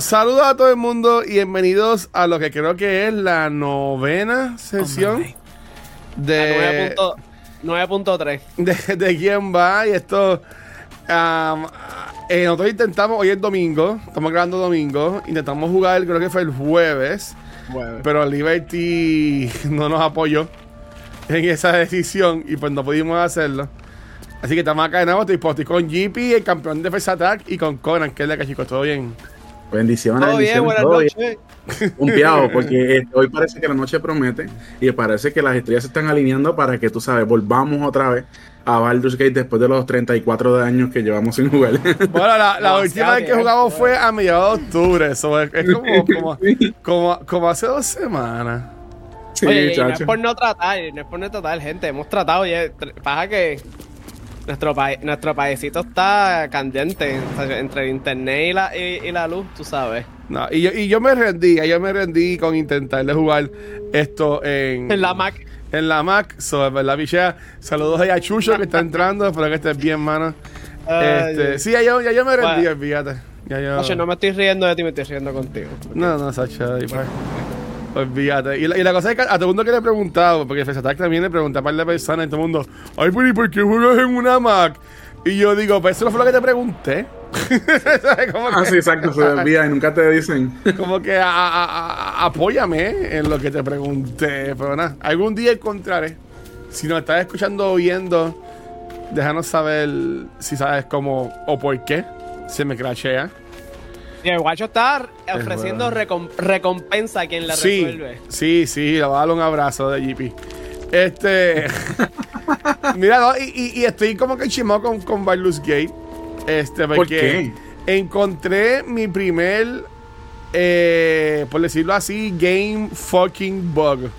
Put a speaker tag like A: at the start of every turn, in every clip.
A: Saludos a todo el mundo y bienvenidos a lo que creo que es la novena sesión de,
B: 9.3.
A: de, de quién va. Y esto, am, eh, nosotros intentamos, hoy es domingo, estamos grabando domingo, intentamos jugar, creo que fue el jueves, pero Liberty no nos apoyó en esa decisión y pues no pudimos hacerlo. Así que estamos acá de nuevo, estoy, pues, estoy con GP, el campeón de First Attack, y con Conan, que es la que chicos, todo bien.
C: Bendiciones,
B: Todo
C: bendiciones,
B: bien, buenas
C: todo bien.
B: noches.
C: Un piado, porque este, hoy parece que la noche promete y parece que las estrellas se están alineando para que, tú sabes, volvamos otra vez a Baldur's Gate después de los 34 de años que llevamos sin jugar.
A: Bueno, la, la
B: Demasiado
A: última vez que
B: bien,
A: jugamos
B: bueno.
A: fue a mediados de octubre. Eso es, es como, como, como, como hace dos semanas.
C: sí,
B: Oye, y no es
C: chacho.
B: por no tratar, no es por no tratar, gente. Hemos tratado, oye, tr- pasa que nuestro, pa- nuestro paisito está candente o sea, entre el internet y la, y, y la luz, tú sabes.
A: No, y, yo, y yo me rendí, yo me rendí con intentar de jugar esto
C: Mm.
A: en,
B: En la Mac.
A: en la Mac. So, es verdad, Pichea. Saludos ahí a Chucho que está entrando. Espero que estés bien, mano.
B: Ay,
A: Este, sí, ya yo, ya yo me rendí,
B: Bueno.
A: olvídate. Ya yo-
B: Oye, no me estoy riendo de ti, me estoy riendo contigo.
A: No, no, Sacha, y pues, Olvídate. Y la, y la cosa es que a todo el mundo que le he preguntado, porque Face Attack también le pregunté a par de personas, y todo el mundo, ay, pero ¿y por qué juegas en una Mac? Y yo digo, pues eso no fue lo que te pregunté. ¿Sabes? Como
C: Ah, sí,
A: que,
C: exacto, se olvida y nunca te dicen.
A: como que a- a- a- a- apóyame en lo que te pregunté. Pero nada, algún día encontraré. Si nos estás escuchando o viendo, déjanos saber si sabes cómo o por qué se me crashea.
B: Y el guacho está ofreciendo
A: verdad.
B: recom- recompensa a quien la
A: sí,
B: resuelve.
A: Sí, sí, le voy a dar un abrazo de JP. Este. mira, no, y, y- y estoy como que chimado con, con Baldur's Gate. Este, porque encontré mi primer, eh, por decirlo así, game fucking bug.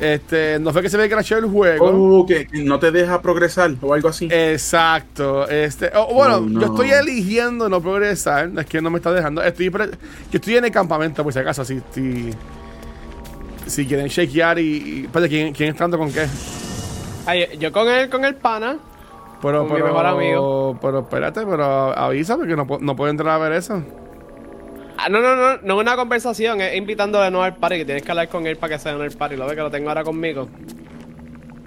A: Este, no fue que se me crashó el juego.
C: Oh, que que no te deja progresar o algo así.
B: Eh.
A: Exacto. Este, oh, bueno,
C: Oh, no.
A: yo estoy eligiendo no progresar. Es que no me está dejando. Estoy, pre- yo estoy en el campamento, por si acaso. Si, si, si quieren shakear y. y espérate, ¿quién, ¿quién está entrando con qué?
B: Ay, yo con él, con el pana.
A: Pero,
B: Con mi
A: pero,
B: mejor amigo.
A: pero espérate, pero avísame que no, puedo- no puedo entrar a ver eso.
B: Ah, no, no, no, no es una conversación, es invitándole no al party, que tienes que hablar con él para que sea en el party. Lo ve que lo tengo ahora conmigo.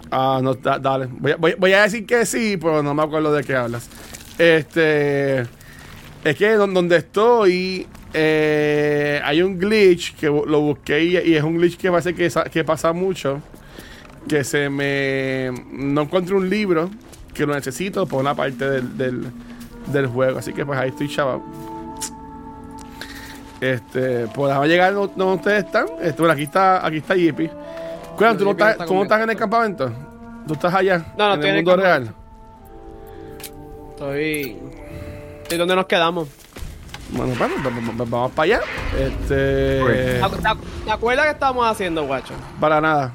A: Ah, no, da- dale. Voy a, voy- voy a decir que sí, pero no me acuerdo de qué hablas. Este. Es que don- donde estoy, eh, hay un glitch que bu- lo busqué y, y es un glitch que parece que, sa- que pasa mucho. Que se me. No encuentro un libro que lo necesito por una parte del, del- del juego. Así que pues ahí estoy, chaval. Este, por ahora llegar no- donde ustedes están. Este, bueno, aquí está, aquí está Yipi. Cuéntame, ¿tú, no
B: Yipi no
A: estás,
B: está
A: tú no
B: conmigo.
A: estás en el campamento? ¿Tú estás allá?
B: No, no,
A: en
B: estoy en
A: el
B: el
A: mundo real.
B: campamento. Estoy. ¿Y dónde nos quedamos?
C: Eh.
A: Bueno, bueno, pues, pues, pues, vamos para allá. Este.
C: Ok.
B: ¿Te acu- ¿Te acuerdas que estábamos haciendo, guacho?
A: Para nada.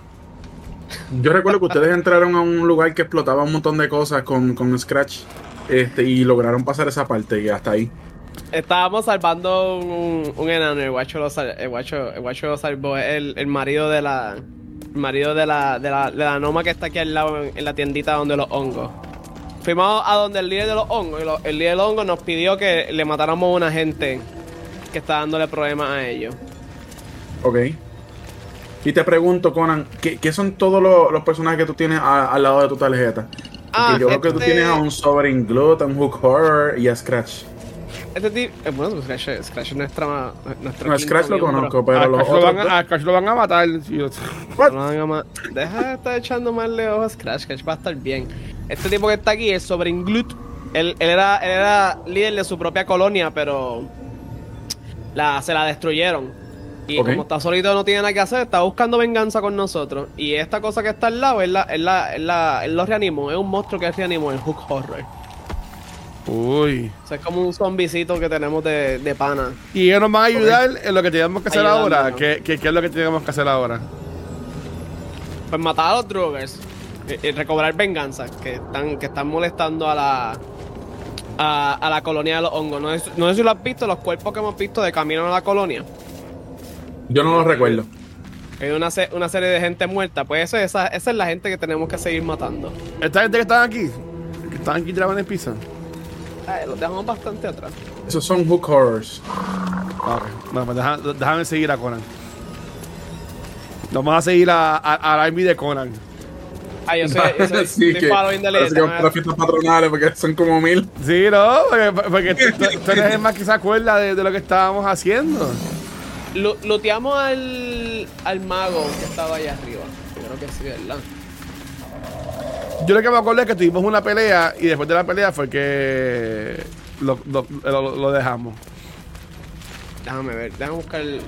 C: Yo recuerdo que ustedes entraron a un lugar que explotaba un montón de cosas con, con Scratch este, y lograron pasar esa parte y hasta ahí.
B: Estábamos salvando un, un enano. El guacho lo, sal- el guacho, el guacho lo salvó. El, el marido de la. El marido de la, de, la, de la noma que está aquí al lado en, en la tiendita donde los hongos. Fuimos a donde el líder de los hongos. Y lo- el líder de los hongos nos pidió que le matáramos a una gente que está dándole problemas a ellos.
C: Ok. Y te pregunto, Conan, ¿qué, qué son todos los, los personajes que tú tienes a- al lado de tu tarjeta? Porque
B: Ah,
C: yo creo que tú
B: este-
C: tienes a un Sovereign Glut, a un Hook Horror y a Scratch.
B: Este tipo. eh, bueno, Scratch, Scratch es nuestra. Nuestro
C: No,
B: quinto
C: Scratch lo
B: miembro.
C: conozco,
A: A
C: pero los
A: Cash lo,
C: otros
A: van a, a Cash lo van a matar. Y yo-
C: dos-
B: No
C: What?
B: me haga ma- Deja de estar echando más lejos a Scratch, Scratch va a estar bien. Este tipo que está aquí es sobre Inglut. Él, él era, él era líder de su propia colonia, pero la, se la destruyeron. Y
C: Ok.
B: como está solito no tiene nada que hacer, está buscando venganza con nosotros. Y esta cosa que está al lado, él, la, él, la, él, la- él lo reanimó. Es un monstruo que reanimó en Hook Horror.
A: Uy.
B: O sea, es como un zombicito que tenemos de, de pana.
A: Y ellos nos van a ayudar en lo que tenemos que hacer
B: Ayudándonos.
A: ahora. ¿Qué, qué, qué es lo que tenemos que hacer ahora?
B: Pues matar a los druggers y, y recobrar venganza que están, que están molestando a la a, a la colonia de los hongos. No sé, no sé si lo has visto, los cuerpos que hemos visto de camino a la colonia.
C: Yo no los recuerdo.
B: Hay una, se- una serie de gente muerta. Pues eso, esa, esa es la gente que tenemos que seguir matando.
A: Esta gente que están aquí, que están aquí tirados en el piso.
B: eh, los dejamos bastante atrás.
C: Esos son hook horrors.
A: Ok. Bueno, pues deja- déjame, seguir a Conan. Vamos a seguir a, a, al Army de Conan.
B: Ah, yo soy, yo soy,
C: Así
B: estoy following the lead,
C: parece que van
B: déjame-
C: para fiestas patronales porque son como mil.
A: Sí, no, porque, porque tú, tú- tú eres el más que se acuerda de, de lo que estábamos haciendo.
B: Lu- Looteamos al, al mago que estaba allá arriba. Yo creo que sí, ¿verdad?
A: Yo lo que me acuerdo es que tuvimos una pelea y después de la pelea fue que lo, lo- lo- lo dejamos.
B: Déjame ver, déjame buscar. el-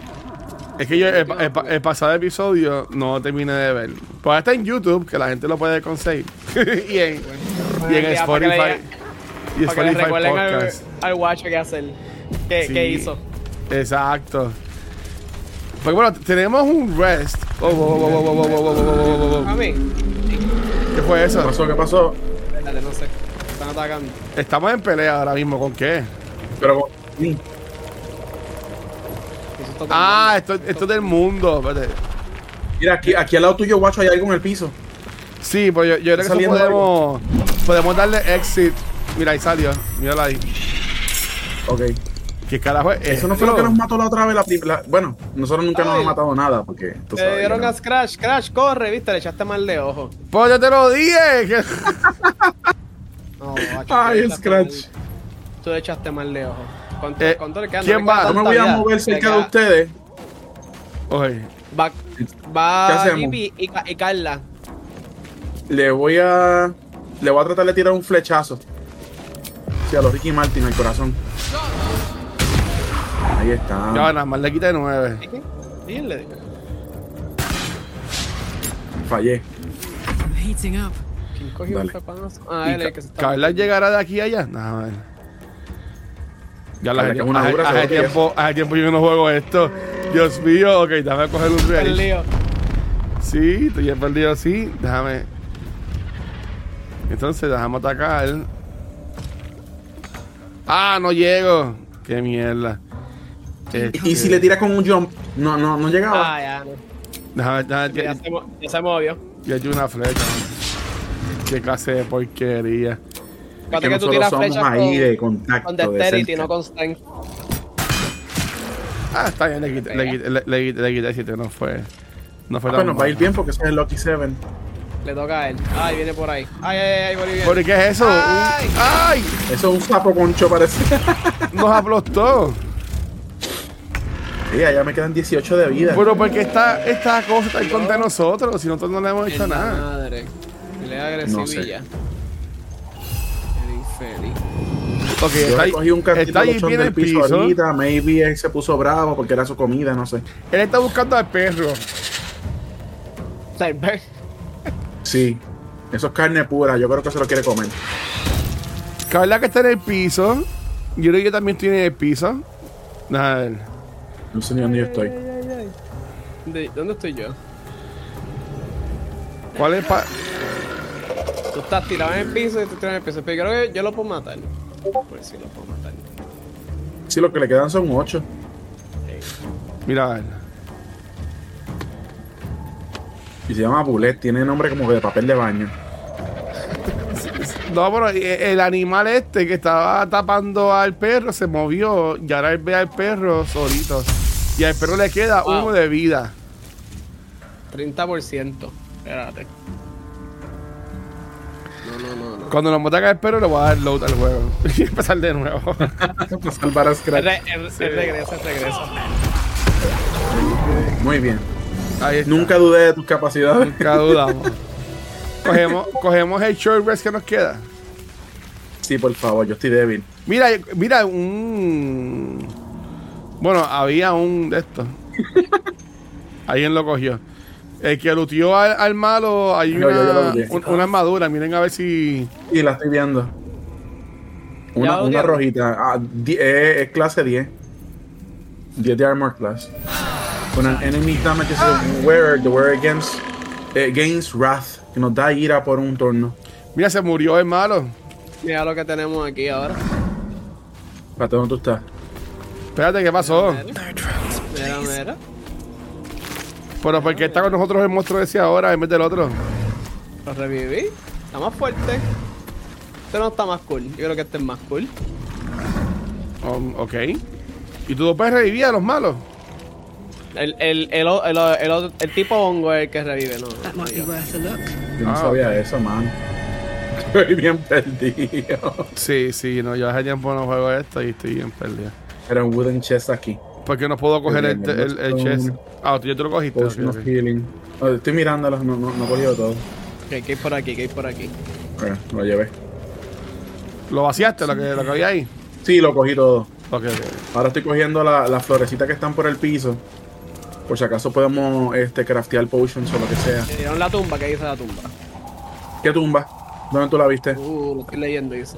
A: Es que yo el, el pa- el pasado episodio no terminé de ver. Pues está en YouTube, que la gente lo puede conseguir. y en, y en
B: Ya, para que le
A: Spotify. Y
B: Para que le
A: Spotify
B: recuerden al,
A: Podcast.
B: al guacho qué hacer. ¿Qué,
A: Sí,
B: qué hizo?
A: Exacto. Porque bueno, tenemos un rest. Oh, oh, oh, oh, oh, oh, oh, oh, oh, oh, oh,
B: A
A: oh.
B: mí.
A: ¿Qué fue
C: ¿Qué
A: eso?
C: pasó? ¿Qué pasó?
B: Dale, no sé. Están atacando.
A: Estamos en pelea ahora mismo. ¿Con qué?
C: Pero mm, sí,
B: Eso está
A: Ah,
B: tumbando.
A: esto, esto es del mundo. Espérate.
C: mira, aquí, aquí al lado tuyo, guacho, hay algo en el piso.
A: Sí, pues yo, yo creo que eso
C: saliendo
A: podemos, podemos darle exit. Mira, ahí salió. Mírala ahí.
C: Ok.
A: ¿Qué carajo es
C: Eso no fue lo que nos mató la otra vez. La, prim- la- bueno, nosotros nunca nos
B: Ay.
C: han matado nada porque. tú
B: Le
C: sabes,
B: dieron
C: ya.
B: a Scratch, Crash, corre, viste, le echaste mal de ojo.
A: Pues yo te lo dije. que-
B: No, guacho, tú
C: Ay,
B: le echaste
C: Scratch.
B: mal- Tú le echaste mal de ojo. ¿Cuánto,
A: Eh,
B: cuánto le queda?
A: ¿quién
B: le
A: va?
C: No
B: queda
C: me
B: tanta
C: voy a
B: vida.
C: mover
B: Le
C: cerca de
B: queda-
C: ustedes.
A: Oye,
B: Va,
C: ¿Qué
B: va
C: hacemos?
B: Yipi y, Ca- y Carla.
C: Le voy a. Le voy a tratar de tirar un flechazo. Sí, a los Ricky Martin, al corazón. Ahí está.
A: ya nada más le quité nueve.
B: Dile.
C: Fallé.
D: Heating up.
B: ¿Quién cogió
C: Dale.
B: ese panazo? Ah,
C: Y
B: él
C: Ca-
B: que se está.
A: ¿Carla llegará de aquí a allá? Nada más. Ya la
C: Carla, que es una
A: hace,
C: dura,
A: hace
C: seguro que
A: tiempo, hace tiempo yo no juego esto. Dios mío, ok, déjame coger un
B: el
A: real.
B: lío.
A: Sí, estoy ya perdido, sí. Déjame. Entonces, dejamos atacar. Ah, no llego. Qué mierda. Este,
C: Y si le tiras con un jump, no, no, no llegaba.
B: Ah, ya, no.
A: Déjame, déjame-
B: Ya,
A: ya,
B: se, mo- ya se movió.
A: ya hay una flecha. Qué clase de porquería.
C: Es
B: Fíjate
C: que
B: que tú
C: nosotros
B: tiras
C: somos
B: flechas
C: ahí de
B: con,
C: contacto.
B: con
C: de
B: dexterity,
C: cerca.
B: no con strength.
A: Ah, está bien, le quité, le quité, le, le quité, le quité siete, no fue. No fue
C: Ah,
A: tan
C: pues nos va a ir
A: mal.
C: bien porque ese es el Lucky Seven.
B: Le toca a él. Ay, viene por ahí. Ay, ay, ay, Bolivia.
A: ¿Por qué es eso? Un-
B: Ay.
A: ¡Ay!
C: Eso es un sapo concho, parece.
A: Nos aplastó.
C: Mira, ya me quedan 18 de vida.
A: Pero porque esta, esta cosa está en contra de nosotros, si nosotros no le hemos hecho
B: En la
A: nada.
B: Madre. Le da agresivilla.
C: No
B: Infeliz.
A: Ok,
C: Yo
A: está
C: le
A: ahí,
C: cogí un
A: está
C: cantito
A: ahí
C: luchón
A: bien en
C: del
A: el
C: piso,
A: piso. ¿eh?
C: ahorita. Maybe él se puso bravo porque era su comida, no sé.
A: Él está buscando al perro.
B: Cyber.
C: Sí. Eso es carne pura. Yo creo que se lo quiere comer.
A: Carla que está en el piso. Yo creo que yo también estoy en el piso. A ver.
C: No sé ni dónde yo estoy.
B: ¿De- ¿Dónde estoy yo?
A: ¿Cuál es pa-
B: Tú estás tirado en el piso y tú tirado en el piso. Pero yo creo que yo lo puedo matar. Pues sí, lo puedo matar.
C: Sí, lo que le quedan son 8.
A: Mira, a ver.
C: Y se llama Bullet. Tiene nombre como que de papel de baño.
A: No, pero e- el animal este que estaba tapando al perro se movió y ahora él ve al perro solito. Y al perro le queda
B: Wow.
A: uno de vida.
B: 30%. Espérate. No, no, no, no.
A: Cuando nos matan al perro le voy a dar load al juego. y empezar de nuevo.
C: Para Pues salvar a
B: Él,
C: Scratch.
B: re- él- él regresa, él regresa.
C: Muy bien.
A: Ahí está.
C: Nunca dudé de tus capacidades.
A: Nunca dudamos. cogemos, cogemos el short rest que nos queda.
C: Sí, por favor. Yo estoy débil.
A: Mira, mira, un. Bueno, había un de estos. Alguien lo cogió. El que lutió al, al malo, hay
C: Yo-
A: una,
C: yo- yo lo looteé.
A: un- una armadura. Miren a ver si.
C: Sí, la estoy viendo.
B: Ya
C: Una,
B: lo
C: una
B: tiene.
C: rojita. Ah, di- eh, es clase 10. 10 de armor class. Con an enemy damage is the wearer. The wearer gains, eh, gains wrath. Que nos da ira por un turno.
A: Mira, se murió el malo.
B: Mira lo que tenemos aquí ahora.
C: Espérate, ¿dónde tú estás?
A: Espérate, ¿qué pasó?
B: Mira, mira.
A: Pero ¿por qué está con nosotros el monstruo ese ahora en vez del otro?
B: Lo reviví. Está más fuerte. Este no está más cool. Yo creo que este es más cool.
A: Um, ok. ¿Y tú lo puedes revivir a los malos?
B: El, el, el, o- el, o- el, otro- el tipo hongo es el que revive, ¿no?
E: Ah.
D: That might be worth a look.
C: Yo no
A: Ah,
C: sabía eso, man. Estoy bien perdido.
A: Sí, sí, no, yo hace tiempo no juego esto y estoy bien perdido.
C: Era un wooden chest aquí.
A: Porque no puedo coger el,
C: bien, Pues
A: el, el,
C: Bloodstone.
A: chest. Ah, tú ya te lo cogiste.
C: Potion
A: ok,
C: of
A: ok.
C: Healing. Oh, estoy mirándolas, no, no, no he cogido todo.
B: Ok, que hay por aquí, que hay por aquí.
C: Bueno, lo llevé.
A: ¿Lo vaciaste, lo que, lo que había ahí?
C: Sí, lo cogí todo.
A: Ok, ok.
C: Ahora estoy cogiendo la- las florecitas que están por el piso. Por si acaso podemos este, craftear potions o lo que sea.
B: Me dieron la tumba, ¿qué dice la tumba?
C: ¿Qué tumba? ¿Dónde tú la viste?
B: Uh, lo estoy leyendo, dice.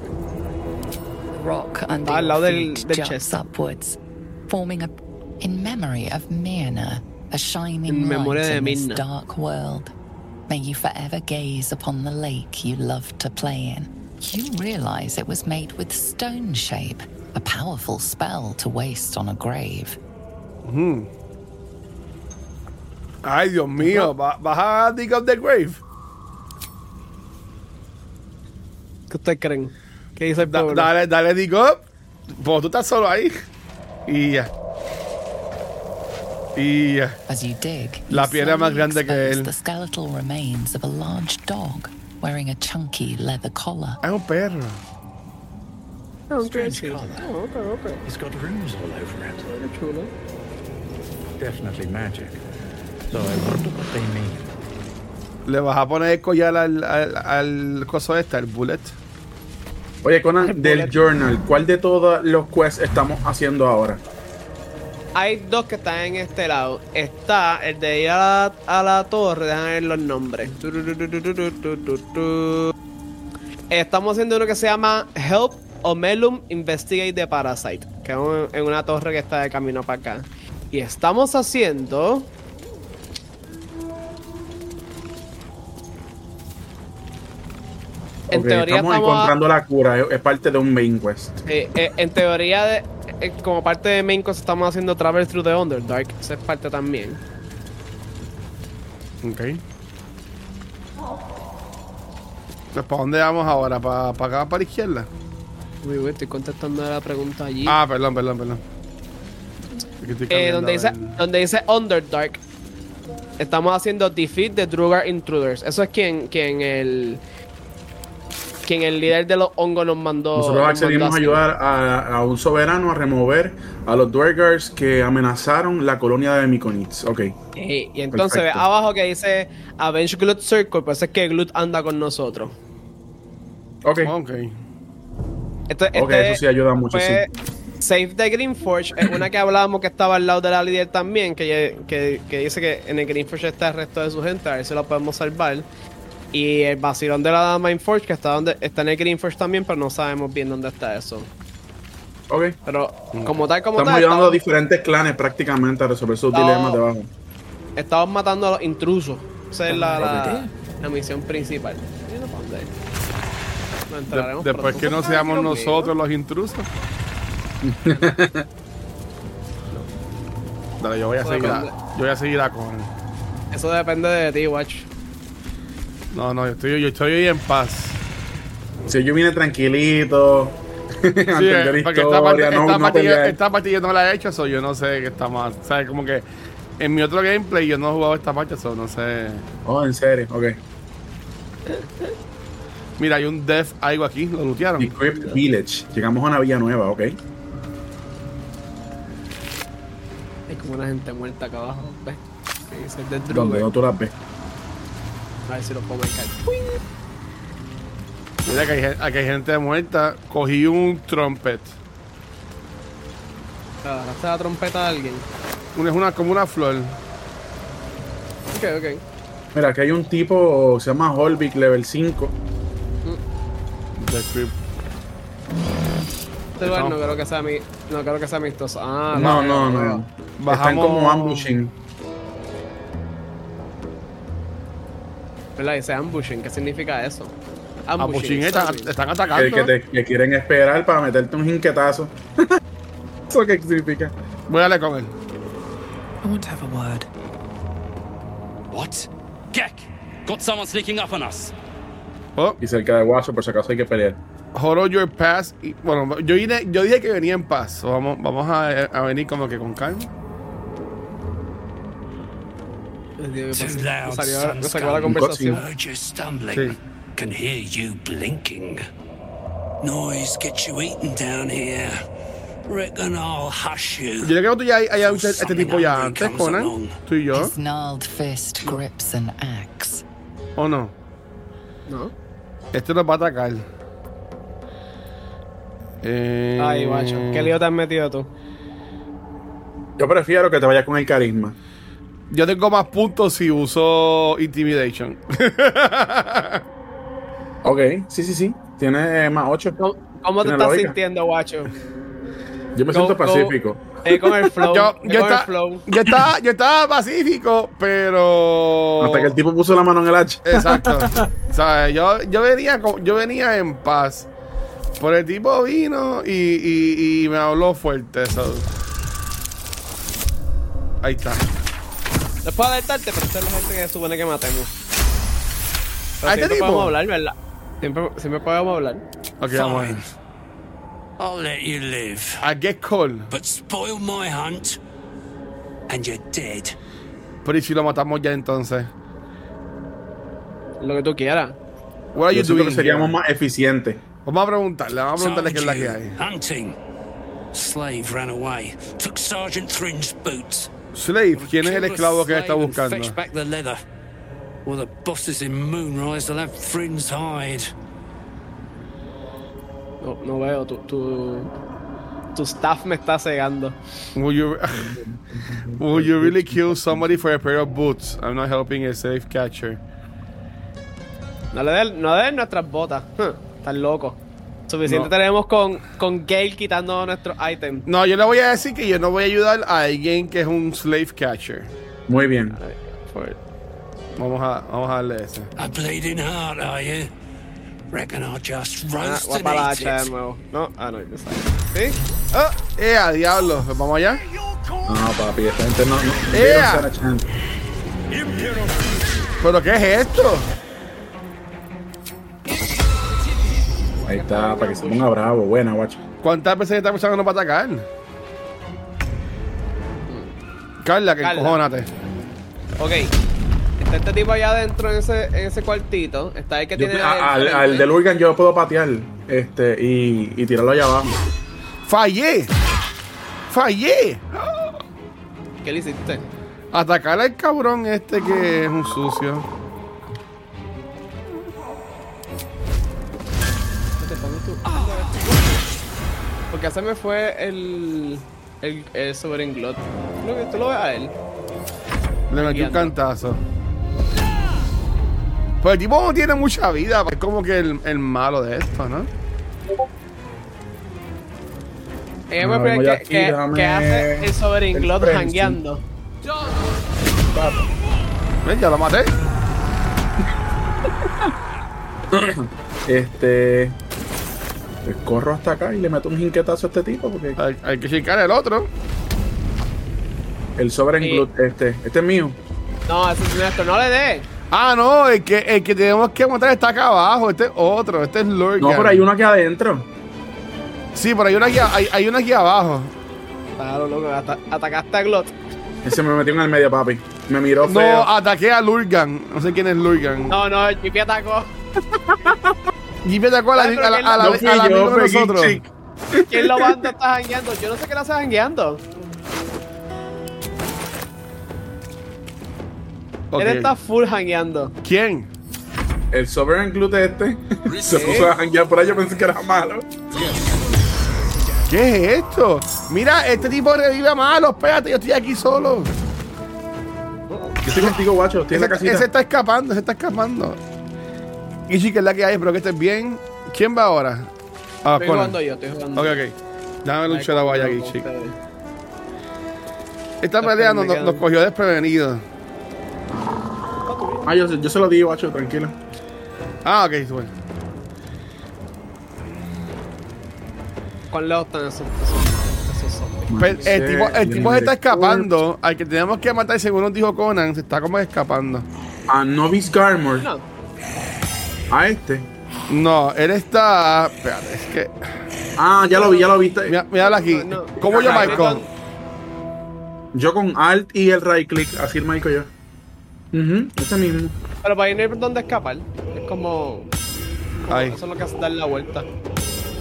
E: rock under
B: Al lado
E: your
B: del-
E: feet
B: del
E: juts
B: chest.
E: upwards, forming a in memory of Myrna, a
B: En
E: shining
B: memoria
E: light
B: de
E: in this
B: Myrna.
E: dark world. May you forever gaze upon the lake you love to play in. You realize it was made with stone shape, a powerful spell to waste on a grave.
A: Ay, Dios mío, ¿va- ¿vas a dig up the grave?
B: ¿Qué ustedes creen? ¿Qué dice el
A: Da-
B: pueblo?
A: dale, dale, dig up. Pues tú estás solo ahí. Y ya. Y ya.
E: As you dig, you
A: La piedra más
E: slowly
A: grande que
E: expose
A: él.
E: the skeletal remains of a large dog wearing a chunky leather collar.
A: Ah, Es un perro.
F: Strange color.
B: Oh, ok, ok.
F: It's got runes all over it.
B: Qué chulo.
F: Definitely magic. Though I wonder what they mean.
A: Le vas a poner el collar al, al, al coso este, al bullet.
C: Oye, Conan, del journal, ¿cuál de todos los quests estamos haciendo ahora?
B: Hay dos que están en este lado. Está el de ir a la, a la torre, déjame ver los nombres. Tu, tu, tu, tu, tu, tu, tu, tu, tu. Estamos haciendo uno que se llama Help Omelum Investigate the Parasite, que es un- en una torre que está de camino para acá. Y estamos haciendo... En
C: Ok,
B: teoría
C: estamos,
B: estamos a-
C: encontrando la cura, es, es parte de un main quest.
B: eh, eh, en teoría, de- eh, como parte de Main Quest, estamos haciendo Travel Through the Underdark. Esa es parte también.
A: Ok. Pues, ¿Para dónde vamos ahora? ¿Para, para acá, para la izquierda?
B: Uy, uy, estoy contestando a la pregunta allí.
A: Ah, perdón, perdón, perdón. Es que estoy
B: Eh,
A: cambiando,
B: donde, dice,
A: a ver.
B: donde dice Underdark, estamos haciendo Defeat the Drugar Intruders. Eso es quien, quien el. Quien el líder de los hongos nos mandó.
C: Nosotros
B: nos
C: accedimos
B: mandó
C: a ayudar a, a un soberano a remover a los Dwergers que amenazaron la colonia de Mykonits. Ok.
B: Eh, Y, entonces
C: Perfecto.
B: ve abajo que dice Avenge Glut Circle, pues es que Glut anda con nosotros.
C: Ok.
A: Ok.
B: Este-
C: Ok,
B: este
C: eso sí ayuda mucho,
B: fue Save the Green Forge es una que hablábamos que estaba al lado de la líder también, que, que, que dice que en el Green Forge está el resto de su gente, a ver si lo podemos salvar. Y el vacilón de la Mind Forge, que está, donde, está en el Green Forge también, pero no sabemos bien dónde está eso.
C: Ok.
B: Pero como tal, como
C: Estamos
B: tal,
C: ayudando a
B: estamos,
C: diferentes clanes prácticamente a resolver sus
B: Estamos-
C: dilemas debajo.
B: estamos matando a los intrusos. Esa es la, la,
F: Ok.
B: la misión principal. Mira pa' dónde. No
A: De-
B: entraremos
A: después
B: pronto.
A: que no seamos
B: Tranquilo,
A: nosotros los intrusos. Dale, yo voy a
B: Bueno,
A: seguir a,
B: pero-
A: yo voy a seguir a con.
B: Eso depende de ti, Watch.
A: No, no, yo estoy, yo estoy hoy en paz.
C: Si yo vine tranquilito, a
A: Sí,
C: entender
A: eh, porque esta parte,
C: historia, no,
A: esta
C: no
A: parte yo,
C: pelear.
A: esta parte yo no la he hecho, so yo no sé qué está más. O sea, como que en mi otro gameplay yo no he jugado esta parte, so no sé.
C: Oh, en serio, ok.
A: Mira, hay un death algo aquí, lo lootearon.
C: Equipped Village. Llegamos a una villa nueva, ok.
B: Hay como una gente muerta acá abajo, ¿ves? Que dice The
C: Donde
B: Druid.
C: no tú las ves.
B: A ver si lo puedo marcar.
A: Mira que hay, gen- aquí hay gente muerta. Cogí un trumpet.
B: ¿Agarraste Ah, la trompeta a alguien?
A: Una- Es una, como una flor.
B: Ok, Este ok.
C: Mira, aquí hay un tipo, se llama Holvik, level 5.
A: Death Grip.
B: Este lugar no creo que sea mi... No creo que sea amistoso. Ah,
C: No,
B: lo veo,
C: no,
B: lo
C: no.
B: veo.
C: Están
A: Bajamos-
C: como ambushing.
B: ¿Verdad? Dice ambushing. ¿Qué significa eso?
A: A Puchineta,
B: sorry.
A: están
C: Que, que
A: atacando.
C: te que quieren esperar para meterte un jinquetazo. ¿Eso qué significa?
A: Voy a darle con él.
D: I want to have a word.
G: What? Gek! Got someone sneaking up on us.
A: Oh,
C: Y cerca de Guacho, por si acaso hay que pelear.
A: Horror Your Pass. y- bueno, yo, vine- yo dije que venía en paz. so vamos vamos a, a venir como que con calma.
B: Nos
G: Too loud,
B: pues, salió- nos sacó la
G: sunscum.
B: conversación.
G: Heard you stumbling.
A: Sí.
G: Can hear you blinking. Noise gets you eating down here. Reckon I'll hush you.
A: Yo creo que tú ya hayas visto este tipo ya antes, Conan. Tú y yo.
E: His gnarled fist grips an axe.
A: ¿O no?
B: No.
A: Este nos va a atacar. Eh,
B: Ay, macho. ¿Qué lío te has metido tú?
C: Yo prefiero que te vayas con el carisma.
A: Yo tengo más puntos si uso Intimidation.
C: Ok, sí, sí, sí. Tiene eh, más 8.
B: ¿Cómo, cómo te
C: Tiene
B: estás
C: lógica.
B: sintiendo, guacho?
C: Yo me
B: Go-
C: siento
B: go-
C: pacífico.
B: Eh, con el flow.
A: yo,
B: eh,
A: yo,
B: con el
A: está-
B: flow.
A: yo, estaba, yo estaba pacífico, pero.
C: Hasta que el tipo puso la mano en el hacha.
A: Exacto. O sea, yo, yo, venía, como- yo venía en paz. Pero el tipo vino y, y- y me habló fuerte. so. Ahí está.
B: Después de alertarte, pero esta es la gente que se supone que matemos. Pero
A: ¿A este
B: siempre
A: tipo?
B: podemos hablar, ¿verdad? Siempre, siempre podemos hablar.
A: Ok, vamos a ver.
G: Fine. I'll let you live.
A: I get cold.
G: But spoil my hunt, and you're dead.
A: Pero ¿y si lo matamos ya entonces?
B: Lo que tú quieras.
A: What are
C: Yo
A: you
C: siento
A: doing
C: que seríamos
A: here?
C: más eficientes.
A: Vamos a preguntarle, vamos a preguntarle qué es la que
G: Sergeant,
A: hay.
G: Hunting. Slave ran away. Took Sergeant Thrin's boots.
A: Slave, ¿quién es el
G: Killed the
A: esclavo que
G: slave
A: está
G: and
A: buscando?
G: fetched back the leather. Or the bosses in Moonrise will have Thrin's hide.
B: No, no veo, tu, tu, tu staff me está cegando.
A: Will you, will you really kill somebody for a pair of boots? I'm not helping a safe catcher.
B: No le des no le des nuestras botas. Huh, Estás loco.
A: No.
B: Suficiente tenemos con, con Gale quitando nuestros ítems.
A: No, yo le voy a decir que yo no voy a ayudar a alguien que es un slave catcher. Pues,
C: Muy bien.
B: Ay, por-
A: Vamos a, vamos a darle ese.
G: A bleeding heart, are you? Reckon I'll just
B: Ah,
G: roast
B: voy para la
G: and eat
B: hacha de
G: it.
B: nuevo. No, ah, no, yo sabía. ¿Sí?
A: ¡Ah! ¡Eh, a diablo! Pues Vamos allá.
C: No, papi, esta gente no.
A: ¡Ea!
C: no dieron ser a chance.
A: ¿Pero qué es esto?
C: Ahí está, para que se ponga bravo. Buena, guacho.
A: ¿Cuántas veces esta persona nos va a atacar? Carla, que
B: Carla.
A: cojónate.
B: Ok. Está este tipo allá adentro en ese, en ese cuartito. Está el que
C: Yo-
B: tiene.
C: a- al,
B: el-
C: al del Urgan yo puedo patear este y, y tirarlo allá abajo.
A: ¡Fallé! ¡Fallé!
B: ¿Qué le hiciste?
A: Atacar al cabrón este que es un sucio.
B: Porque ese me fue el. El, el Sovereign Glot. Lo que tú lo ves a él.
A: Le metí un
B: Guiando.
A: cantazo. Pues el tipo no tiene mucha vida. Es como que el, el malo de esto, ¿no?
B: Ella
C: No,
B: me
C: voy
B: pregunta que,
C: aquí,
B: que-
C: dame
B: que hace el Sovereign
C: el
B: Glot
C: frenzy.
B: hangueando.
A: Ven, ya lo maté.
C: Este. pues corro hasta acá y le meto un jinquetazo a este tipo porque
A: Hay, hay que checar el otro.
C: el sobre
B: Sí.
C: este. Este es mío.
B: No, ese es nuestro, no le dé.
A: Ah, no, el que, el que tenemos que matar está acá abajo. Este es otro. Este es Lurgan.
C: No, pero hay uno aquí adentro.
A: Sí, pero hay una aquí, a- hay, hay una aquí abajo.
B: Claro, Ah, loco, ata- atacaste a Glot.
C: Ese me metió en el medio, papi. Me miró
A: No,
C: feo.
A: ataqué a Lurgan. No sé quién es Lurgan.
B: No, no, el Jippy atacó.
A: Y me atacó a la,
B: Ah, pero
A: a la-
B: que
A: a la-
C: No fui
A: al amigo
C: yo,
A: de
C: fue
A: nosotros.
C: Geek Chick.
B: ¿Quién lo manda? Está hangueando. Yo no sé qué lo hace hangueando.
A: Ok.
B: Él está full hangueando.
A: ¿Quién?
C: El Sovereign Glute este se puso a janguear por ahí. Yo pensé que era malo.
A: ¿Qué es esto? Mira, este tipo revive a malos. Espérate, yo estoy aquí solo.
C: Yo estoy contigo, guacho. Estoy en
A: Ese,
C: la casita.
A: ese está escapando, se está escapando. Y sí que es la que hay, espero que estés bien. ¿Quién va ahora? Ah, Conan.
B: Estoy jugando yo, estoy jugando.
A: Ok, ok. Dame un chela guaya aquí, chico.
B: ustedes.
A: Esta
B: Después
A: pelea
B: me
A: nos, nos-
B: quedo.
A: nos cogió desprevenidos.
C: Ah, yo, yo se lo di, guacho, tranquilo.
A: Ah, ok, bueno.
B: ¿Cuán lejos están esos, esos, esos zombies?
A: Pero Pues, el
C: Sí,
A: tipo, el
C: yo
A: tipo
C: me
A: se está
C: recuerdo.
A: escapando. Al que tenemos que matar, según nos dijo Conan, se está como escapando.
C: A Novice Garmor.
B: No,
C: A este.
A: No, él está. Espérate, es que.
C: Ah, ya lo vi, ya lo viste.
A: Mira, mírala aquí.
B: Eh, No, no.
A: ¿Cómo yo
C: Ajá,
A: marco?
C: Yo con Alt y el right click, así el marco yo. Ujú, ese mismo.
B: Pero para ahí no hay por dónde escapar. Es como. como
A: Ahí.
B: Eso es lo que hace dar la vuelta.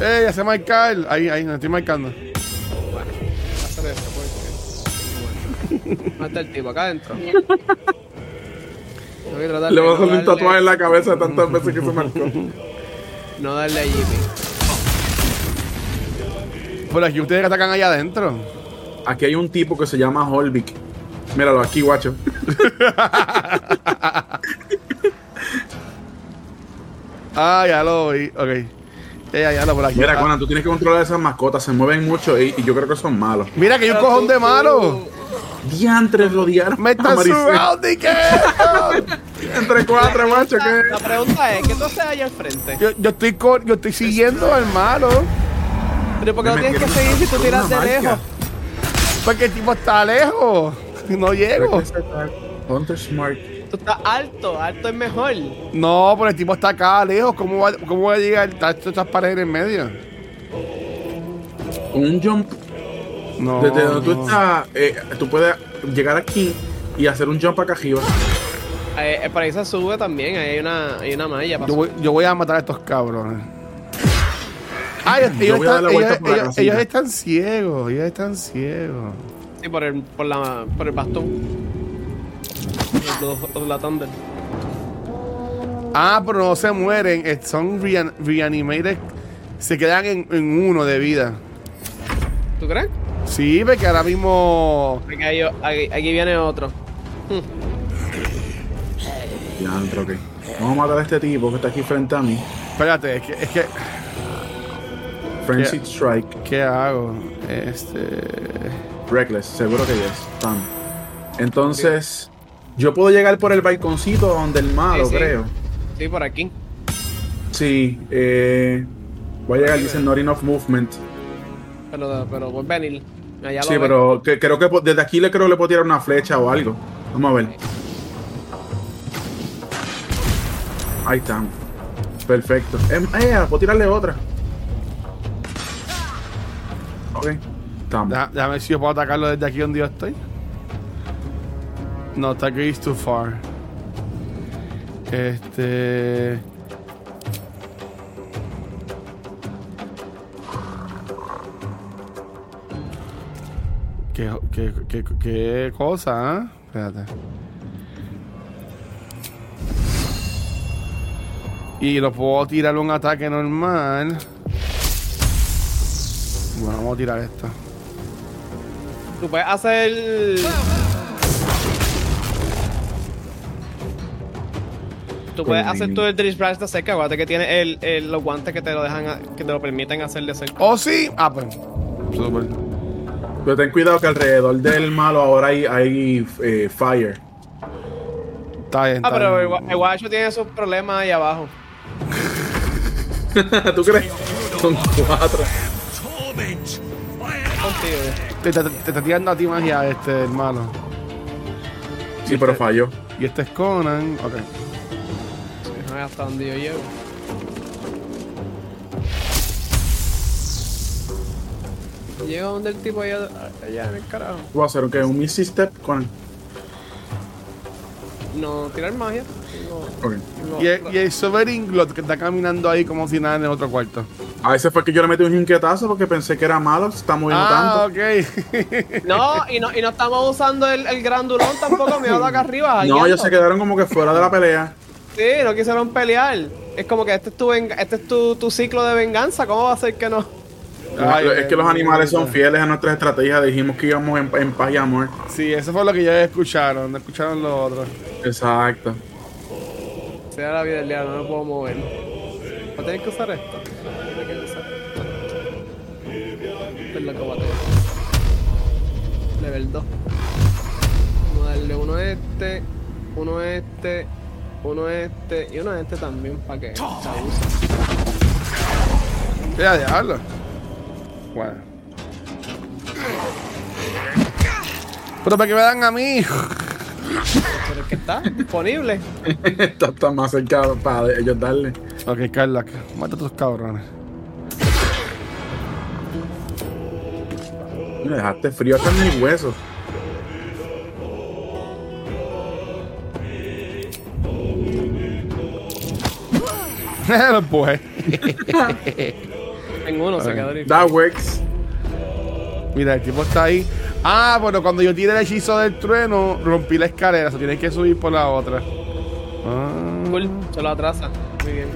A: ¡Ey, hace marcar! Ahí, ahí, me estoy marcando.
B: Hacer eso, pues, porque- Bueno. No está el tipo acá adentro. Tengo que tratar
C: Le
B: de
C: voy a hacer
B: no
C: un tatuaje en
B: darle-
C: la cabeza tantas veces que se marcó.
B: No darle a Jimmy.
A: Por aquí ustedes que atacan allá adentro.
C: Aquí hay un tipo que se llama Holvik. Míralo aquí, guacho.
A: Ah, ya lo vi. Ok. Ey, ya lo por aquí.
C: Mira,
A: Ah,
C: Conan, tú tienes que controlar esas mascotas, se mueven mucho y, y yo creo que son malos.
A: Mira
B: Ah,
A: que hay un cojón de malo.
C: Diantres rodearon.
A: Me
C: a
A: están
C: Maricel.
A: surrounding. ¿qué?
C: Entre cuatro, macho,
B: La
C: que.
B: pregunta es: ¿qué tú haces allá al frente?
A: Yo, yo estoy co- yo estoy siguiendo al malo.
B: Pero ¿por qué no
C: Me
B: tienes que
C: metieron
B: seguir si tú
C: una
B: tiras de
C: marca.
B: lejos?
A: Porque Pues el tipo está lejos. No llego.
C: Hunter Smart.
B: Tú estás alto, alto es mejor.
A: No, pero el tipo está acá lejos. ¿Cómo va, cómo va a llegar? Está estas paredes en medio.
C: Un jump.
A: No.
C: Desde donde tú
A: Oh, no.
C: estás, eh, tú puedes llegar aquí y hacer un jump acá arriba.
B: Eh, eh, para ahí se sube también, ahí hay una, hay una malla. para
A: Yo voy, yo voy a matar a estos cabrones. Ah, ellos,
C: Yo
A: ellos
C: voy a dar
A: están,
C: la vuelta
A: ellos-
C: por la
A: ellos-
C: casilla.
A: ellos están ciegos, ellos están ciegos.
B: subir. Sí, por el, por la, por el bastón. Los dos- los- La Thunder.
A: Ah, pero no se mueren, eh, son rean- reanimated, se quedan en, en uno de vida.
B: ¿Tú crees?
A: Sí, porque ahora mismo...
B: Aquí, hay o- aquí, aquí viene otro.
C: Diantre, ok. Vamos a matar a este tipo que está aquí frente a mí.
A: Espérate, es que... es que-
C: Frenzy
A: Yeah.
C: Strike.
A: ¿Qué hago? Este...
C: Reckless, seguro que yes. Tam. Entonces, yo puedo llegar por el balconcito donde el malo,
B: Sí, sí.
C: creo.
B: Sí, por aquí.
C: Sí, eh, voy a llegar, dice not enough movement.
B: Pero, pero por venir. Allá
C: Sí,
B: lo ves.
C: pero que- creo que po- desde aquí le creo que le puedo tirar una flecha o algo. Vamos a ver. Ahí estamos. Perfecto. Em, Eh, puedo tirarle otra. Ok. Estamos.
A: Deja- Déjame ver si yo puedo atacarlo desde aquí donde yo estoy. No, está aquí is too far. Este. ¿Qué, qué, qué, qué cosa, ah? Espérate. Y lo puedo tirar un ataque normal. Bueno, vamos a tirar esto.
B: Tú puedes hacer. Tú puedes hacer todo el Drill Brush de cerca. Acuérdate que tienes el, el- los guantes que te lo dejan, a- que te lo permiten hacer de cerca.
A: Oh, sí. Ah, pues. Super.
C: Pero ten cuidado que alrededor del malo ahora hay, hay eh, fire.
A: Está bien.
B: Ah,
A: está
B: pero el,
A: bien.
B: gua- el guacho tiene sus problemas ahí abajo.
C: ¿Tú crees? Son cuatro.
G: Torment!
B: Contigo. eh.
A: Te, te- te está tirando a ti magia, este hermano.
C: Sí, pero falló.
A: Y este es Conan. Ok.
B: No es hasta donde yo llego. Llego donde el tipo allá, allá en el carajo.
C: Voy a hacer ok, un Missy Step con.
B: No, tirar magia. Digo,
C: Ok.
B: digo,
A: Y el, y el Sovereign Glot que está caminando ahí como si nada en el otro cuarto.
C: A ese fue que yo le metí un inquietazo porque pensé que era malo, se está moviendo
A: Ah,
C: tanto.
A: ok.
B: No, y no, y no estamos usando el, el grandulón tampoco, me acá arriba.
C: No, ellos
B: yo
C: se quedaron como que fuera de la pelea.
B: Sí, no quisieron pelear. Es como que este es tu, venga- este es tu, tu ciclo de venganza, ¿cómo va a ser que no?
A: Ay,
C: es que los
A: bendito.
C: animales son fieles a nuestras estrategias. Dijimos que íbamos en, en paz y amor.
A: Sí, eso fue lo que ya escucharon. No escucharon lo otro.
C: Exacto.
B: Se da la vida del diablo, no me puedo mover. Voy a tener que usar esto. Voy a tener que usar esto. Es lo que voy a tener. Level 2. Vamos a darle uno a este, uno a este, uno a este y uno a este también para que se abuse.
A: Ya, diablo. Bueno. Pero para que me dan a mí.
B: Pero es que está disponible.
C: está, está más cerca para ellos darle.
A: Ok, Carla, mata a estos cabrones.
C: Me dejaste frío hasta mis huesos.
A: Lo empujé.
B: Tengo uno, se quedó limpio.
C: That works.
A: Mira, el tipo está ahí. Ah, bueno, cuando yo tiré el hechizo del trueno, rompí la escalera. O sea, tienes que subir por la otra. Ah,
B: Cool, se lo atrasa. Muy bien.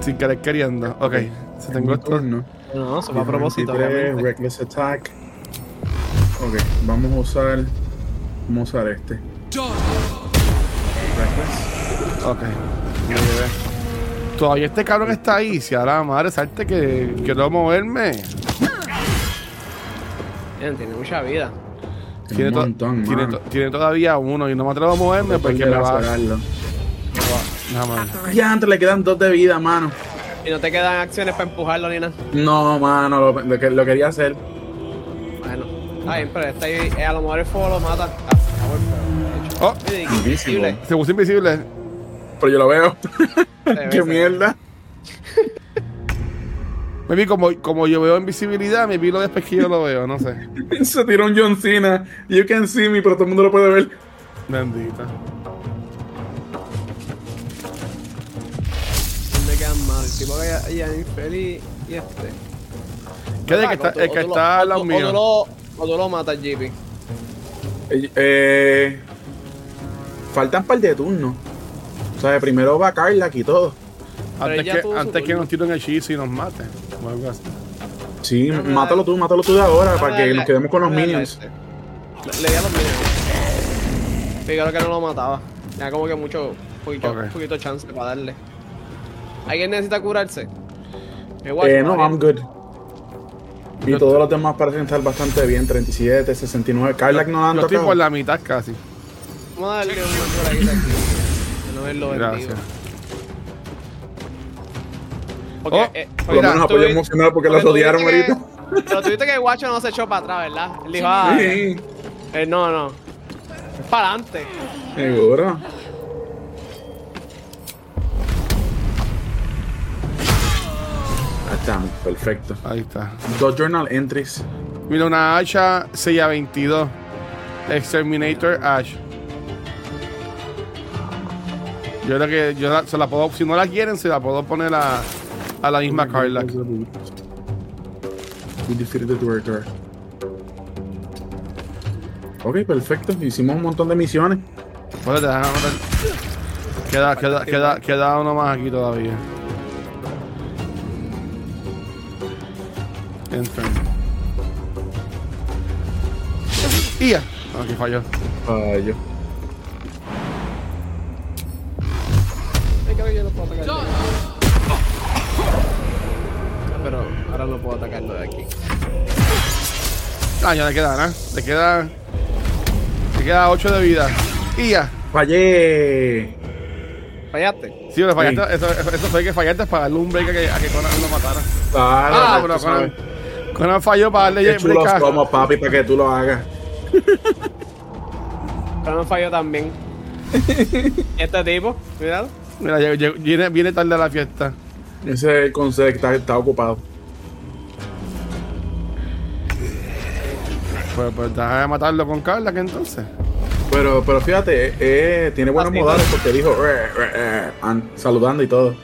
A: sin querer queriendo. Ok, se tengo
C: Mi
A: esto.
C: turno.
B: No, eso fue a propósito,
C: 23,
B: obviamente.
C: Reckless Attack. Ok, vamos a usar. Vamos a usar este. Reckless.
A: Ok. Todavía este cabrón está ahí. Si ahora madre, salte que quiero moverme.
B: Bien, tiene mucha vida.
C: Tiene un
A: to-
C: montón,
A: tiene,
C: mano.
A: to- tiene todavía uno y no me atrevo a moverme porque me
C: Volver a
A: va, me va.
C: sacarlo.
A: Nada más.
C: Ya antes le quedan dos de vida, mano.
B: Y no te quedan acciones para empujarlo ni nada.
C: No, mano, lo, lo que- lo quería hacer.
B: Bueno, está bien, pero está ahí, eh, a lo mejor el fuego lo mata. Ah, por favor, pero,
A: Oh,
B: de hecho.
C: Invisible.
B: Invisible.
A: se puso invisible.
C: Pero yo lo veo.
B: ve, se
C: Qué
B: ve.
C: mierda.
A: Me vi como, como yo veo invisibilidad, me vi lo después que yo lo veo, no sé.
C: Se tiró un John Cena. You can see me, pero todo el mundo lo puede ver.
A: Bendita.
B: Me quedan mal. El tipo que ya, ya infeliz y este.
A: ¿Qué de que
B: Ah,
A: está,
B: o tú-
A: el
B: o
A: que
B: tú lo-
A: está
B: o
A: al lado
B: tú-
A: mío?
B: O tú lo, o tú lo matas, JP.
C: Eh, eh, faltan par de turnos. O sea, primero va Carla aquí todo.
A: Antes,
B: Pero ya
A: que,
B: tuvo su
A: antes que
B: turno.
A: nos tiren hechizo y nos maten. o algo así.
C: Sí,
B: Dame
C: mátalo
B: la-
C: tú, mátalo tú de ahora para
B: Dame
C: que
B: la-
C: nos quedemos con los
B: dame la
C: minions.
B: este. Le, le di a los minions. Fíjate que no lo mataba. Ya como que mucho, poquito,
A: Ok.
B: poquito chance para darle. ¿Alguien necesita curarse? Eh,
C: Eh,
B: guacho,
C: no, I'm
B: Mariel.
C: good. Y
A: Yo
C: todos los demás parecen estar bastante bien. 37, 69. Carla que no la han
A: Yo estoy
C: tocado.
A: por la mitad casi.
B: Vamos a darle una curadita aquí. Que no verlo
A: Gracias.
B: vendido. Porque,
A: Oh,
B: eh,
C: Por lo
A: Mira,
C: menos
B: tú
C: apoyo
B: vi-
C: emocional porque
B: porque
C: las
B: tú viste
C: odiaron
B: que-
C: ahorita.
B: Pero tuviste que el guacho no se echó para atrás, ¿verdad? Él dijo, ah,
C: Sí,
B: eh, no, no. Es para adelante.
C: seguro. Ahí está, perfecto.
A: Ahí está.
C: Dos journal entries.
A: Mira, una hacha 6 a 22. Exterminator Ash. Yo creo que yo la- se la puedo, si no la quieren, se la puedo poner a, a la misma Carla.
C: We defeated the director. Ok, perfecto. Hicimos un montón de misiones.
A: Bueno, te dejan anotar. Queda, queda, queda, queda uno más aquí todavía. Enter. Y ya. Aquí falló.
C: Ay, yo.
B: Ay, creo que yo lo puedo atacar. Pero ahora no puedo atacarlo de aquí.
A: Ah, ya le queda, ¿no? Le queda. Le queda 8 de vida. Y ya.
C: Fallé.
B: Fallaste.
A: Sí, pero fallaste. Eso, eso- eso fue que fallaste para darle un break a que, a que Conan lo matara. Ah,
C: Claro,
A: bueno,
C: tú sabes.
A: Conan. Conan falló para darle
C: pues, Qué
A: break
C: chulos
A: a-
C: somos, papi, para que tú lo hagas.
B: Pero no falló también. Este tipo, cuidado.
A: Mira, llegó- llegó- viene, viene tarde a la fiesta.
C: Ese es el consejo que está, está ocupado.
A: Pues, pues deja de matarlo con Carla, que entonces.
C: Pero, pero fíjate, eh, eh, tiene buenos
B: Así,
C: modales
B: ¿no?
C: porque dijo "Eh, eh, eh", an- saludando y todo.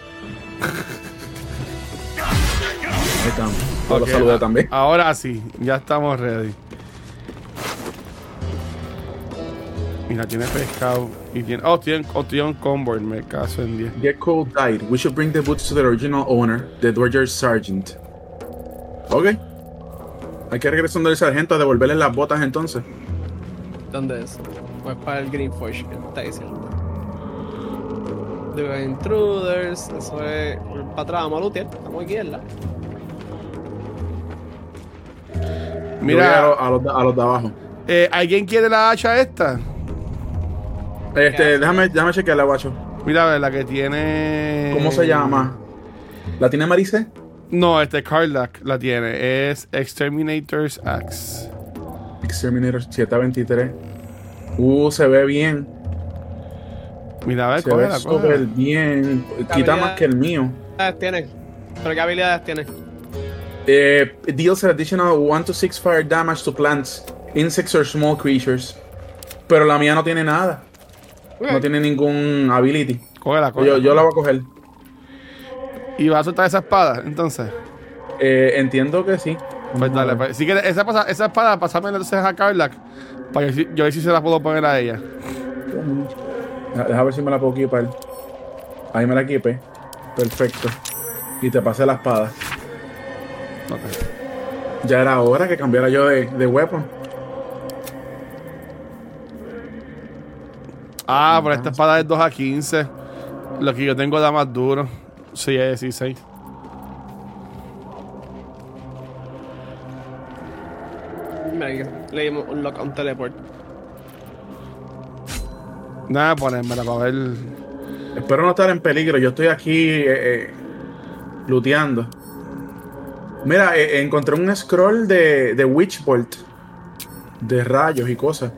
C: Ahí estamos.
A: Ok,
C: Yo
A: ah.
C: lo saludé
A: a-
C: también.
A: Ahora sí, ya estamos ready. Mira, tiene pescado y tiene. Oh, tiene, oh, tiene un convoy, me caso en 10.
C: Gecko died. We should bring the boots to their original owner, the Dodger Sergeant. Ok. Hay que regresar donde el sargento a devolverle las botas entonces.
B: ¿Dónde es? Pues para el Green Forge, que está diciendo. The Intruders, eso es. Para atrás, vamos a lootear. Estamos aquí, ¿verdad?
C: Yo voy a,
A: Mira,
C: lo- a los, de- a los de abajo.
A: eh, ¿alguien quiere la hacha esta?
C: Este, déjame, déjame chequearla, guacho.
A: Mira, a ver, la que tiene.
C: ¿Cómo se llama? ¿La tiene Marice?
A: No, este Karlak la tiene. Es Exterminator's Axe.
C: Exterminator 723. Uh, se ve bien.
A: Mira, a ver,
C: Se ve
A: cógela,
C: súper
A: cógela.
C: bien. Quita
B: Cabría-
C: más que el mío.
B: habilidades tienes? ¿Pero qué habilidades tienes?
C: Eh, it deals an additional 1 to 6 fire damage to plants, insects or small creatures. Pero la mía no tiene nada. No tiene ningún ability.
A: Cógela, cógela.
C: Yo, yo la voy a coger.
A: Y vas a soltar esa espada, entonces.
C: Eh, entiendo que sí.
A: Pues dale, pues. Si quieres, esa, pasa- esa espada, pasámela entonces a Carlac. Para que si- yo ver si se la puedo poner a ella. pues.
C: Deja, deja ver si me la puedo equipar. Ahí me la equipé. Perfecto. Y te pasé la espada.
A: Ok.
C: Ya era hora que cambiara yo de, de weapon.
A: Ah, pero esta espada es 2 a 15. Lo que yo tengo da más duro. 6 a 16.
B: Mira, aquí le dimos un lock on teleport.
A: Nada, ponérmela para ver.
C: Espero no estar en peligro. Yo estoy aquí eh, eh, looteando. Mira, eh, encontré un scroll de, de Witch Bolt. De rayos y cosas.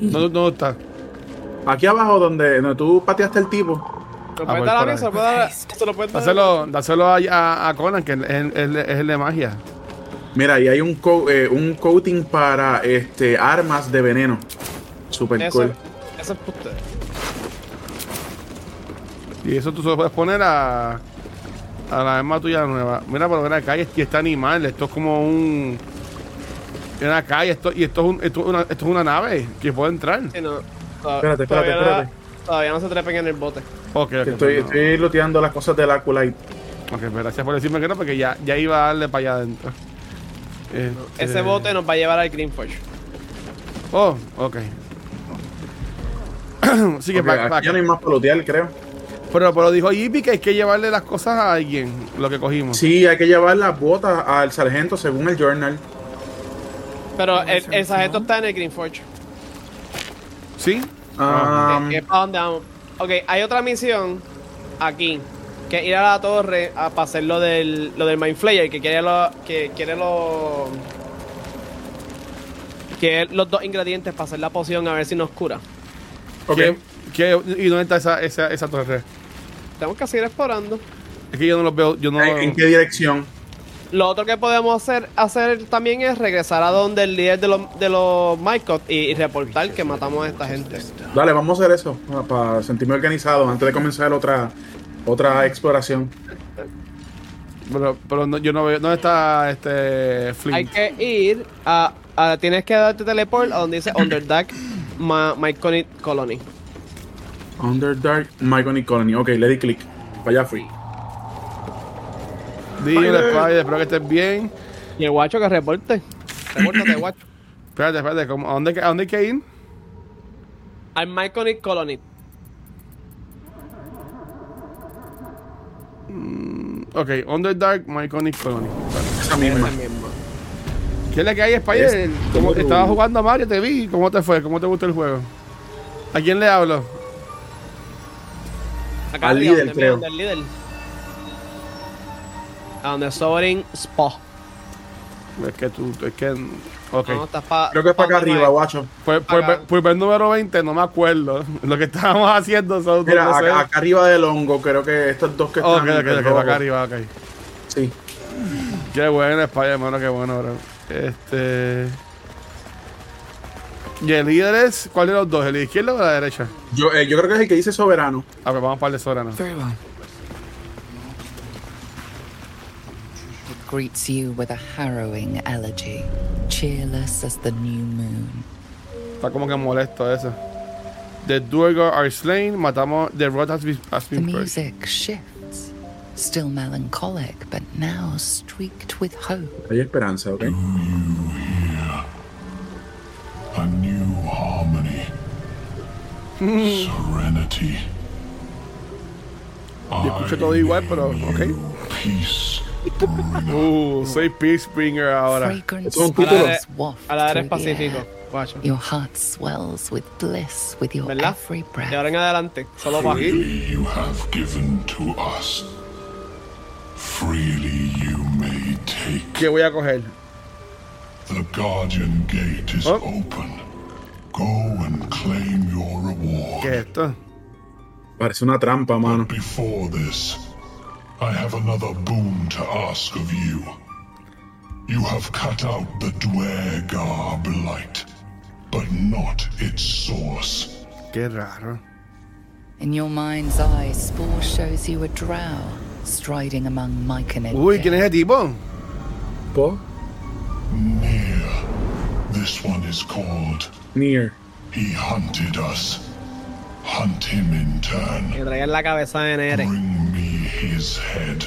A: ¿Dónde, dónde está?
C: Aquí abajo donde, donde tú pateaste el tipo.
B: ¿Lo
A: Ah,
B: puedes
A: voy
B: dar
A: por
B: a mí?
A: ahí.
B: ¿Se lo puedes dar? ¿Se lo puedes dar?
A: Dáselo, dáselo a, a- a Conan, que es, es- es el de magia.
C: Mira, ahí hay un, co- eh, un coating para este, armas de veneno. Super
B: Eso,
C: cool.
B: eso es puto.
A: Y eso tú se lo puedes poner a. A la arma tuya nueva. Mira, pero ven acá y este, este animal. Esto es como un. Ven acá y esto, y esto, es, un- esto, es una, esto es una nave que puede entrar.
B: Sí, no. Toda-
C: Espérate, espérate,
B: todavía no-
C: espérate.
B: Todavía no se trepen en el bote.
A: Ok, ok.
C: Estoy,
A: no.
C: estoy looteando las cosas del Aculite.
A: Ok, pero gracias por decirme que no, porque ya, ya iba a darle para allá adentro. Este-
B: Ese bote nos va a llevar al Green Forge.
A: Oh, ok. sí que
C: Ok,
A: para,
C: aquí ya no hay más para lootear, creo.
A: Pero, pero dijo Yipi que hay que llevarle las cosas a alguien, lo que cogimos.
C: Sí, hay que llevar las botas al sargento según el journal.
B: Pero el, el sargento está en el Green Forge. Eh,
A: ¿Sí?
C: Ah,
B: Que- que es para donde vamos. Ok, hay otra misión aquí. Que es ir a la torre a para hacer lo del, lo del Mind Flayer, que quiere lo, que quiere lo. Que es los dos ingredientes para hacer la poción a ver si nos cura.
C: ok.
A: ¿Qué- qué- y dónde está esa, esa, esa torre?
B: Tenemos que seguir explorando.
A: Es que yo no los veo. Yo no.
C: ¿En, en qué dirección?
B: Lo otro que podemos hacer, hacer también es regresar a donde el líder de los, de los Mycot y, y reportar que matamos a esta gente.
C: Dale, vamos a hacer eso pa- para sentirme organizado antes de comenzar otra otra exploración.
A: Pero, pero no- yo no veo. ¿Dónde está este Flint?
B: Hay que ir a, a- Tienes que darte teleport a donde dice Underdark Ma- Myconic Colony.
C: Underdark, Myconic Colony. Ok, le di clic. Para allá fui.
A: Dile, Spider, espero que estés bien.
B: Y el guacho que reporte. Repórtate, guacho.
A: Espérate, espérate. ¿cómo- ¿A dónde, hay que- a dónde hay que ir?
B: Al Myconic Colony.
A: Ok, Underdark, My Iconic Colony.
C: Esa misma.
A: ¿Qué es la que hay, Spider?
C: Es-
A: ¿Cómo, estaba jugando a Mario, te vi. ¿Cómo te fue? ¿Cómo te gustó el juego? ¿A quién le hablo?
B: Acá
C: Al
B: arriba,
C: líder,
B: donde-
C: creo.
B: donde el líder. A donde Sovereign Spa.
A: Es que tú, es que. Ok.
B: No, estás pa-
C: Creo que es para acá
B: donde
C: arriba,
B: no es.
C: guacho.
A: Pues, pues,
B: Acá.
A: pues ver número 20, no me acuerdo. Lo que estábamos haciendo son.
C: Mira,
A: no sé.
C: acá, acá arriba del hongo, creo que estos dos que
A: Ok,
C: están.
A: ok, ok,
C: del
A: acá
C: rojo.
A: arriba, ok.
C: Sí.
A: Qué bueno, España, hermano, qué bueno, bro. Este. ¿Y el líder es? ¿Cuál de los dos? ¿El de izquierdo o la derecha?
C: Yo, eh, yo creo que es el que dice soberano.
A: Ah, pues vamos para el de Sorano.
D: Very well.
E: greets you with a harrowing elegy, cheerless as the new moon.
A: Está como que molesto eso. The Duergar are slain, matamos. The Rod has been, has
E: The
A: been purged.
E: music shifts, still melancholic, but now streaked with hope.
C: Hay esperanza, ok.
H: A new harmony. Serenity.
A: Yo escucho todo igual, pero ok.
H: Peace.
A: Uh, soy Peace Bringer ahora.
E: Fragrance
C: Esto es un
B: A la
C: título.
B: de-
E: smells waft
B: a la del
E: through the
B: Pacífico,
E: air.
B: guacho.
E: Your heart swells with bliss with your
B: ¿Verdad?
E: every breath.
B: De ahora en adelante, solo para
H: Freely you have given to us. Freely you may take.
A: ¿Qué voy a coger?
H: The guardian gate is
A: Oh.
H: open. Go and claim
A: ¿Qué
H: your reward.
A: es esto?
C: Parece una trampa, mano.
H: Before this, I have another boon to ask of you. You have cut out the Dwergarb light, but not its source.
A: Qué raro.
E: In your mind's eye, Spore shows you a drow striding among Myconid.
A: Uy, ¿quién es ese tipo?
C: Po?
H: Near. This one is called.
C: Near.
H: He hunted us. Hunt him in turn.
B: Que traigan la cabeza de Nere.
H: Bring me his head.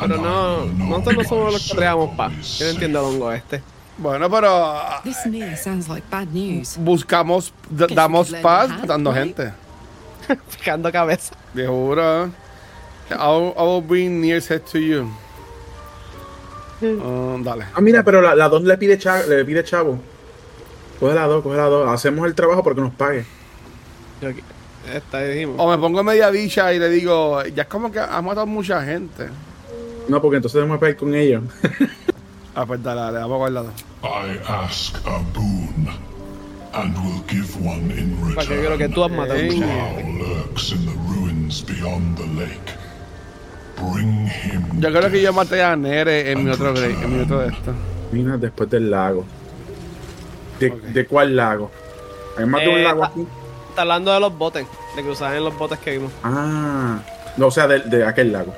B: Pero no, nosotros no somos los que traigamos pa. Yo no entiendo
H: entiendo.
B: el hongo este.
A: Bueno, pero ah,
D: This near sounds like bad news.
A: buscamos, d-
D: Guess
A: damos
D: we could
A: paz
D: learn how,
A: matando
D: right?
A: gente.
B: Picando cabeza.
A: Te juro. I'll, I will bring nearest head to you. Um, dale.
C: Ah, mira, pero la, la dos le pide, cha- le pide chavo. Coge la dos, coge la dos. Hacemos el trabajo porque nos pague.
B: Yo, esta dijimos.
A: O me pongo media bicha y le digo, ya es como que has matado mucha gente.
C: No, porque entonces debemos pagar con ellos.
A: Ah, pues dale, dale, vamos a guardarlo.
H: I ask a boon, and will give one in
B: Para que yo creo
H: return.
B: que tú has matado
A: Ey.
B: mucha gente.
H: Now lurks in the ruins beyond the lake. Bring him.
A: Yo creo que yo
H: death.
A: maté a Nere en mi otro, gre- en mi otro de esto.
C: Minas después del lago. ¿De, de cuál lago? Hay más de
B: Eh,
C: un lago
B: ah.
C: aquí.
B: Está hablando de los botes. De cruzaban en los botes que vimos.
C: Ah. No, o sea, de, de aquel lago.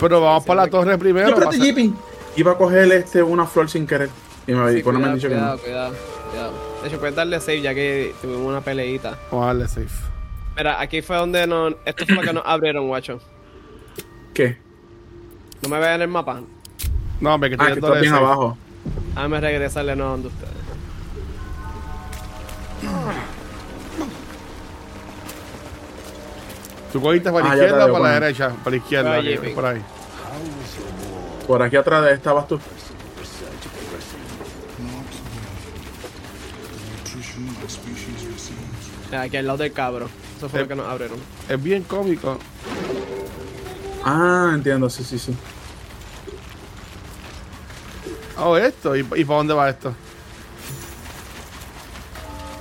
A: Pero vamos para la torre primero.
C: Yo, espérate,
A: pasa-
C: Jippy. Iba a coger este, una flor sin querer. Y me,
B: Sí,
C: cuando me han
B: cuidado,
C: dicho
B: cuidado,
C: que
B: cuidado, cuidado. De hecho, puedes darle save ya que tuvimos una peleita.
A: Vamos a darle safe.
B: Mira, aquí fue donde nos. Esto fue lo que nos abrieron, guacho.
C: no. ¿Qué?
B: No me vean en el mapa.
A: No, hombre, que
C: Ah,
A: estoy
C: que
A: dándole
C: está bien
A: safe.
C: abajo.
B: Déjame regresarle no donde ustedes.
A: Tú cogiste para la
C: Ah, ya te
A: izquierda o
C: veo,
A: para la
C: bueno.
A: derecha. Para la izquierda,
B: Ah,
A: ok,
B: Jippy.
A: por ahí.
C: Por aquí atrás de- estabas tú.
B: Mira, Aquí al lado del cabro. Eso fue
A: Eh.
B: lo que nos abrieron.
A: Es bien cómico.
C: Ah, entiendo, sí, sí, sí.
A: Oh, esto. ¿Y, y para dónde va esto?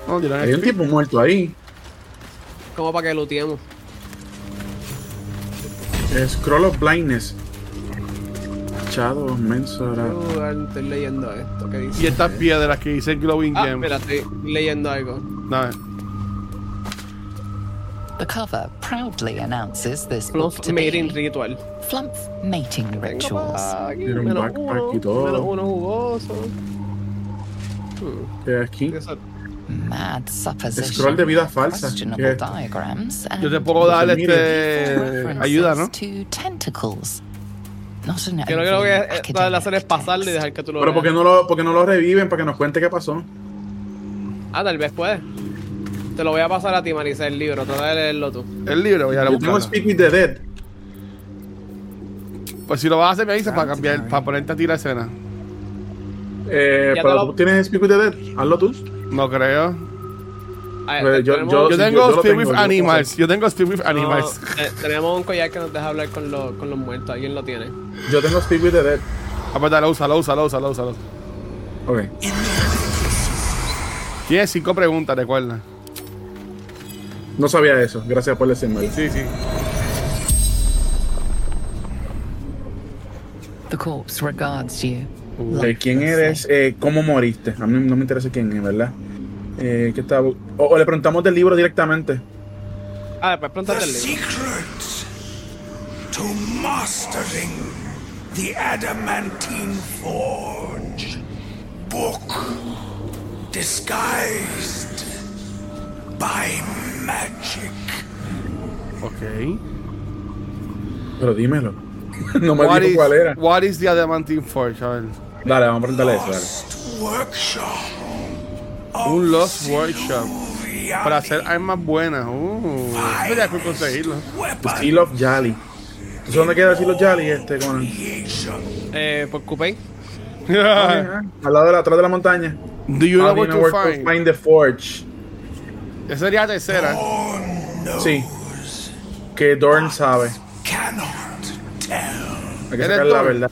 A: No, tiran
C: Hay
A: el
C: un tipo muerto ahí.
B: Como para que luteemos.
C: Scroll of Blindness. Shadow, Mensora.
B: Uh, estoy leyendo esto. ¿Qué dice?
A: Y estas piedras que dicen Glowing
B: Ah,
A: Gems.
B: mira, estoy leyendo algo.
A: No,
E: The cover proudly announces this book
B: Fluff
E: to be
B: mating ritual.
E: Flump mating rituals.
B: Ah, aquí,
C: Tiene un
B: menos
C: backpack
B: uno,
C: y todo.
B: menos uno jugoso.
C: ¿Qué hay aquí?
B: Eso-
E: Mad supposition.
C: Scroll de vida falsa.
E: Questionable
C: ¿Qué es esto?
E: diagrams and
A: Yo te puedo dar
C: Entonces,
B: eh,
A: este
E: references
A: ayuda, ¿no?
E: to tentacles. Not an
B: Yo creo que
E: overly
B: lo que la hacer es
E: academic
B: pasarlo y
E: text.
B: dejar que tú lo
C: Pero ¿por qué no
B: veas.
C: lo, por qué no lo reviven para que nos cuente qué pasó?
B: Ah, tal vez puedes. Te lo voy a pasar a ti, Marisa, el libro. Trata de leerlo tú.
A: El libro, voy a
C: Yo tengo
A: buscarlo.
C: Speak with the Dead.
A: Pues si lo vas a hacer, me avisas
B: Ah,
A: para cambiar, para ponerte a ti la escena.
C: Eh,
B: Ya te
C: pero
B: lo-
C: tú tienes Speak with the Dead. Hazlo tú.
A: No creo.
B: A ver,
C: Pues yo-
B: Ah, este, tenemos-
C: yo-
A: Yo
C: sí,
A: tengo
C: lo
A: Speed
C: tengo,
A: with
C: yo lo
A: Animals. Yo tengo Speed with
B: no,
A: Animals.
B: eh, tenemos un collar que nos deja hablar con, los- con los muertos. ¿Alguien lo tiene?
C: Yo tengo Speak with the Dead.
A: Ah, pues dale, úsalo, úsalo, úsalo, úsalo.
C: Ok.
A: Tienes cinco preguntas, recuerda.
C: No sabía eso. Gracias por decirme.
A: Sí, sí.
E: The corpse regards you.
B: Uh.
C: Eh, ¿Quién eres? Eh, ¿Cómo moriste? A mí no me interesa quién es, ¿verdad? Eh, ¿qué estaba? O, o le preguntamos del libro directamente.
B: Ah, después pregúntate
G: The
B: el libro.
G: secret to mastering the adamantine forge. Book disguised by magic.
A: Ok.
C: Pero dímelo. no me
A: What
C: dijo
A: is,
C: cuál era.
A: what is the Adamantine Forge? A ver.
C: Dale, vamos a preguntarle eso. Dale.
G: Lost workshop.
A: Un
G: of
A: Lost Workshop. Para hacer armas buenas. Uh, sería cool conseguirlo.
G: weapon
C: Seal of Jolly. ¿Tú sabes dónde queda el Seal of Jolly? Este, con
G: creation.
B: Eh, por Coupé.
C: Al lado de la, atrás de la montaña.
A: Do you know
C: How Ah, do
A: what
C: you know
A: to
C: where
A: find?
C: to find the forge?
A: Esa sería la tercera.
C: Sí. Que Dorn sabe.
G: Cannot tell.
C: Hay que
A: ¿Eres
C: sacar la
A: Dorn?
C: verdad.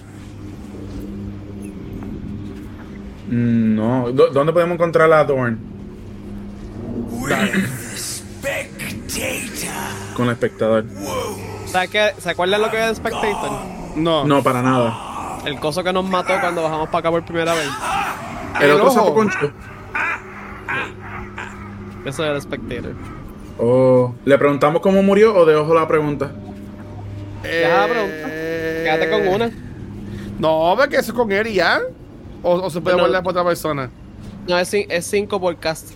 C: Mm, No. ¿Dó- ¿Dónde podemos encontrar a Dorn?
G: With spectator
C: Con el espectador.
G: wounds
B: ¿Sabes qué? ¿Se acuerdan lo que es el Spectator?
A: No.
C: No, para nada.
B: El coso que nos mató cuando bajamos para acá por primera vez.
C: El,
A: Ah, El
C: otro
A: ojo.
C: sapo concho.
B: Eso era el Spectator.
C: Oh, ¿Le preguntamos cómo murió o de ojo la pregunta?
B: Deja la pregunta.
A: Eh,
B: Quédate con una.
A: No, porque eso es con él y ya. O, o se puede
B: Bueno.
A: guardar para otra persona.
B: No, es 5 por cast.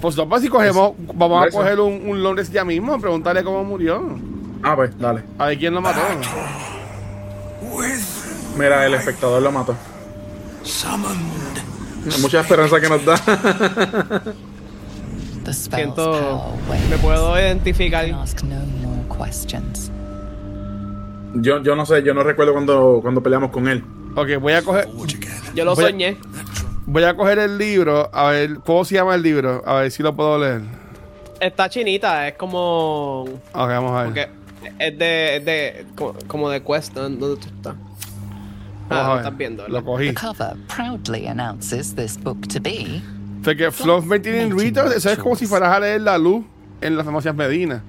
A: Pues no, si cogemos, vamos a
C: Eso.
A: coger un, un long rest ya mismo, preguntarle cómo murió.
C: Ah, pues, dale.
A: A ver quién lo mató.
G: With
C: Mira, el espectador lo mató.
G: summoned
C: Mucha esperanza que nos da.
E: The spell's
B: Siento.
E: power
B: Me
E: wanes.
B: puedo
E: Can
B: identificar.
E: ask no more questions.
C: Yo, yo no sé, yo no recuerdo cuando, cuando peleamos con él.
A: Ok, voy a coger,
G: forward again.
B: Yo lo
A: Voy a-
B: soñé.
A: voy a coger el libro, a ver, ¿cómo se llama el libro? A ver si lo puedo leer.
B: Está chinita, es como.
A: Ok, vamos a ver.
B: porque es de. Es de como, como de quest, ¿no? ¿Dónde tú estás?
A: Vamos
B: Ah,
A: a
B: lo
A: ver.
B: estás viendo.
A: Lo
B: ¿verdad?
A: cogí.
E: The cover proudly announces this book to be
A: Porque Flow 29 Ritos, eso es como si fueras a leer la luz en las farmacias Medina.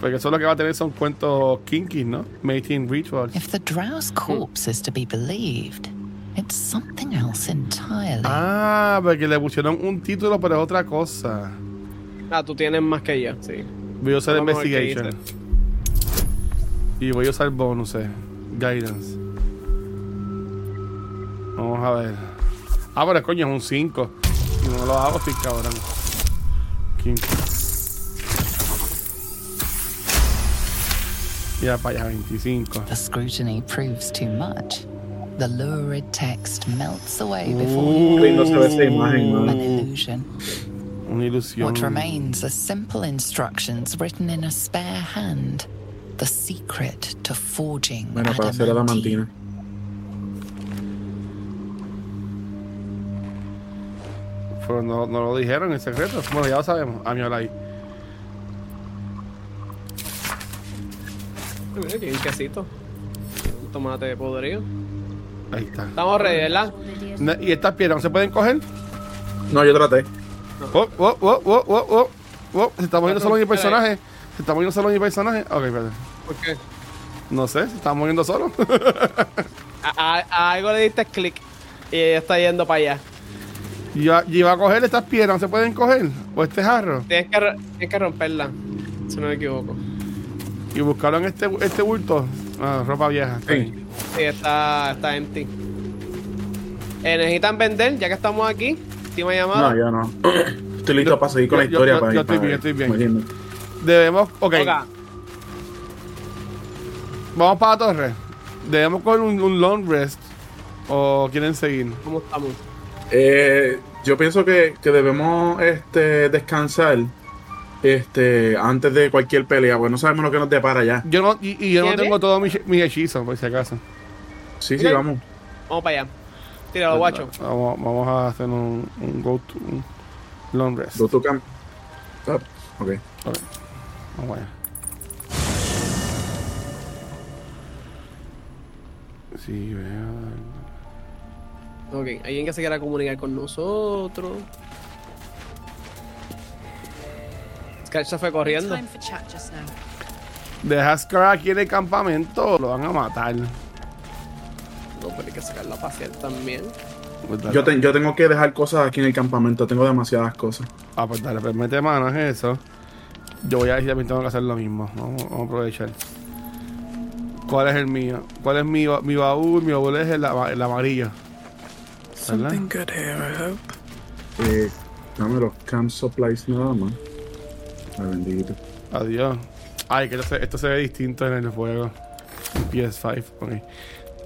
A: Porque eso lo que va a tener son cuentos kinky, ¿no? 18 Rituals.
E: If the drow's
B: Mm.
E: corpse is to be believed, it's something else entirely.
A: Ah, porque le pusieron un título, pero es otra cosa.
B: Ah, tú tienes más que yo, sí.
A: Voy a usar
B: Vamos a ver qué
A: Investigation. Y voy a usar bonuses. Guidance. Vamos a ver. Ah, pero coño, es un 5. Si no lo hago, estoy cabrón. 15. Ya para allá, 25.
E: The scrutiny proves too much. The lurid text melts away before you.
A: Uh,
C: Qué lindo se ve esa imagen,
E: an
C: mano.
E: illusion.
A: una ilusión.
E: What remains are simple instructions written in a spare hand. The secret to forging
C: Mira, para hacer
E: adamantine.
C: adamantina.
A: Pero no, no lo dijeron en secreto. Bueno, ya lo sabemos. A mi hora ahí.
B: Mira, aquí hay un quesito. Un tomate podrido.
A: Ahí está.
B: Estamos ready, ¿verdad?
A: Ne- ¿Y estas piedras no se pueden coger?
C: No, yo traté.
A: Oh, oh, oh, oh, oh, oh, oh, Se está moviendo solo mi personaje. Se está moviendo solo mi personaje. Ok, espérate.
B: ¿Por qué?
A: No sé, se está moviendo solo.
B: A, a- a algo le diste clic y ella está yendo para allá.
A: yo, yo iba a coger estas piedras, ¿no se pueden coger? O este jarro.
B: Tienes que, ro- tienes que romperla, si no me equivoco.
A: Y buscarlo en este, este bulto. Ah, ropa vieja. está
C: Sí.
A: bien.
B: Sí, está, está empty. Eh, necesitan vender, ya que estamos aquí. Última llamada.
C: No, yo no. Estoy listo para seguir con la
A: yo-
C: historia.
A: yo-
C: para
A: yo
C: ir
A: estoy
C: para-
A: bien, estoy bien.
C: Muy lindo.
A: Debemos. Ok.
B: Oga,
A: Vamos para la torre. Debemos coger un, un long rest. ¿O quieren seguir?
B: ¿cómo estamos?
C: Eh, yo pienso que, que debemos este, descansar este, antes de cualquier pelea, porque no sabemos lo que nos depara ya.
A: Yo no, y, y yo no
B: ¿Quieres?
A: tengo todos mis mis hechizos, por si acaso.
C: Sí, sí,
B: Mira.
C: vamos.
B: Vamos para allá. Tíralo, guacho.
A: Vamos, vamos a hacer un, un go to un long rest.
C: Go to camp. Ah, ok.
A: Ok. Vamos allá. Sí, veo.
B: Ok, alguien que se quiera comunicar con nosotros. Scratch se fue corriendo.
D: Time for chat just now.
A: Deja a Scar aquí en el campamento, lo van a matar.
B: No, pero hay que sacarlo a pasear también.
A: Pues
C: Yo, te- yo tengo que dejar cosas aquí en el campamento, tengo demasiadas cosas.
A: Ah, pues dale, pues mete mano, es eso. Yo voy a decir también tengo que hacer lo mismo. Vamos, vamos a aprovechar. ¿Cuál es el mío? ¿Cuál es mi, ba- mi baúl? Mi baúl es el, ama- el amarillo. ¿Verdad?
G: Something good here, I hope.
C: Eh, dame los camp supplies nada más. Ay, bendito.
A: Adiós. Ay, que esto se, esto se ve distinto en el juego. En PS5, ok.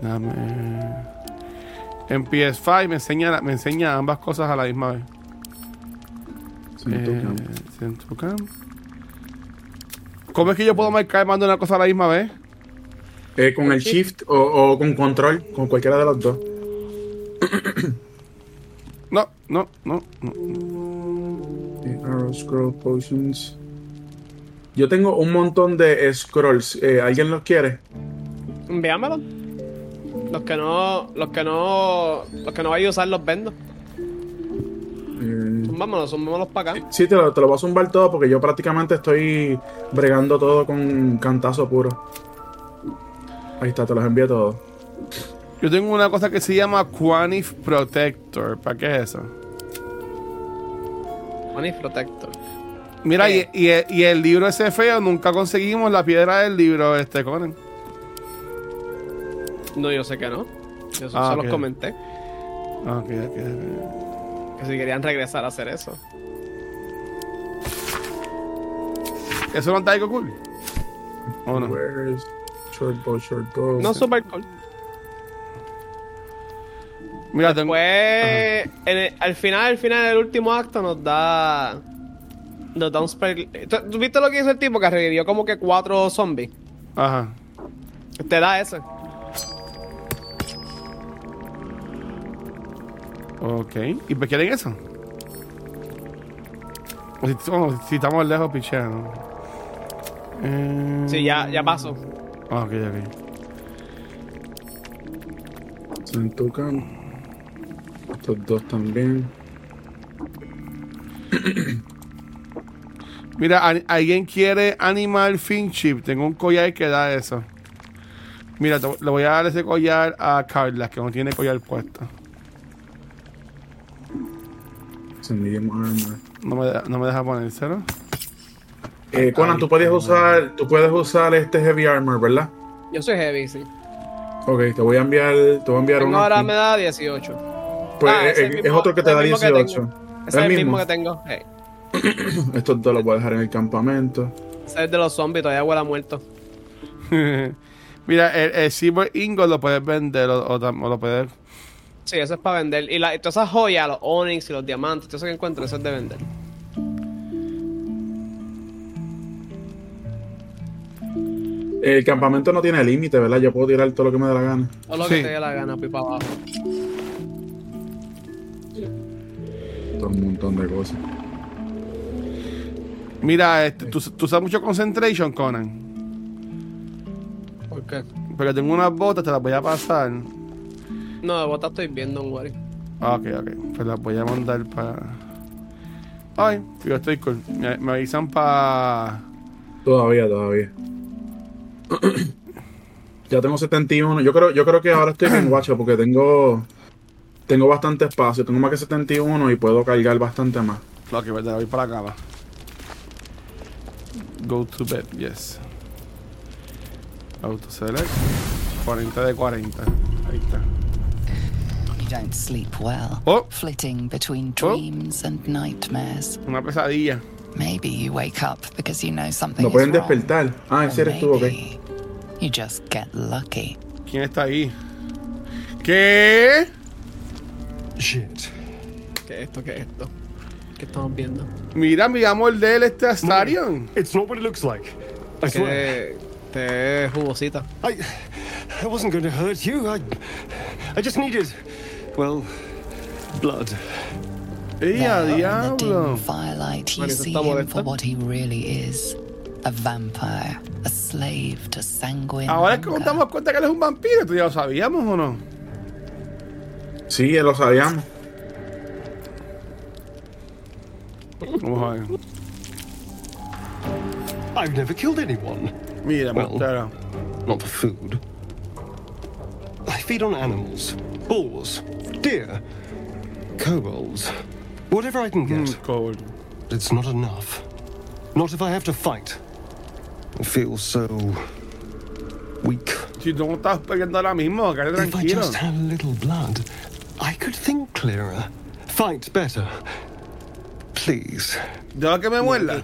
A: Dame. En PS5 me enseña, la- me enseña ambas cosas a la misma vez.
C: Siento
A: Eh,
C: camp.
A: Centro Camp. ¿Cómo es que yo puedo marcar y mandar una cosa a la misma vez?
C: Eh, con el shift o, o con control, con cualquiera de los dos.
A: No, no, no, no.
C: Eh, arrow, scroll, potions. Yo tengo un montón de scrolls. Eh, ¿Alguien los quiere?
B: Enviámelo. Los que no. Los que no. Los que no vaya a usar los vendo.
C: Eh,
B: vámonos, vámonos para acá.
C: Sí, te lo, te lo voy a zumbar todo porque yo prácticamente estoy bregando todo con cantazo puro. Ahí está, te los envío todos.
A: Yo tengo una cosa que se llama Quanif Protector. ¿Para qué es eso?
B: Money Protector.
A: Mira, y,
B: Eh.
A: y el- y el libro ese feo, nunca conseguimos la piedra del libro, este Conan.
B: No, yo sé que no. Yo se-
A: Ah,
B: se
A: ok.
B: los comenté.
A: Ah, ok, ok, ok.
B: Que si querían regresar a hacer eso.
A: ¿Eso no está algo cool? ¿O no?
C: Where is short bow, short bow?
B: No super cool.
A: Mira, tengo.
B: Pues en el- al final, al final del último acto nos da. Nos da un spell. ¿Tú, tú viste lo que hizo el tipo que revivió como que cuatro zombies?
A: Ajá.
B: Te da ese.
A: Ok. ¿Y pues quieren eso? O si, o si estamos lejos, pichea, ¿no? Eh,
B: Sí, ya, ya pasó.
A: ah, Ok, ok.
C: Santucan. Estos dos también.
A: Mira, ¿al- ¿alguien quiere Animal Finchip? Tengo un collar que da eso. Mira, te- le voy a dar ese collar a Carla, que no tiene collar puesto.
C: Se armor.
A: No me, de- no me deja ponérselo.
C: Eh, Conan, tú puedes usar, tú puedes usar este heavy armor, ¿verdad?
B: Yo soy heavy, sí.
C: Ok, te voy a enviar, te voy a enviar
B: Tengo
C: uno.
B: ahora
C: aquí.
B: me da 18.
C: Pues
B: Ah,
C: es,
B: ese
C: es
B: mismo-
C: otro que te
B: ese
C: da
B: mismo que tengo.
C: 18.
B: Ese es el mismo, que tengo. Hey,
C: Estos dos los voy a dejar en el campamento.
B: ese es de los zombies, todavía huele a muerto.
A: Mira, el, el Silver Ingot lo puedes vender o, o tam- o lo puedes.
B: Sí, eso es para vender. Y, la, y todas esas joyas, los onyx y los diamantes, todo eso que encuentro, eso es de vender.
C: El campamento no tiene límite, ¿verdad? Yo puedo tirar todo lo que me dé la gana.
B: Todo lo
A: Sí.
B: que te dé la gana, pipa abajo.
C: Todo un montón de cosas.
A: Mira, este, tú, tú usas mucho concentration, Conan.
B: ¿Por qué?
A: Porque tengo unas botas, te las voy a pasar.
B: No, de bota estoy viendo, un worry.
A: Ah, Ok, ok. Pues las voy a mandar para. Ay, yo estoy cool. Me, me avisan para.
C: Todavía, todavía. ya tengo 71. Yo creo, yo creo que ahora estoy bien guacho porque tengo. Tengo bastante espacio. Tengo más que 71 y puedo cargar bastante más.
A: Ok, verdad, voy para la cama. Go to bed, yes. Auto select. 40 de 40. Ahí está.
E: You don't sleep well,
A: Oh.
E: flitting between
C: Oh.
E: dreams and nightmares.
A: Una pesadilla.
E: Maybe you wake up because you know something
C: Lo
E: is
C: pueden
E: wrong.
C: despertar. Ah,
E: Or
C: ese eres tú, ok.
E: maybe You just get lucky.
A: ¿Quién está ahí? ¿Qué?
G: Shit.
B: ¿Qué es esto? ¿Qué es esto? ¿Qué estamos viendo?
A: Mira, miramos el de él, este Astarion.
I: It's not what it looks like. I swear.
B: Que te es jugosita.
I: I, I wasn't going to hurt you. I, I just needed, well, blood.
E: There,
A: ¡Ella,
E: in the dim
A: diablo!
E: firelight, you
B: Bueno, eso
E: see
B: está
E: him
B: molesta.
E: for what he really is. A vampire, a slave to sanguine
A: Ahora es que nos
E: hunger.
A: damos cuenta que él es un vampiro. ¿Tú ya lo sabíamos o no?
C: Sí, lo sabíamos.
A: Vamos a ver.
I: I've never killed anyone.
A: Mira,
I: Well.
A: Montero.
I: Not for food. I feed on animals, boars, deer, kobolds, whatever I can get.
A: Cold.
I: But it's not enough. Not if I have to fight. I feel so weak.
A: Si tú no estás peleando ahora mismo, quédate
I: If I
A: tranquilo.
I: just had a little blood, I could think clearer, fight better. Please.
A: Deja que me muerda.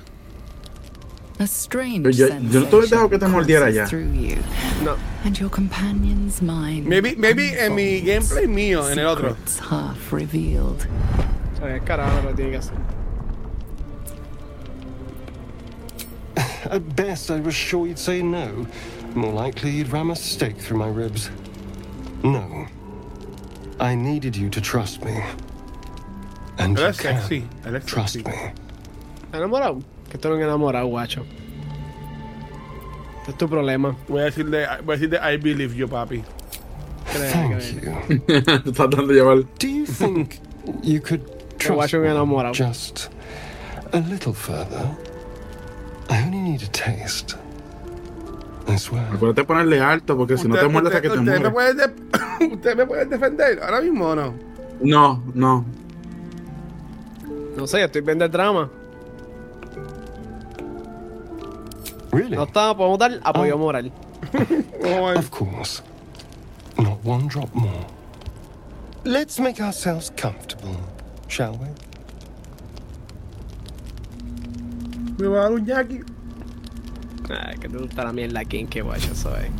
D: A strange
C: Yo- yo- yo no te hubiera
D: sensation
C: dejado que te mordiera
D: courses
C: ya.
D: through you,
B: No.
D: and your companion's mind
A: Maybe, maybe en mi
D: unfolds,
A: gameplay mío, en el otro.
D: secrets half revealed.
B: Ay, carajo, lo tiene que hacer.
I: At best, I was sure you'd say no. More likely, you'd ram a stake through my ribs. No. I needed you to trust me. And
A: Él
I: you
A: es sexy.
I: can.
A: Él es
I: Trust
A: sexy.
I: me.
B: ¿Está enamorado? Que tú eres un enamorado, guacho. Este es tu problema.
A: Voy a decirle, voy a decirle I believe you, papi.
B: Cree,
I: Thank you.
C: Te estás dando llevar.
I: Do you think you could Trust
B: guacho
I: me,
B: bien enamorado.
I: just a little further. I only need a taste. I swear.
C: Acuérdate de ponerle alto porque si no te mueres hasta que te
A: usted me puede
C: mueres.
A: de- usted me puede defender ahora mismo o no?
C: No, no.
B: No sé, estoy viendo el drama.
I: Really?
B: No está, podemos dar apoyo
I: Ah.
B: moral.
A: Oh,
I: Of course. Not one drop more. Let's make ourselves comfortable, shall we?
A: me va a dar un yaki.
B: Ay, que te gusta la mierda aquí, qué guacho soy.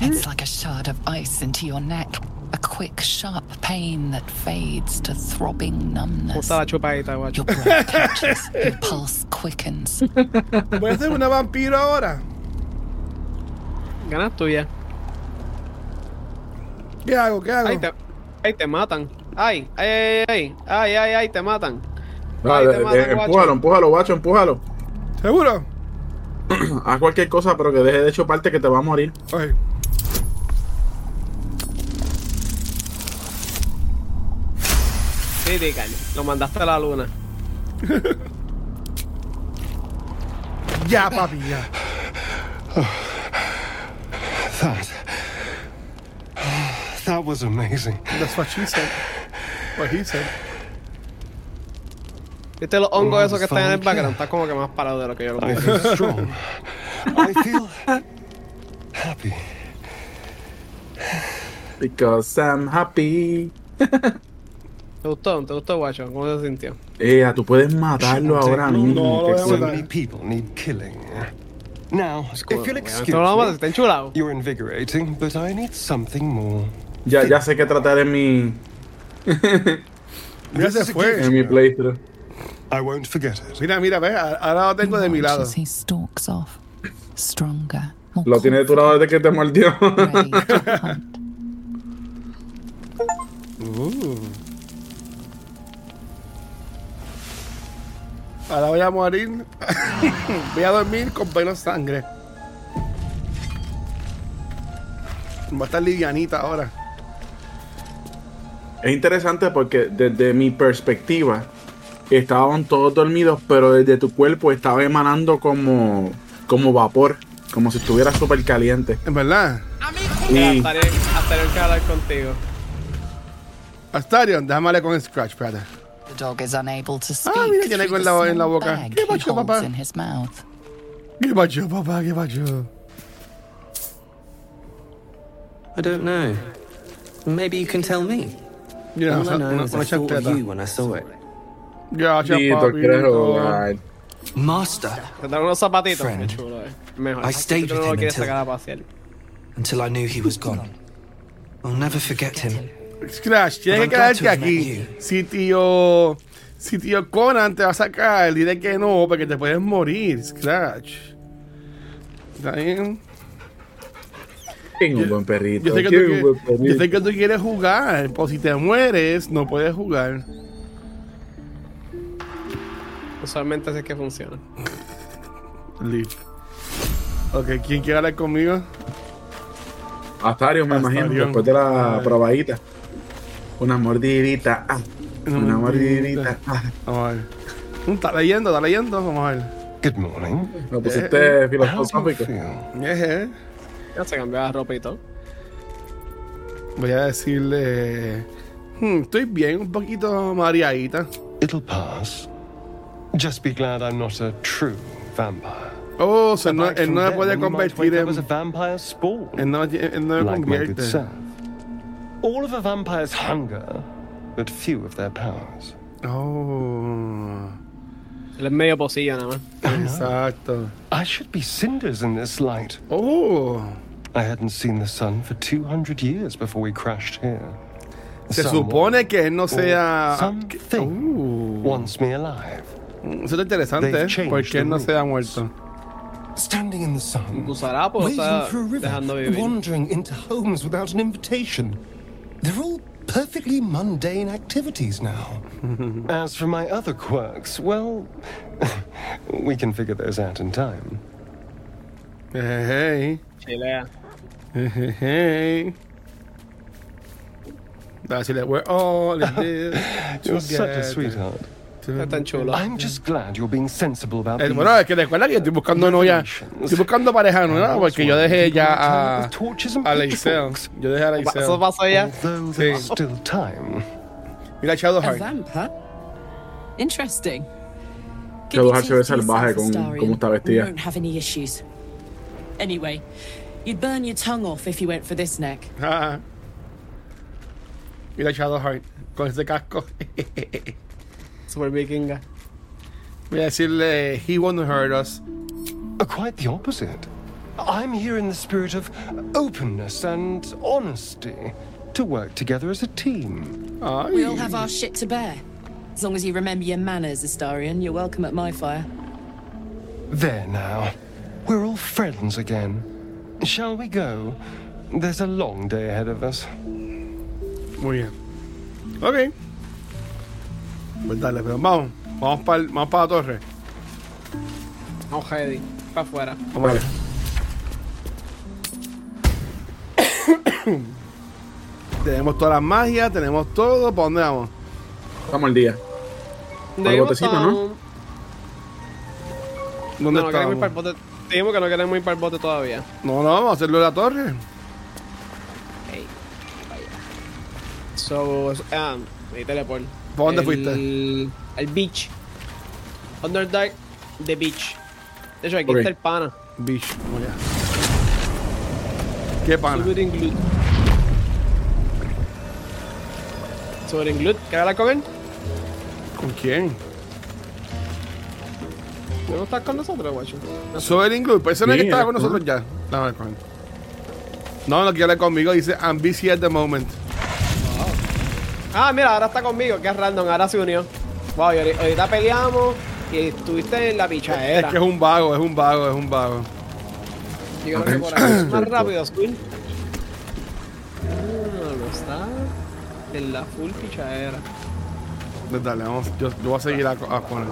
E: It's like a shard of ice into your neck. A quick, sharp pain that fades to throbbing
B: Me
E: numbness.
B: gusta la chupadita, guacho.
E: Your breath catches, your pulse quickens.
A: Voy a ser una vampiro ahora.
B: Ganas tuya.
A: ¿Qué hago? ¿Qué hago?
B: Ay, te, ay, te matan. Ay, ay, ay, ay, ay, ay, ay, te matan. Ay,
C: Dale,
B: te matan,
C: eh, empújalo, empújalo, guacho, empújalo.
A: ¿Seguro?
C: Haz cualquier cosa, pero que deje de chuparte que te va a morir.
A: Oye.
B: Sí, dígale. Lo mandaste a la luna.
A: Ya, papi, ya.
I: That. That was amazing.
A: That's what she said. What he said.
B: ¿Viste los hongos esos que están en el
I: Funk,
B: background?
I: yeah.
B: Estás como que más parado de lo que yo lo
I: I
B: puse.
I: feel strong. I feel happy.
C: Because I'm happy.
B: ¿Te gustó? ¿Te gustó, guacho? ¿Cómo se sintió?
C: Ea, tú puedes matarlo ahora mismo.
A: no,
C: qué
A: no,
I: So
A: no.
C: suerte.
I: many people need killing. Now, if you'll excuse
B: No lo vamos a
I: me,
B: está enchulado.
I: you're invigorating, but I need something more.
C: Ya, ya sé qué tratar en mi,
A: Mira, se fue.
C: en mi playthrough.
I: I won't forget it.
A: Mira, mira, ve. a- Ahora lo tengo de mi
E: Watch
A: lado.
E: as he stalks off, stronger, more
C: Lo tiene de tu lado desde que te mordió.
E: confident, ready to hunt.
A: Ahora voy a morir. voy a dormir con pelo sangre. Va a estar livianita ahora.
C: Es interesante porque desde mi perspectiva estaban todos dormidos, pero desde tu cuerpo estaba emanando como, como vapor, como si estuviera súper caliente.
A: En verdad.
B: Mira,
C: Y
B: Estaré, estaré en hablar contigo.
A: Astarion, déjame hablar con Scratch, espérate.
E: The dog is unable to speak.
A: Ah, mira, tiene
E: through
A: algo en
E: the
A: la- en la
E: small
A: boca.
E: bag
A: ¿Qué
E: he
A: pasó,
E: holds
A: papá?
E: in his mouth.
A: ¿Qué pasó, papá? ¿Qué pasó?
J: I don't know. Maybe you can tell me.
A: Mira,
J: All I
A: una,
J: know
A: una
J: is I thought
A: chancleta.
J: of you when I saw it.
A: Gracias,
C: Tito, ¿quieres
A: papito.
C: jugar?
J: Master,
B: Te dan unos zapatitos.
J: Friend.
B: Qué chulo, eh. Mejor.
J: I stayed
B: Tú no
J: with
B: lo
J: him
B: quieres
J: until-
B: sacar a pasear.
J: until I knew he was gone. I'll never forget him.
A: Scratch, tienes que
J: I'm glad
A: quedarte
J: to have
A: aquí.
J: met
A: Si tío, si tío Conan te va a sacar, dile que no, porque te puedes morir, Scratch. ¿Está bien?
C: ¿Quién es un buen perrito?
A: Yo sé, que tú,
C: ¿Quién es un buen
A: qui- yo sé
C: perrito?
A: que tú quieres jugar, pues si te mueres, no puedes jugar.
B: Usualmente así es que funciona.
A: Leave. Ok, ¿quién quiere hablar conmigo?
C: Astarion, me imagino,
A: Astarion.
C: después de la
A: Ay.
C: probadita. Una mordidita, ah,
A: Una
C: una
A: mordidita.
C: mordidita, ah.
A: Vamos a ver. Mm, Está leyendo, está leyendo, vamos a ver.
I: Good morning.
C: Lo pusiste
I: How do you
C: filosófico.
I: feel?
A: Eje.
B: Ya se cambió la ropa y todo.
A: Voy a decirle. "Hmm, estoy bien, un poquito mareadita.
I: It'll pass. Just be glad I'm not a true vampire.
A: Oh, o sea, no- él no me
I: Apart from
A: puede
I: them, you might
A: convertir
I: wake
A: en.
I: up as a vampire spawn.
A: Él no, él no me
I: like my good
A: convierte.
I: self. All of a vampire's hunger, but few of their powers.
A: Oh.
B: Él es medio pocillo nada más.
A: Exacto.
I: I should be cinders in this light.
A: Oh.
I: I hadn't seen the sun for 200 years before we crashed here.
A: Se
I: Someone
A: supone que
I: Oh,
A: él no sea. ah,
I: something
A: Uh,
I: wants me alive.
A: eso es interesante,
I: They've
A: ¿eh?
I: changed
A: Porque él
I: the
A: no se ha
I: rules.
A: muerto.
I: Standing in the sun,
B: Gusarapo
I: wading
B: está
I: through a
B: dejando
I: river,
B: vivir.
I: wandering into homes without an invitation. They're all perfectly mundane activities now. As for my other quirks, well, we can figure those out in time.
A: Hey,
B: Chilea.
A: hey, hey. Dale, decirle, we're all in this
I: You're such a
A: oh, together".
I: sweetheart.
A: tan chulo.
I: I'm just glad you're being sensible about
A: Eh,
I: these
A: bueno, es que recuerda que estoy buscando novia. Estoy buscando pareja nueva porque yo dejé ya a, a Leiseo. Yo dejé a Leiseo.
B: Eso pasó ya.
I: Although there's still time.
A: Mira
K: A
A: Shadowheart.
K: vamp, huh? Interesting.
C: Shadow Heart se ve salvaje
K: Give your teeth to
C: con
K: Sastarian.
C: cómo está
K: We
C: vestida.
K: won't have any issues. Anyway, you'd burn your tongue off if you went for this neck.
A: Ah. Mira Shadowheart con ese casco.
B: Super vikinga.
A: Voy a decirle, he won't hurt us.
I: Uh, Quite the opposite. I'm here in the spirit of openness and honesty to work together as a team.
K: We all have our shit to bear. As long as you remember your manners, Astarian, you're welcome at my fire.
I: There now. We're all friends again. Shall we go? There's a long day ahead of us.
A: Muy bien. Ok. Pues dale, pero vamos. Vamos para vamos pa la torre.
B: Vamos, Heidi. Para afuera.
A: Vamos allá. tenemos todas las magias, tenemos todo. ¿Para dónde vamos?
C: Estamos al día. Para el botecito, ¿no?
A: ¿Dónde
B: no, no queremos ir para el
A: estamos?
B: bote. Dijimos que no queremos ir para el bote todavía.
A: No, no, vamos a hacerlo en la torre.
B: So, ah, mi teleport.
A: ¿Por dónde
B: El-
A: fuiste?
B: Al beach. Underdark, the beach. De hecho, aquí
A: Ok.
B: está el pana.
A: Bicho, vamos allá. Oh, ¿Qué pana?
B: Super Inglut. Super Inglut, ¿qué hablas con él?
A: ¿Con quién?
B: ¿Tú no estás con nosotros, guacho?
A: Sobre el Group, ese no es que
B: Sí,
A: estaba
B: era
A: con
B: cool.
A: nosotros ya. No, no, con- no, no quiere hablar conmigo, dice I'm busy at the moment.
B: Ah, mira, ahora está conmigo, que es random, ahora se unió. Wow, y ahori- ahorita peleamos y estuviste en la
A: Es
B: pichadera.
A: que es un vago, es un vago, es un vago.
B: Yo creo que por aquí es más rápido, Squid. Ah, no está en la full pichadera.
A: Pues Dale, vamos, yo, yo voy a seguir a, a poner.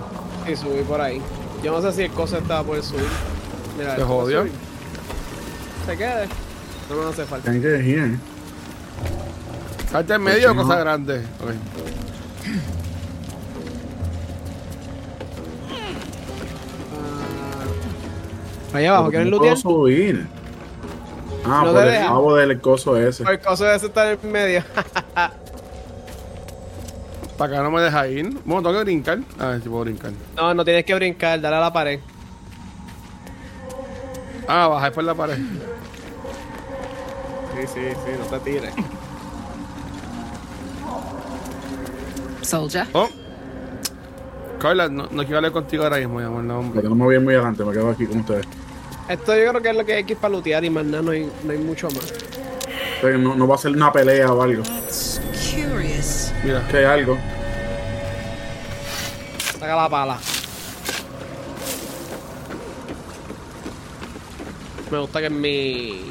B: Y subí por ahí. Yo no sé si el coso estaba por subir. Mira,
A: Se
B: el coso
A: jodió.
B: subí. Se quede. No me hace falta.
C: Thank you, here.
A: Salte en medio,
C: Pues no.
A: cosa grande. Ok.
B: Allá abajo, ¿quieren
C: No
B: lootear?
C: puedo subir. Ah,
B: No
C: por
B: te
C: el
B: deja.
C: cabo del coso ese.
B: El coso ese está en el medio.
A: Para acá no me deja ir. Bueno, tengo que brincar. A ver si puedo brincar.
B: no, no tienes que brincar, dale a la pared.
A: Ah, bajar por la pared.
B: Sí, sí, sí, no te tires.
D: Soldier.
A: Oh. Carla, no, no quiero hablar contigo ahora mismo, mi amor. No, hombre.
C: Porque no me voy a ir muy adelante, me quedo aquí con ustedes.
B: Esto yo creo que es lo que hay que ir para lootear y más nada, no hay, no hay mucho más.
C: O sea, que No, no va a ser una pelea o algo.
B: Curious.
A: Mira.
C: Que hay algo.
B: Saca la pala. Me gusta que es mi.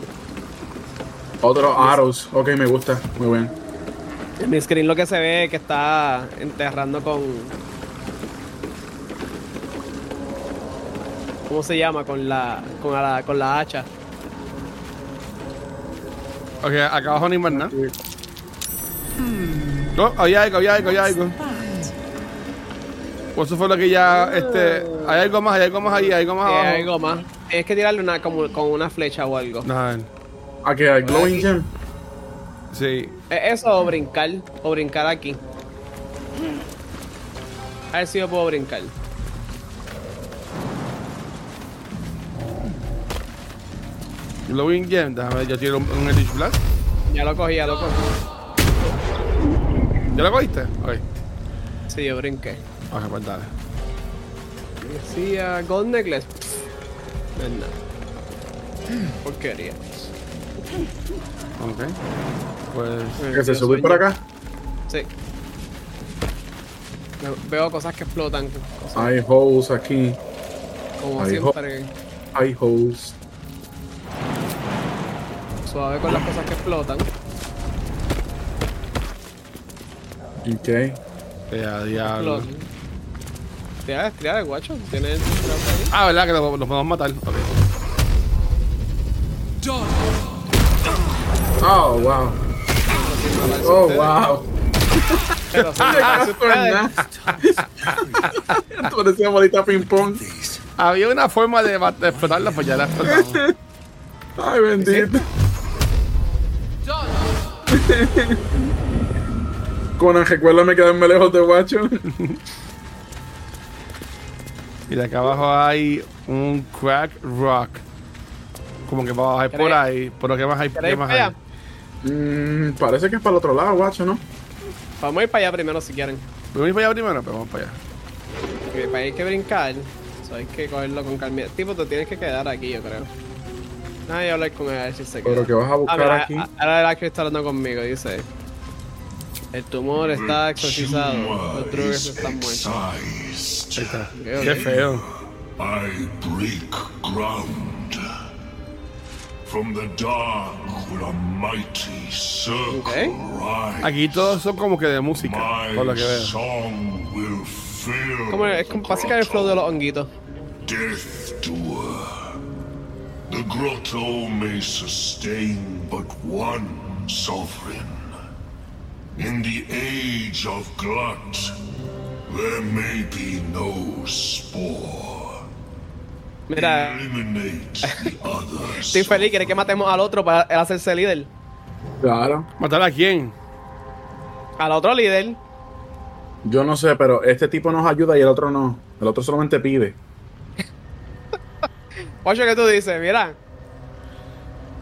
C: Otros arrows. Ok, me gusta. Muy bien.
B: En mi screen lo que se ve es que está enterrando con. ¿Cómo se llama? Con la. con la, con la hacha.
A: Ok, acá abajo no hay más nada. No, hay algo, hay algo, hay algo. Pues eso fue lo que ya, este, hay algo más, hay algo más ahí, hay algo más
B: Hay
A: abajo.
B: algo más. Tienes que tirarle una, como, con una flecha o algo.
C: Ah, que hay glowing gem.
A: Sí.
B: ¿Es eso o brincar? O brincar aquí. A ver si yo puedo brincar.
A: Glowing Gem, déjame ver, yo tiro un, un Eldritch Blast.
B: Ya lo cogí, ya lo cogí.
A: ¿Ya lo cogiste? Ok,
B: Sí, yo brinqué.
A: ok, pues dale.
B: Decía Gold Necklace. Pff, no es nada. Porquería.
A: Ok. Pues.
C: Que se subir por acá.
B: Sí. Ve- Veo cosas que explotan. cosas
C: Hay holes aquí.
B: como
C: Hay, ho-
B: siempre.
C: hay holes.
B: Suave con las cosas que explotan.
C: Ok.
A: Ya, eh, diablo.
B: Explotan. Tira, tira, guacho. Tienes.
A: Ah, ¿verdad? Que lo- los podemos matar. Ok.
C: Oh, wow. Oh, wow.
B: Pero sí,
C: Gracias por nada. Tú decías bolita ping-pong.
A: Había una forma de ba- de explotarla, pues ya la explotamos.
C: Ay, bendito. Conan, recuérdame quedarme lejos de Guacho.
A: Mira, acá abajo hay un crack rock. Como que vamos a bajar por
C: ¿Queréis-
A: ahí. Pero que más hay, ¿qué
B: ¿Queréis
A: más
B: para
A: hay?
B: allá?
C: Mm, parece que es para el otro lado, Guacho, ¿no?
B: Vamos a ir para allá primero si quieren.
A: ¿Vamos para allá primero? Pues vamos para allá.
B: Porque para hay que brincar, so hay que cogerlo con calma. Tipo, tú tienes que quedar aquí, yo creo. Ah, yo hablar con él a ver si se queda.
C: Pero que vas a buscar
B: Ah, mira,
C: aquí.
B: a- Ahora el Acre está hablando conmigo, dice. El tumor está exorcizado. Los drugs están muertos.
A: Qué feo.
H: I break ground. From the dark will a mighty circle rise.
A: Aquí todos son como que de música,
H: My
A: por lo que veo.
H: song will fill
B: Como es como básicamente el flow de los honguitos.
H: Death doer. The grotto may sustain but one sovereign. In the age of glut, there may be no spore.
B: Mira.
H: Eliminate the others.
B: Estoy feliz, quiere que matemos al otro para él hacerse líder.
C: Claro.
A: ¿Matar a quién?
B: Al otro líder.
C: Yo no sé, pero este tipo nos ayuda y el otro no. El otro solamente pide.
B: Ocho, ¿qué tú dices? Mira.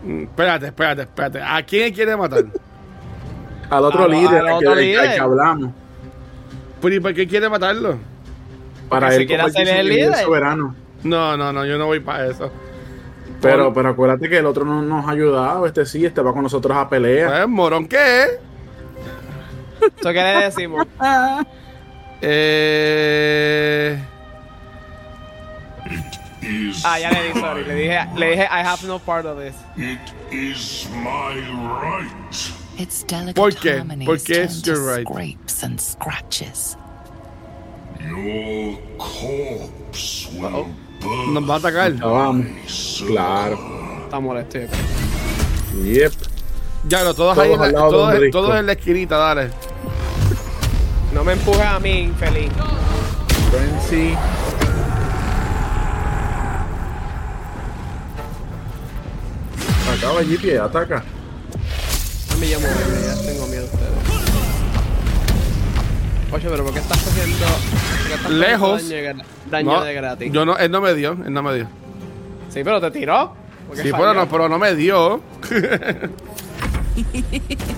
A: Mm, Espérate, espérate, espérate. ¿A quién quiere matar?
C: Al otro
A: Al-
C: líder,
A: al
C: al, que,
A: otro
C: al que
A: líder.
C: hablamos.
A: Pero, ¿y por qué quiere matarlo?
C: Para él convertirse en soberano.
A: No, no, no, yo no voy para eso.
C: Pero,
A: Por-
C: pero acuérdate que el otro no nos ha ayudado. Este sí, este va con nosotros a pelea.
A: Pues, morón, ¿qué es?
B: ¿Eso qué le decimos?
A: Eh...
B: Ah, ya le di, sorry. Le dije, le dije, I have no part of this.
H: It is my right.
E: Its delicate
A: ¿Por qué?
E: harmonies
A: ¿Por qué
E: turn
A: es
E: to
A: your right?
E: scrapes and scratches.
H: Your corpse will
A: Nos va a atacar.
C: vamos. Claro.
B: Está molesto. yo creo.
C: Yep.
A: Ya, no, todos,
B: Todos
A: ahí en la-
B: al lado de
A: todos-
B: un disco.
A: todos en la esquinita, dale.
B: No me empujes a mí, infeliz.
C: Frenzy. Acaba GP, ataca.
B: A mí ya me voy, ya tengo miedo de ustedes. Oye, pero ¿por qué estás haciendo por qué estás haciendo
A: Lejos.
B: daño, de gra- daño
A: No,
B: de gratis?
A: Yo no, él no me dio, él no me dio.
B: Sí, pero te tiró. ¿Por qué
A: Sí,
B: falló?
A: pero no, pero no me dio.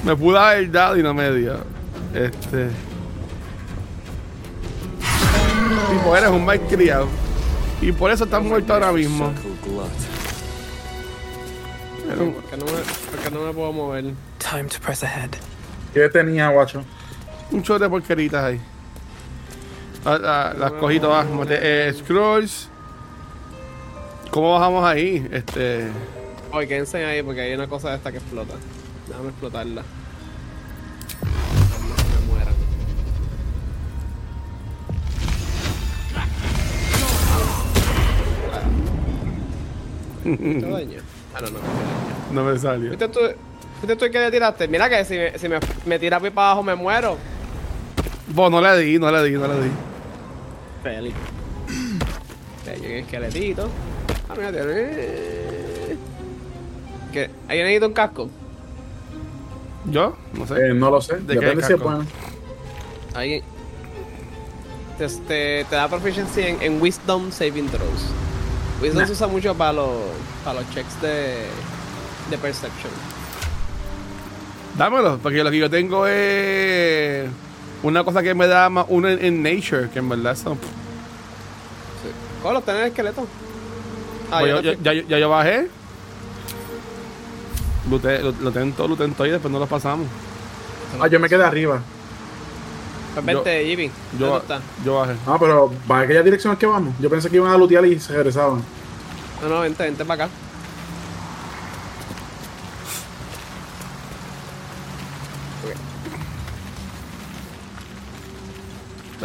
A: me pudo haber dado y no me dio. Este. Tipo, eres un mal criado. Y por eso estás muerto ahora mismo. Pero-
B: ¿Por qué no me, por qué no me puedo mover?
J: Time to press ahead.
C: ¿Qué tenía, guacho?
A: Un chorro de porqueritas ahí. Ah, ah, las cogí todas. Mate- eh, scrolls. ¿Cómo bajamos ahí? Este.
B: Oye, quédense ahí porque hay una cosa de esta que explota. Déjame explotarla. No me muera. ¿Te daño? Ah, no, no.
A: no me salió.
B: ¿Viste tú, viste tú que le tiraste? Mira que si me, si me, me tira para abajo me muero.
A: Bueno, no le di, no le di, no le di.
B: Feliz. Le llegué el esqueletito. Ah, mira, tiene. ¿Qué? ¿Ahí necesito un casco?
A: ¿Yo? No sé.
C: Eh, no lo sé.
A: ¿De qué
C: Depende si
A: casco?
C: pueden.
B: Ahí. Este, te da proficiency en, en Wisdom Saving Throws. Wisdom
C: Nah.
B: se usa mucho para los, para los checks de, de Perception.
A: Dámelo, porque lo que yo tengo es una cosa que me da más uno en, en Nature, que en verdad pues, son.
B: ¿Cómo los tenés el esqueleto? Ah,
A: Pues yo-
B: yo no
A: yo-
B: estoy-
A: ya, ya yo bajé. Lute- lo, lo tengo todo, lo tengo todo y después no lo pasamos.
C: Ah, yo me quedé arriba.
B: Pues vente, Jimmy.
A: Yo,
B: ¿Dónde está?
A: yo bajé.
C: Ah, pero ¿para aquella dirección es que vamos? Yo pensé que iban a lootear y se regresaban.
B: No, no, vente, vente para acá.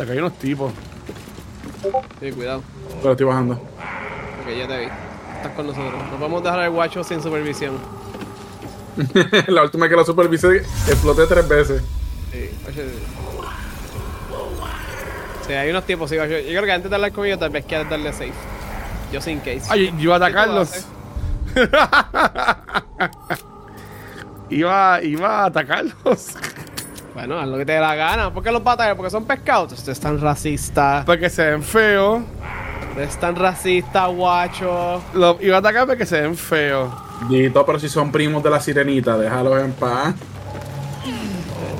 A: Acá hay unos tipos.
B: Sí, cuidado.
C: Pero estoy bajando.
B: Ok, ya te vi. Estás con nosotros. No podemos dejar al guacho sin supervisión.
C: la última que la supervisé exploté tres veces.
B: Sí, oye. Sí, hay unos tipos, sí, yo, yo creo que antes de hablar conmigo tal vez quieras darle safe. Yo sin case.
A: Ay, yo iba a
B: Sí, tú lo
A: atacarlos.
B: haces.
A: iba, iba a atacarlos.
B: Bueno, haz lo que te dé la gana. ¿Por qué los batallas? Porque son pescados. Ustedes están racistas.
A: Porque se ven feos.
B: Ustedes están racistas, guacho.
A: Los iba a atacar porque se ven feos.
C: Dito, pero si son primos de la sirenita, déjalos en paz.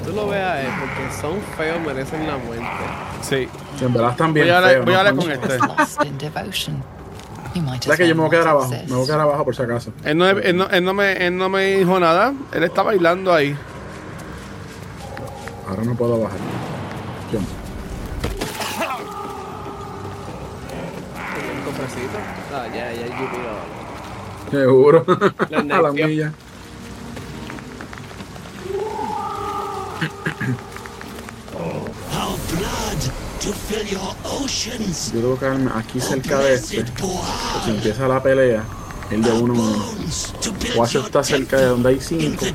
B: Tú lo veas, eh, porque son feos, merecen la muerte.
A: Sí.
C: En verdad están bien
A: Voy a hablar-
C: feos,
A: voy a
C: ¿no?
A: hablar con este.
E: Lost in devotion. You might
C: ¿Sabes
E: as
C: que yo me
E: well
C: voy a quedar
E: not
C: abajo?
E: exist.
C: Me voy a quedar abajo por si acaso.
A: Él no, él no- él no me, él no me dijo nada. Él está bailando ahí.
C: Ahora no puedo bajar. ¿Quién?
B: Un cofrecito. Ah, ya, ya, Yupi lo-
C: Seguro.
B: Los
C: a la
B: nervios.
C: milla.
G: Our blood to fill your oceans.
C: Yo debo quedarme aquí cerca de este. Si empieza la pelea, el de uno en uno. Guacho está cerca de donde hay cinco.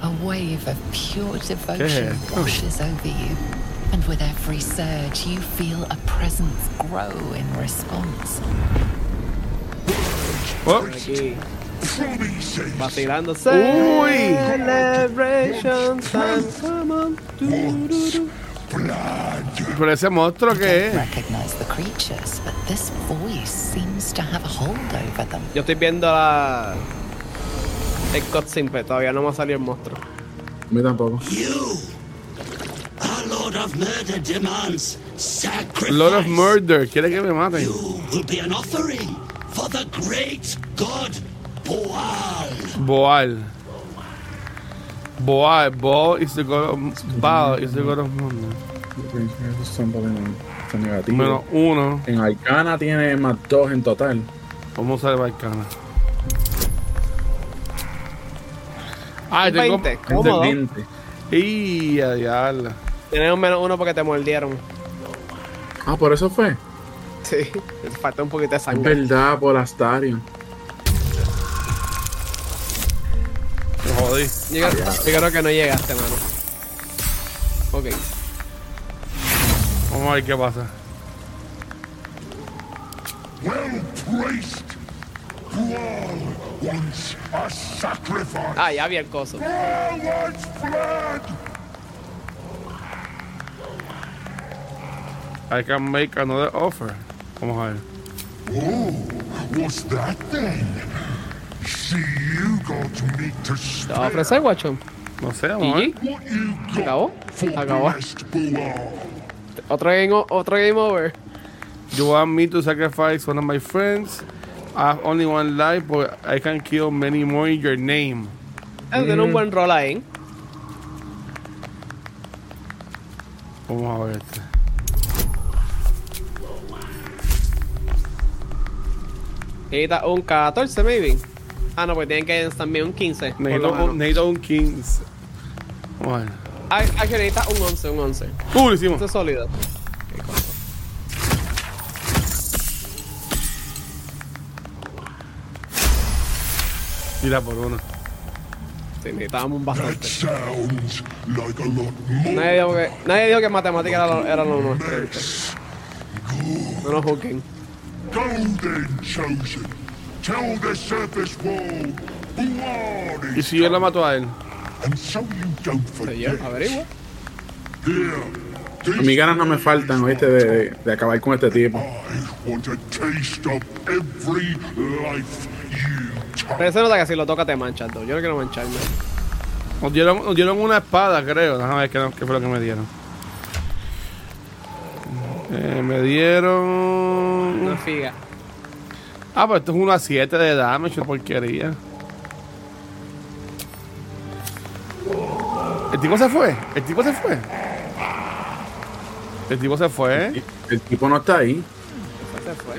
E: A wave of pure
C: Yeah.
E: devotion washes over you, and with every surge, you feel a presence grow in response.
B: Aquí. Vacilándose.
G: Uy.
B: Celebrations and come on. Du, du, du.
A: Pero ese monstruo que es.
E: Recognize the creatures, but this voice seems to have a hold over them.
B: Yo estoy viendo la. El cutscene, pero todavía no me ha salido el monstruo.
C: A mí tampoco.
G: Our Lord of Murder demands sacrifice.
A: Lord of Murder. Quiere que me maten.
G: will be an offering for the great god Boal.
A: Boal. Boal. Boal is the god of. Baal is the god of murder.
C: Esos son todos en- son negativos.
A: Menos uno.
C: En Arcana tiene más dos en total.
A: Vamos a usar Arcana. Ay, tengo.
B: 20, cómodo.
A: Y a diabla.
B: Tienes un menos uno porque te mordieron.
C: Ah, por eso fue.
B: Sí, te falta un poquito de
C: Es
B: sangre.
C: verdad, por Astarion.
A: Te jodí.
B: Yo creo, yo creo que no llegaste, mano. Ok.
A: Vamos a ver qué pasa.
H: Well placed. You all once a sacrifice.
B: Ah, ya había el coso.
H: Forward's blood.
A: I can make another offer. Vamos a ver.
H: Oh, what's that then? See, you got meat to
B: ¿Te vas a
H: spare.
B: ofrecer, guachón?
A: No sé, vamos a ver.
B: GG. Se acabó. Se acabó.
H: Blessed Boal.
B: Otro game, o- otro game over.
A: You want me to sacrifice one of my friends? I have only one life, but I can kill many more in your name.
B: Eh, Tiene un buen rol ahí.
A: Vamos a ver este.
B: Necesita un 14, maybe. Ah, no, pues tienen que también un 15. por
A: Necesito
B: lo menos.
A: un, necesito un 15. Vamos a ver.
B: Ah, Actually, necesita un 11, un 11.
A: ¡Uh, lo hicimos!
B: Esto es sólido.
A: Tira por uno.
B: Sí, necesitábamos un bastante.
H: Sounds like a lot more.
B: Nadie dijo que, nadie dijo que matemática era lo, era lo nuestro. ¿viste? No nos juzguen.
H: Go then, chosen. Tell the surface wall who are
A: ¿Y
H: is
A: si yo lo mato a él?
H: and so you don't forget.
B: Averigua.
H: Here,
C: A mí ganas no me faltan, oíste, de, de- de acabar con este tipo.
H: want a taste of every life you
B: Pero ese nota que si lo toca te manchas, dude. Yo no quiero mancharme.
A: Nos dieron, nos dieron una espada, creo. Déjame ver qué, qué fue lo que me dieron. Eh, me
B: Una
A: dieron.
B: figa.
A: Ah, pero esto es 1 a 7 de damage, una porquería. El tipo se fue. El tipo se fue. El tipo se fue.
C: El tipo no está ahí.
B: Se fue.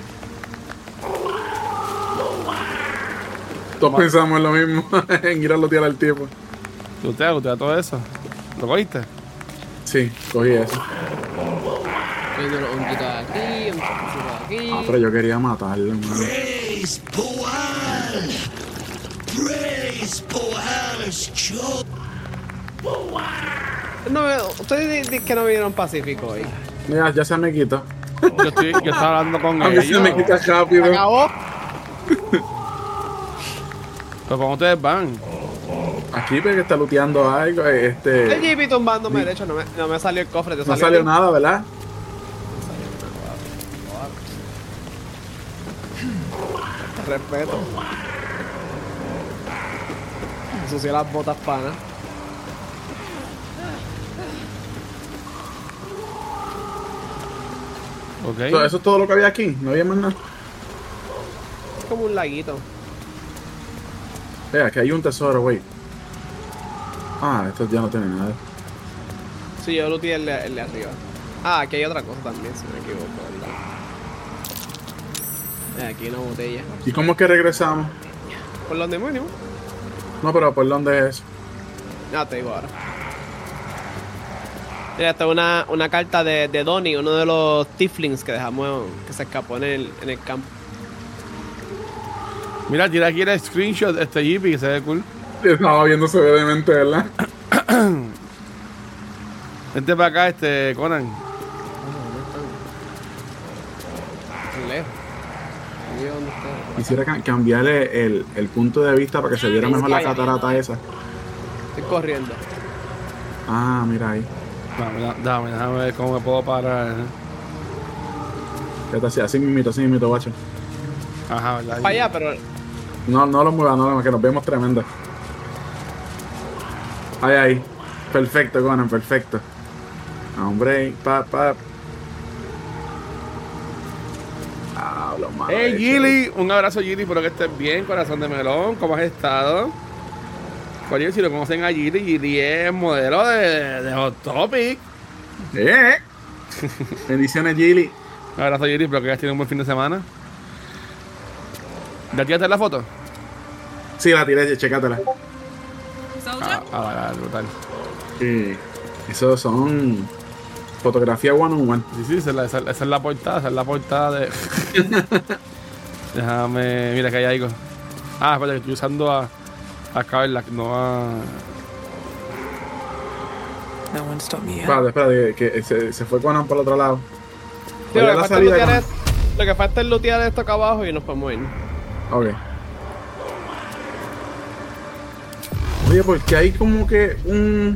C: Todos pensamos en lo mismo, en ir a lotear al tipo.
A: Usted, usted todo eso. ¿Lo cogiste?
C: Sí, cogí eso.
B: Poniéndolo un poquito aquí, un poquito aquí.
C: Ah, pero yo quería matarlo, mano.
G: Praise Boal. Praise this Borealis job.
B: No, ustedes di- di que no vinieron Pacífico hoy.
C: Mira, ya se me quita.
A: Yo, estoy, yo estaba hablando con
C: Aunque se
A: ellos.
C: me quita rápido.
B: Acabó.
A: Pero cuando ustedes van.
C: Aquí porque está looteando algo. eh,
B: El
C: Este.
B: jeepy tumbándome, de hecho, no me, no me salió el cofre. ¿te
C: No salió nada, ¿verdad?
B: Respeto. Ensucié las botas panas.
A: Ok.
C: So, Eso es todo lo que había aquí. No había más nada.
B: Es como un laguito.
C: Vea, que hay un tesoro, güey. Ah, esto ya no tiene nada.
B: Sí, yo lo tiré el, de- el de arriba. Ah, aquí hay otra cosa también, si no me equivoco, ¿verdad? Eh, Aquí hay una botella.
C: ¿Y cómo es que regresamos?
B: ¿Por los demonios?
C: No, pero ¿por dónde es?
B: Ah, te digo ahora. Mira, esta es una, una carta de, de Donnie, uno de los Tiflings que dejamos, que se escapó en el, en el campo.
A: Mira, tira aquí el screenshot de este Jeepy que se ve cool.
C: Estaba viendo severamente, ¿verdad?
A: Vente para acá, este Conan.
B: Lejos. Dios, ¿dónde está?
C: Quisiera ca- cambiarle el, el punto de vista para que se viera mejor la catarata esa.
B: Estoy corriendo.
C: Ah, mira ahí.
A: Dame, da- dame, déjame ver cómo me puedo parar.
C: Ya está así, así mismito, así mismito, guacho.
A: Ajá, ¿verdad?
B: Para allá, pero
C: No, no lo muevas, no lo muevas, que nos vemos tremendo. Ahí, ahí. Perfecto, Conan, perfecto. Ah, Hombre, pa, pa. Ah, lo malo.
A: Hey
C: hecho.
A: Gilly, un abrazo Gilly, espero que estés bien, corazón de melón, ¿cómo has estado? Coño, si lo conocen a Gilly, Gilly es modelo de, de Hot Topic.
C: Eh. Bendiciones Gilly.
A: Un abrazo Gilly, espero que hayas tenido un buen fin de semana. ¿Ya tiraste la foto?
C: Sí, la tiré, checátela.
A: Ah, ah, ah, brutal.
C: Sí. Esos son fotografía one on one.
A: Sí, sí, esa es, la, esa- esa es la portada, esa es la portada de... Déjame, mira que hay algo. Ah, espérate, que estoy usando a, a Carla, no a...
J: No one stopped me yet.
C: Espérate, espérate, que, que se, se fue Conan por el otro lado.
B: Tío,
C: Oye,
B: lo,
C: la
B: que falta
C: salida,
B: lootear
C: Conan.
B: es- lo que falta es lootear esto acá abajo y nos podemos ir.
C: Ok. Oye, porque hay como que un.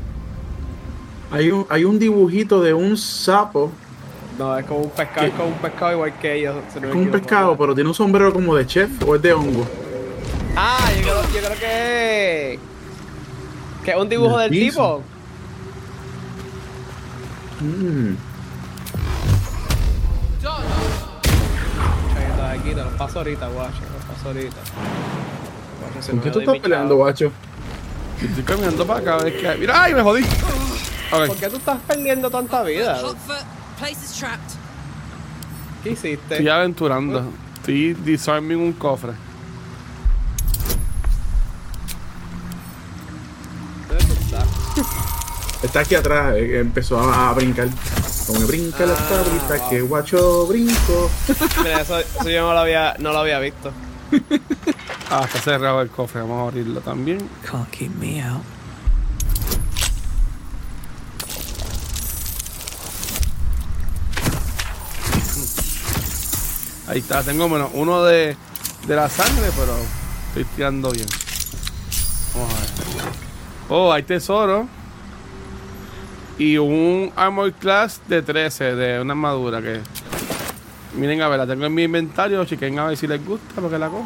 C: Hay un, hay un dibujito de un sapo,
B: No, es como un pescado,
C: ¿Qué?
B: es como un pescado igual que ellos. si no me
C: como un
B: equivoco.
C: pescado, pero tiene un sombrero como de chef o es de hongo.
B: Ah, yo creo, yo creo que. Que es un dibujo
C: Del
B: del
C: piso.
B: tipo.
C: Mm.
B: Chaqueta de aquí, te los paso ahorita, guacho. te Los paso ahorita. Guacho, si
C: ¿Con
B: no
C: qué
B: le
C: tú
B: doy
C: estás
B: Ah, mi
C: peleando, guacho?
A: Estoy caminando para acá, es que... Mira, ¡ay, me jodí!
B: chavo.
A: Ok.
B: ¿Por qué tú estás perdiendo tanta vida?
K: Hotfoot, place is trapped.
B: ¿Qué hiciste?
A: Estoy aventurando. Estoy disarming un cofre.
B: ¿Dónde tú estás?
C: Está aquí atrás, eh, empezó a, a brincar. Como que brinca
B: Ah.
C: la tablita, que guacho brinco.
B: Mira, eso, eso yo no lo había, no lo había visto.
A: Ah, está cerrado el cofre. Vamos a abrirlo también.
J: Can't keep me out.
A: Ahí está. Tengo menos uno de, de la sangre, pero estoy tirando bien. Vamos a ver. Oh, hay tesoro. Y un armor class de 13, de una armadura que... Miren, a ver, la tengo en mi inventario. Chequen a ver si les gusta porque la cojo.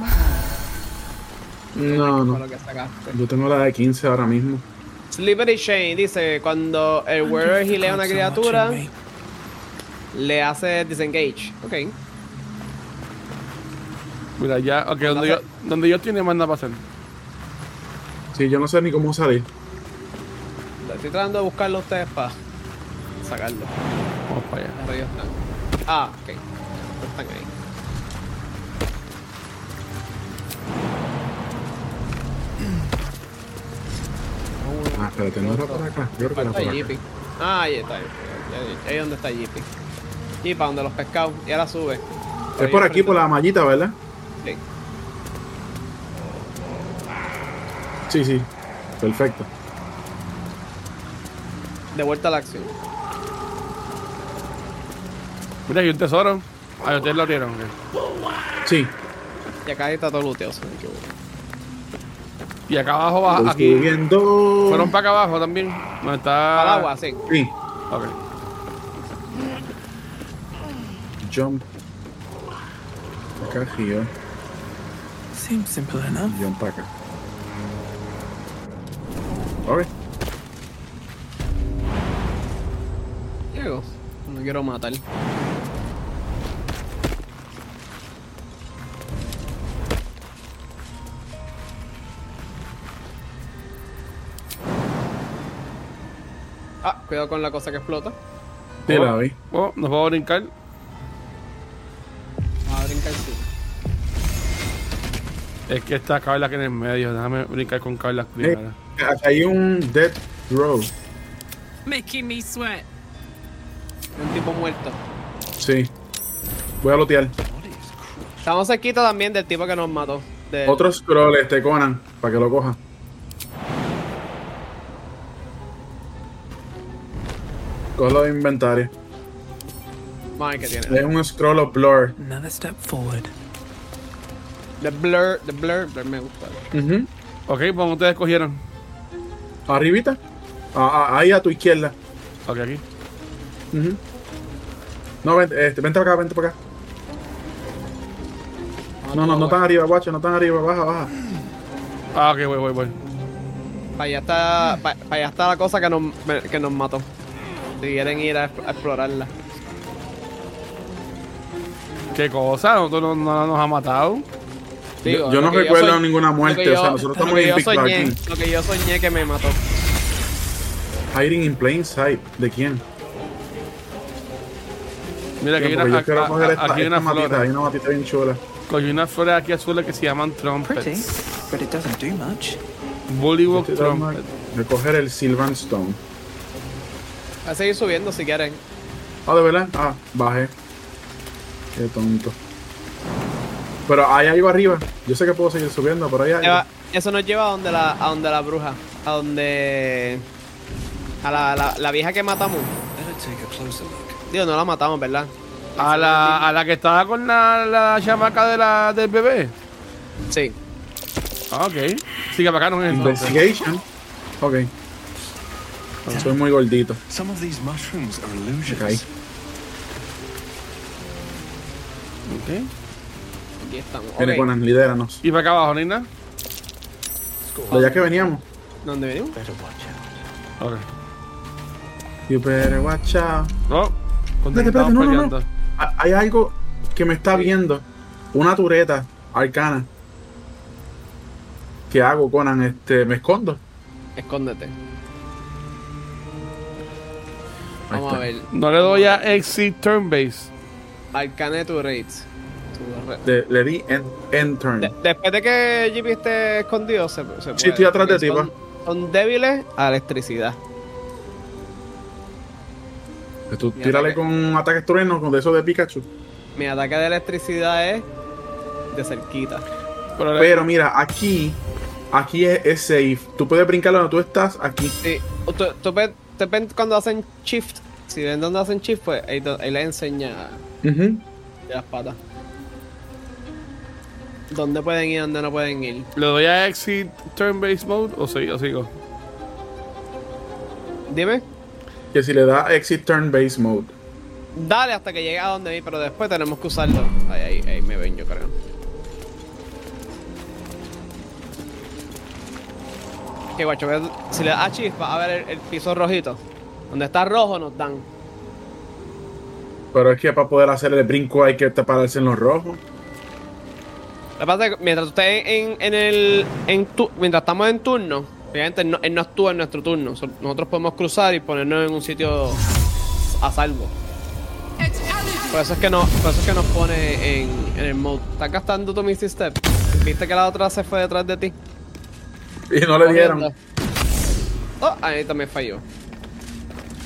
C: No,
B: Con
C: no.
B: lo que sacaste.
C: Yo tengo la de 15 ahora mismo.
B: Slippery Shane dice: cuando el wearer gilea a una criatura, le hace disengage. Ok.
A: Mira, ya... Ok, donde yo, donde yo tiene más nada para hacer.
C: Sí, yo no sé ni cómo salir.
B: Estoy tratando de buscarlo a ustedes para sacarlo.
A: Vamos para allá.
B: Pero ellos están. Ah, ok. No están ahí.
C: Ah, espérate, no era por acá. Yo creo que era
B: Falta
C: por acá.
B: Jeepy. Ah, ahí está. Ahí, ahí- ahí es donde está Jeepy. Jeepy, donde los pescados. Y ahora sube.
C: Es por aquí, por la mallita, ¿verdad?
B: Sí.
C: Sí, sí. Perfecto.
B: De vuelta a la acción.
A: Mira, hay un tesoro. Ah, ustedes lo abrieron. ok.
C: Sí.
B: Y acá está todo luteo. Qué bueno.
A: Y acá abajo baja. Ah, Aquí.
C: Viendo.
A: Fueron para acá abajo también. Donde está.
B: Al agua, sí.
C: Sí.
A: Ok.
C: Jump. Acá giro.
J: Seems simple enough.
C: Jump acá. Alright.
B: Diego, no quiero matar. Ah, cuidado con la cosa que explota.
C: Te la vi.
A: Oh, nos vamos a brincar.
B: Vamos a brincar sí.
A: Es que está Carla que en el medio. Déjame brincar con Carla primero.
C: Eh, acá hay un Dead Row.
K: Making me sweat.
B: Un tipo muerto.
C: Sí. Voy a lotear.
B: Estamos cerquita también del tipo que nos mató. Del-
C: Otro scroll, este Conan, para que lo coja. Cógelo de inventario.
B: Mike que tiene.
C: Es un scroll of blur.
J: Another step forward.
B: The blur, the blur, blur me gusta.
A: Ok, pues ¿dónde ustedes cogieron.
C: Arribita. Ah, ah, ahí a tu izquierda.
A: Ok, aquí.
C: Ujú. No, vente, este, vente para acá, vente para acá. No, no, no tan arriba, guacho, no tan arriba, baja, baja.
A: Ah, ok, voy, voy, voy.
B: Pa' allá está, pa- pa' allá está la cosa que nos, que nos mató. Si quieren ir a, a explorarla.
A: ¿Qué cosa? Nosotros no, no nos ha matado.
B: Digo,
C: yo yo
B: lo
C: no
B: que
C: recuerdo
B: soñ-
C: ninguna
B: lo que
C: muerte, o sea, nosotros
B: lo
C: estamos
B: que yo
C: invictos
B: soñé-
C: aquí.
B: Lo que yo soñé que me mató.
C: Hiding in plain sight. ¿De quién?
A: Mira, aquí hay
C: Porque
A: una,
C: yo quiero
A: a-
C: coger
A: a-
C: esta,
A: aquí hay
C: esta
A: una
C: matita, hay
A: flora.
C: una matita bien chula.
A: Cogí unas flores aquí azules que se llaman
J: Pretty,
A: trumpets.
J: but it doesn't do much.
A: Bullywog trumpet.
C: Voy a coger el Sylvan Stone.
B: A seguir subiendo si quieren.
C: Ah, de verdad. Ah, bajé. Qué tonto. Pero hay algo arriba. Yo sé que puedo seguir subiendo, pero ahí hay.
B: Lleva- eso nos lleva a donde la, a donde la bruja. A donde. A la, la, la vieja que matamos.
J: Better take a closer look.
B: Digo, no la matamos, ¿verdad?
A: A la, a la que estaba con la, la chamaca de la, del bebé.
B: Sí.
A: Ah, ok. Sigue para acá, no es entonces.
C: Investigation. Ok. Soy muy gordito.
J: Some of these mushrooms are illusions.
C: Okay.
A: Ok.
B: Aquí estamos.
C: Viene
B: Ok.
C: Conan, lidéranos.
A: Y para acá abajo, Nina.
C: De allá que veníamos.
B: ¿Dónde venimos?
A: Ok.
C: You better watch out.
A: No.
C: Espérate,
A: Continúa
C: espérate, no, no,
A: peleando.
C: no. Ah, Hay algo que me está viendo. Una tureta arcana. ¿Qué hago, Conan? Este, me escondo.
B: Escóndete.
C: Ahí
B: Vamos
C: está.
B: a ver.
A: No le doy a exit turn base.
B: Arcane to rates. Tu re-
C: Le, le di en, en turn.
B: De- después de que JP esté escondido, se, se puede.
C: Sí, estoy atrás de ti,
B: Porque
C: pa.
B: son, son débiles a electricidad.
C: Pues Tú
B: Mi
C: tírale
B: ataque.
C: con ataques truenos, con de esos de Pikachu.
B: Mi ataque de electricidad es de cerquita. Pues,
A: Pero,
C: Pero mira, aquí, aquí es, es safe. Tú puedes brincar donde tú estás, aquí.
B: Sí, tú, tú ves- tú ves cuando hacen shift, si ven dónde hacen shift, pues ahí, do- ahí les enseña
C: Ujú.
B: de las patas. ¿Dónde pueden ir, dónde no pueden ir?
A: ¿Le doy a exit turn base mode o sigo? o sigo?
B: Dime.
C: Que si le da exit turn base mode.
B: Dale hasta que llegue a donde vi, pero después tenemos que usarlo. Ahí, ahí, ahí me ven, yo creo. Que guacho, ve- si le das a shift, vas a ver el, el piso rojito. Donde está rojo nos dan.
C: Pero es que para poder hacer el brinco hay que pararse en los rojos.
B: Lo que pasa es que mientras usted en, en el. En tu- mientras estamos en turno, obviamente él no, él no actúa en nuestro turno. So- Nosotros podemos cruzar y ponernos en un sitio a salvo. Por eso es que, no, por eso es que nos pone en, en el mode. Estás gastando tu Misty Step. Viste que la otra se fue detrás de ti.
C: Y no le dieron.
B: Corriendo. Oh, ahí también falló.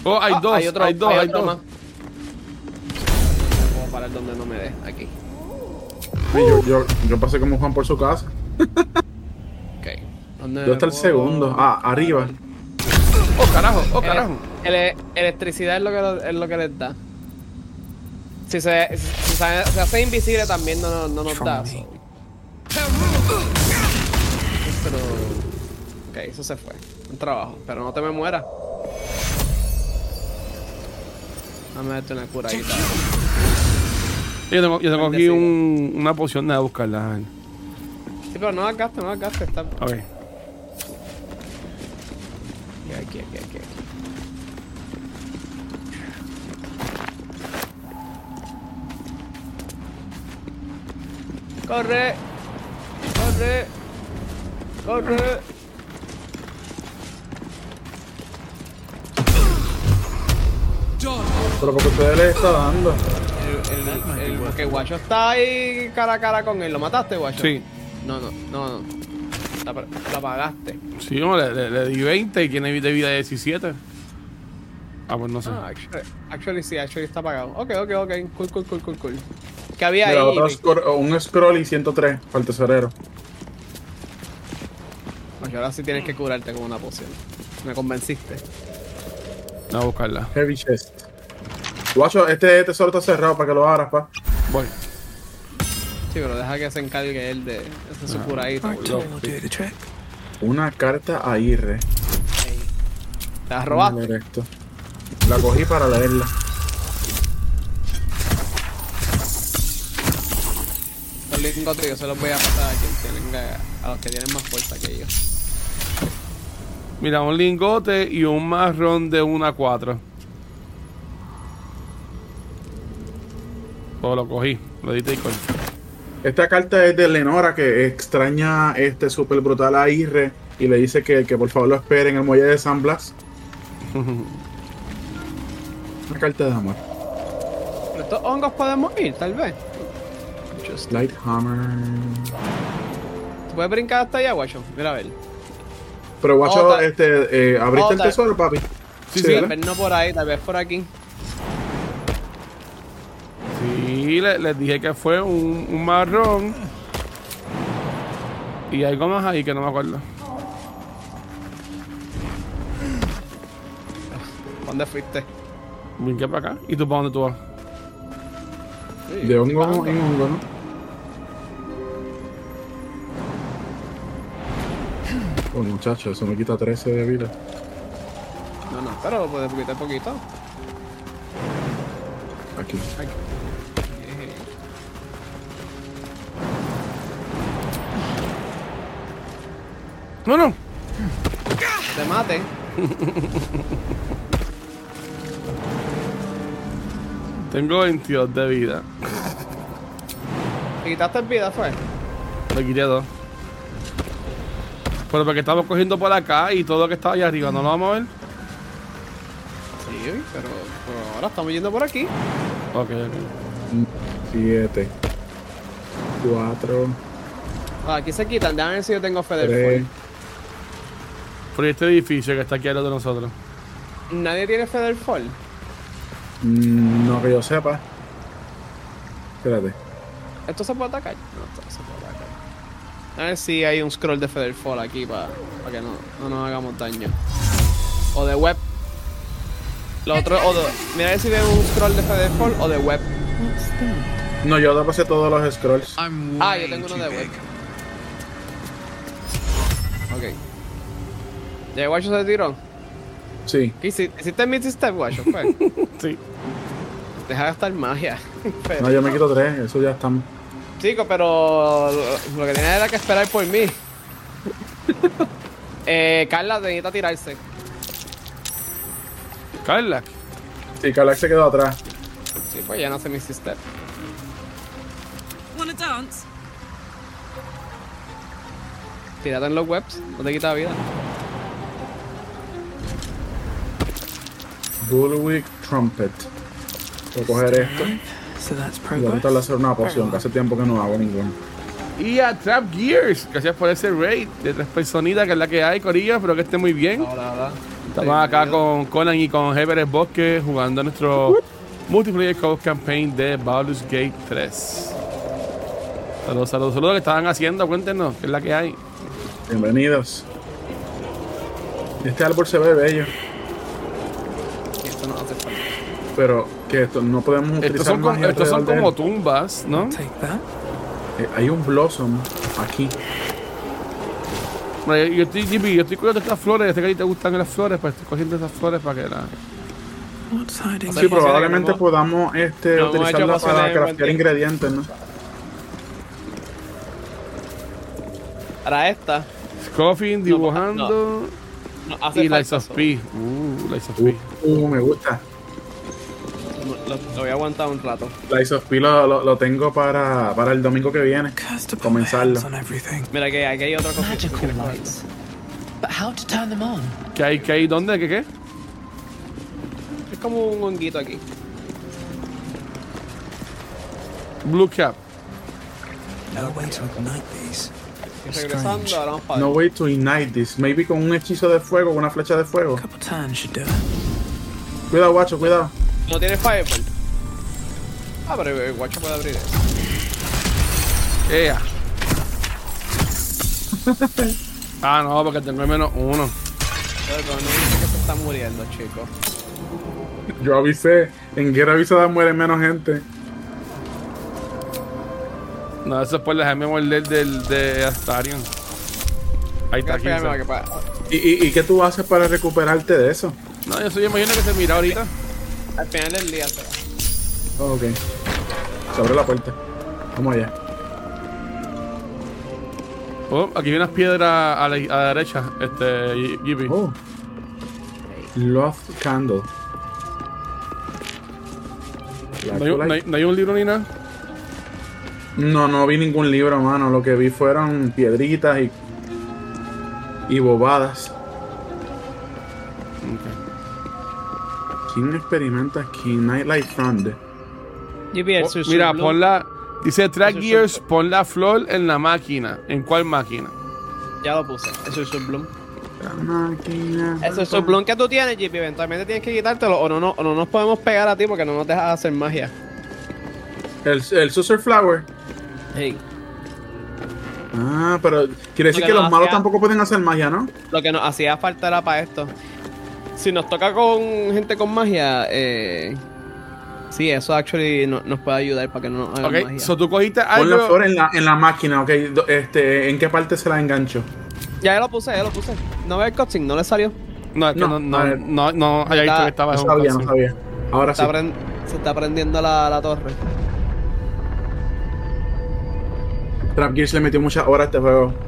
A: Oh, hay
B: Ah,
A: dos. Hay,
B: otro-
A: dos, hay,
B: otro
A: dos.
B: más. Voy a parar donde no me dé. Aquí.
C: Sí, yo, yo, yo pasé como Juan por su casa.
B: Ok. ¿Dónde
C: ¿Dónde está el
B: puedo-
C: segundo? Ah, arriba.
A: Oh, carajo, oh, carajo.
B: Ele- electricidad es lo que, lo- es lo que les da. Si se, si se- se hace invisible también no, no, no nos da. so. Pero. Ok, eso se fue. Un trabajo. Pero no te me mueras. Dame darte una cura ahí.
A: Yo tengo, yo tengo aquí un- una poción de buscarla.
B: Sí, pero no la gastes, no la gastes. Está...
A: Ok.
B: Aquí, aquí, aquí, aquí. Corre. Corre. Corre.
C: Pero porque ustedes le está dando.
B: El, el, porque Guacho está ahí cara a cara con él. ¿Lo mataste, Guacho?
A: Sí.
B: No, no, no, no. La, la apagaste.
A: Sí, yo le, le- le di 20 y tiene de vida 17. Ah, pues no sé.
B: Ah, actually, actually sí, actually está apagado. Ok, ok, ok. Cool, cool, cool, cool, cool. ¿Qué había
C: Mira,
B: ahí?
C: otro
B: Vic?
C: scroll- un scroll y 103 para el tesorero.
B: Guacho, ahora sí tienes que curarte con una poción. Me convenciste.
A: Voy a buscarla.
C: Heavy chest. Guacho, este tesoro está cerrado para que lo abras, pa.
A: Voy.
B: Sí, pero deja que se encargue él de hacer su curadita.
C: Una carta a IR.
B: La robaste.
C: Correcto. La cogí para leerla.
B: Los lingotes yo se los voy a pasar a quien tenga, a los que tienen más fuerza que yo.
A: Mira, un lingote y un marrón de 1 a 4. Pues lo cogí, lo di con.
C: Esta carta es de Lenora que extraña este super brutal a IR y le dice que, que por favor lo espere en el muelle de San Blas. Una carta de amor.
B: Pero estos hongos podemos ir, tal vez. Just-
C: Lighthammer.
B: ¿Tú puedes brincar hasta allá, guacho? Mira a ver.
C: Pero guacho,
B: Otra.
C: este, eh, ¿abriste el
B: Otra.
C: tesoro, papi?
B: tal
C: ¿verdad?
B: vez no por ahí, tal vez por aquí.
A: Sí, le- les dije que fue un, un marrón. Y algo más ahí que no me acuerdo.
B: ¿Dónde fuiste?
A: Brinqué para acá. ¿Y tú para dónde tú vas?
C: De hongo en hongo, ¿no? Oh, muchacho, eso me quita 13 de vida.
B: No, no, pero puedes poquito a poquito.
C: Aquí.
B: Aquí.
A: No, no.
B: Te mate.
A: Tengo 22 de vida.
B: ¿Te quitaste el vida, fue?
A: Le quité dos. Pero porque estamos cogiendo por acá y todo lo que estaba allá arriba, ¿no lo vamos a ver?
B: Sí, pero, pero ahora estamos yendo por aquí.
A: Ok, ok.
C: 7, 4,
B: Ah, aquí se quitan, déjame ver si yo tengo fe del
C: 3.
A: Por este edificio que está aquí al lado de nosotros.
B: Fall. Nadie tiene fe del Fall.
C: Mm, No que yo sepa. Espérate.
B: ¿Esto se puede atacar? No, esto no se puede atacar. A ver si hay un scroll de Feather Fall aquí para que no, no nos hagamos daño. O de web. Lo otro, o de, mira a ver si veo un scroll de Feather Fall o de web.
C: No, yo te pasé todos los scrolls.
B: Ah, yo tengo uno de web. Ok. ¿Ya Guacho se tiró?
C: Sí.
B: ¿Qué hiciste? ¿Hiciste Misty Step, Guacho? Fue.
A: sí.
B: Deja de gastar magia. Pero-
C: No, yo me quito 3, eso ya estamos.
B: Chico, pero lo- lo que tenía era que esperar por mí. eh, Carla necesita tirarse.
A: Carla.
C: Sí, Kalak se quedó atrás.
B: Sí, pues ya no sé mi sister.
K: Wanna dance?
B: Tírate en los webs, no te quita vida.
C: Bullwig Trumpet. Voy a coger esto. Y voy a tratar de hacer una poción, que hace tiempo que no hago ninguna.
A: Y a Trap Gears, gracias por ese raid de tres personitas que es la que hay, Corillo. Espero que estén muy bien. Estamos acá con Conan y con Everest Bosque jugando nuestro multiplayer code campaign de Baldur's Gate 3. Saludos, saludos, saludos que estaban haciendo, cuéntenos, qué es la que hay.
C: Bienvenidos. Este árbol se ve bello,
B: Esto no hace falta.
C: pero que esto no podemos utilizar
A: Estos son, como,
C: magia
A: estos son como
C: alrededor
A: tumbas, ¿no?
C: de él. Eh, hay un blossom aquí.
A: Bueno, Yo yo estoy, Jimmy, yo estoy cuidando estas flores. Yo sé que a ti te gustan las flores, pues estoy cogiendo esas flores para que la.
C: Sí, probablemente podamos este,
A: No hemos
C: utilizarla
A: hecho pociones
C: para
A: en buen
C: craftear ingredientes, ¿no?
B: Para esta.
A: Coffin dibujando.
B: No, hace
A: y
B: falta
A: Lights of
B: eso.
A: P. Uh, Lights of P.
C: Uh, me gusta.
B: Lo, lo voy a aguantar un rato.
C: Lies of P lo, lo- lo tengo para, para el domingo que viene. Comenzarlo.
B: Mira que aquí hay otra cosa.
E: But how to turn them on?
A: ¿Qué hay? ¿Qué hay? ¿Dónde? ¿Qué qué?
B: Es como un honguito aquí.
A: Blue Cap.
J: No way to ignite these.
B: Regresando, ahora vamos para
C: No way to ignite this. Maybe con un hechizo de fuego, una flecha de fuego. Cuidado, guacho, cuidado.
B: ¿No tiene Fireball? Ah, pero el guacho puede abrir eh. eso.
A: Ea. ah, no, porque tengo el menos uno.
B: Pero no dice que se está muriendo, chicos.
C: Yo avisé. En guerra avisada muere menos gente.
A: No, eso es por dejarme morder del, de Astarion. Ahí está,
B: Espérame,
A: 15.
B: espérame, que pa-
C: ¿Y, y, y qué tú haces para recuperarte de eso?
A: No, yo soy imagino que se mira ahorita.
B: Al final del día se va.
C: Oh, ok. Se abre la puerta. Vamos allá.
A: Oh, aquí hay unas piedras a la, a la derecha, este, Yi- Yipi.
C: Oh. Love Candle.
A: ¿No, hay, no hay- no hay un libro ni nada.
C: No, no vi ningún libro, mano. Lo que vi fueron piedritas y. y bobadas. ¿Quién experimenta aquí? Nightlight Thunder.
A: Oh, mira, pon la. Dice Track
B: Eso es
A: Gears, pon la flor en la máquina. ¿En cuál máquina?
B: Ya lo puse. Eso es un bloom.
C: La máquina.
B: Eso es un bloom que tú tienes, JP. Eventualmente tienes que quitártelo o no, no, o no nos podemos pegar a ti porque no nos dejas hacer magia.
C: El, el Sucer Flower.
B: Hey.
C: Ah, pero quiere decir
B: Porque
C: que los
B: no
C: malos
B: hacía-
C: tampoco pueden hacer magia, ¿no?
B: Lo que nos hacía falta era para esto. Si nos toca con gente con magia, eh. Sí, eso actually no- nos puede ayudar para que no nos hagan
A: Ok,
B: Ah, magia.
A: so tú cogiste
C: Pon la
A: algo.
C: flor en la, en la máquina, ok. Do- Este, ¿En qué parte se la engancho?
B: Ya, ya lo puse, ya lo puse. No ve el cutscene, no le salió.
A: No, es que
C: No,
A: no, no,
C: a
A: no,
C: ver.
A: no, había visto
B: Está-
A: que estaba
C: No
A: en un
C: sabía, no
A: caso.
C: sabía. Ahora sí.
B: Está pren- se está prendiendo la, la torre.
C: Trap Gears le metió muchas horas a este juego.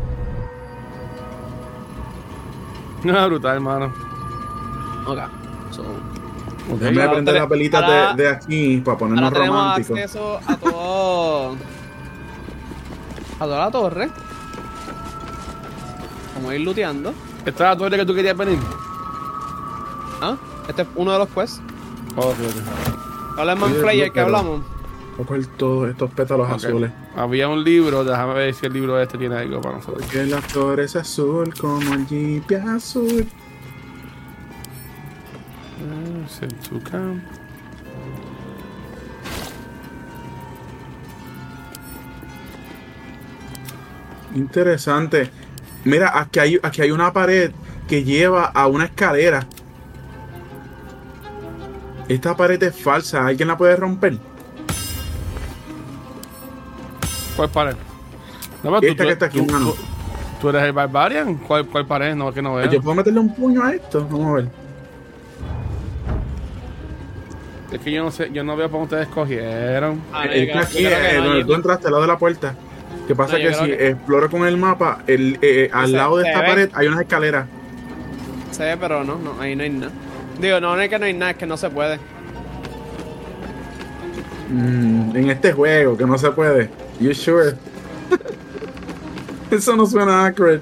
A: No, Ah, brutal, hermano.
B: Ok. So,
C: Déjame
A: ahora
C: prender
B: te-
C: las velitas
B: ahora-
C: de, de aquí para
B: ahora
C: ponernos
B: tenemos
C: románticos.
B: acceso a todo. a toda la torre. Vamos a ir looteando.
A: ¿Esta es la torre que tú querías venir?
B: ¿Ah? Este es uno de los quests.
A: Oh, ok, ok.
B: Habla el Manflayer que
C: pero-
B: hablamos.
C: Coger todos estos pétalos
A: Ok.
C: azules.
A: Había un libro, déjame ver si el libro este tiene algo para nosotros.
C: Que la flor es azul como el jeep azul.
A: Ah, Setsuka.
C: Interesante. Mira, aquí hay, aquí hay una pared que lleva a una escalera. Esta pared es falsa. ¿Alguien la puede romper?
A: ¿Cuál pared? No, pero
C: Esta que está aquí, mano.
A: tú, tú eres el Barbarian. ¿Cuál, cuál pared? No, que no veo.
C: Yo puedo meterle un puño a esto. Vamos a ver.
A: Es que yo no sé, yo no veo cómo ustedes cogieron.
B: Ah, no, yo
C: Está
B: creo-
C: aquí,
B: yo creo que
C: eh,
B: no,
C: donde
B: yo-
C: tú entraste, al lado de la puerta. Que pasa
B: No, yo
C: que
B: creo
C: si
B: que-
C: exploro con el mapa, el, eh, al
B: Se-
C: lado de
B: se
C: esta
B: ve.
C: pared hay unas escaleras.
B: Se ve, pero no, no, ahí no hay nada. Digo, no, no es que no hay nada, es que no se puede.
C: Mm, en este juego que no se puede. You sure? Eso no suena accurate.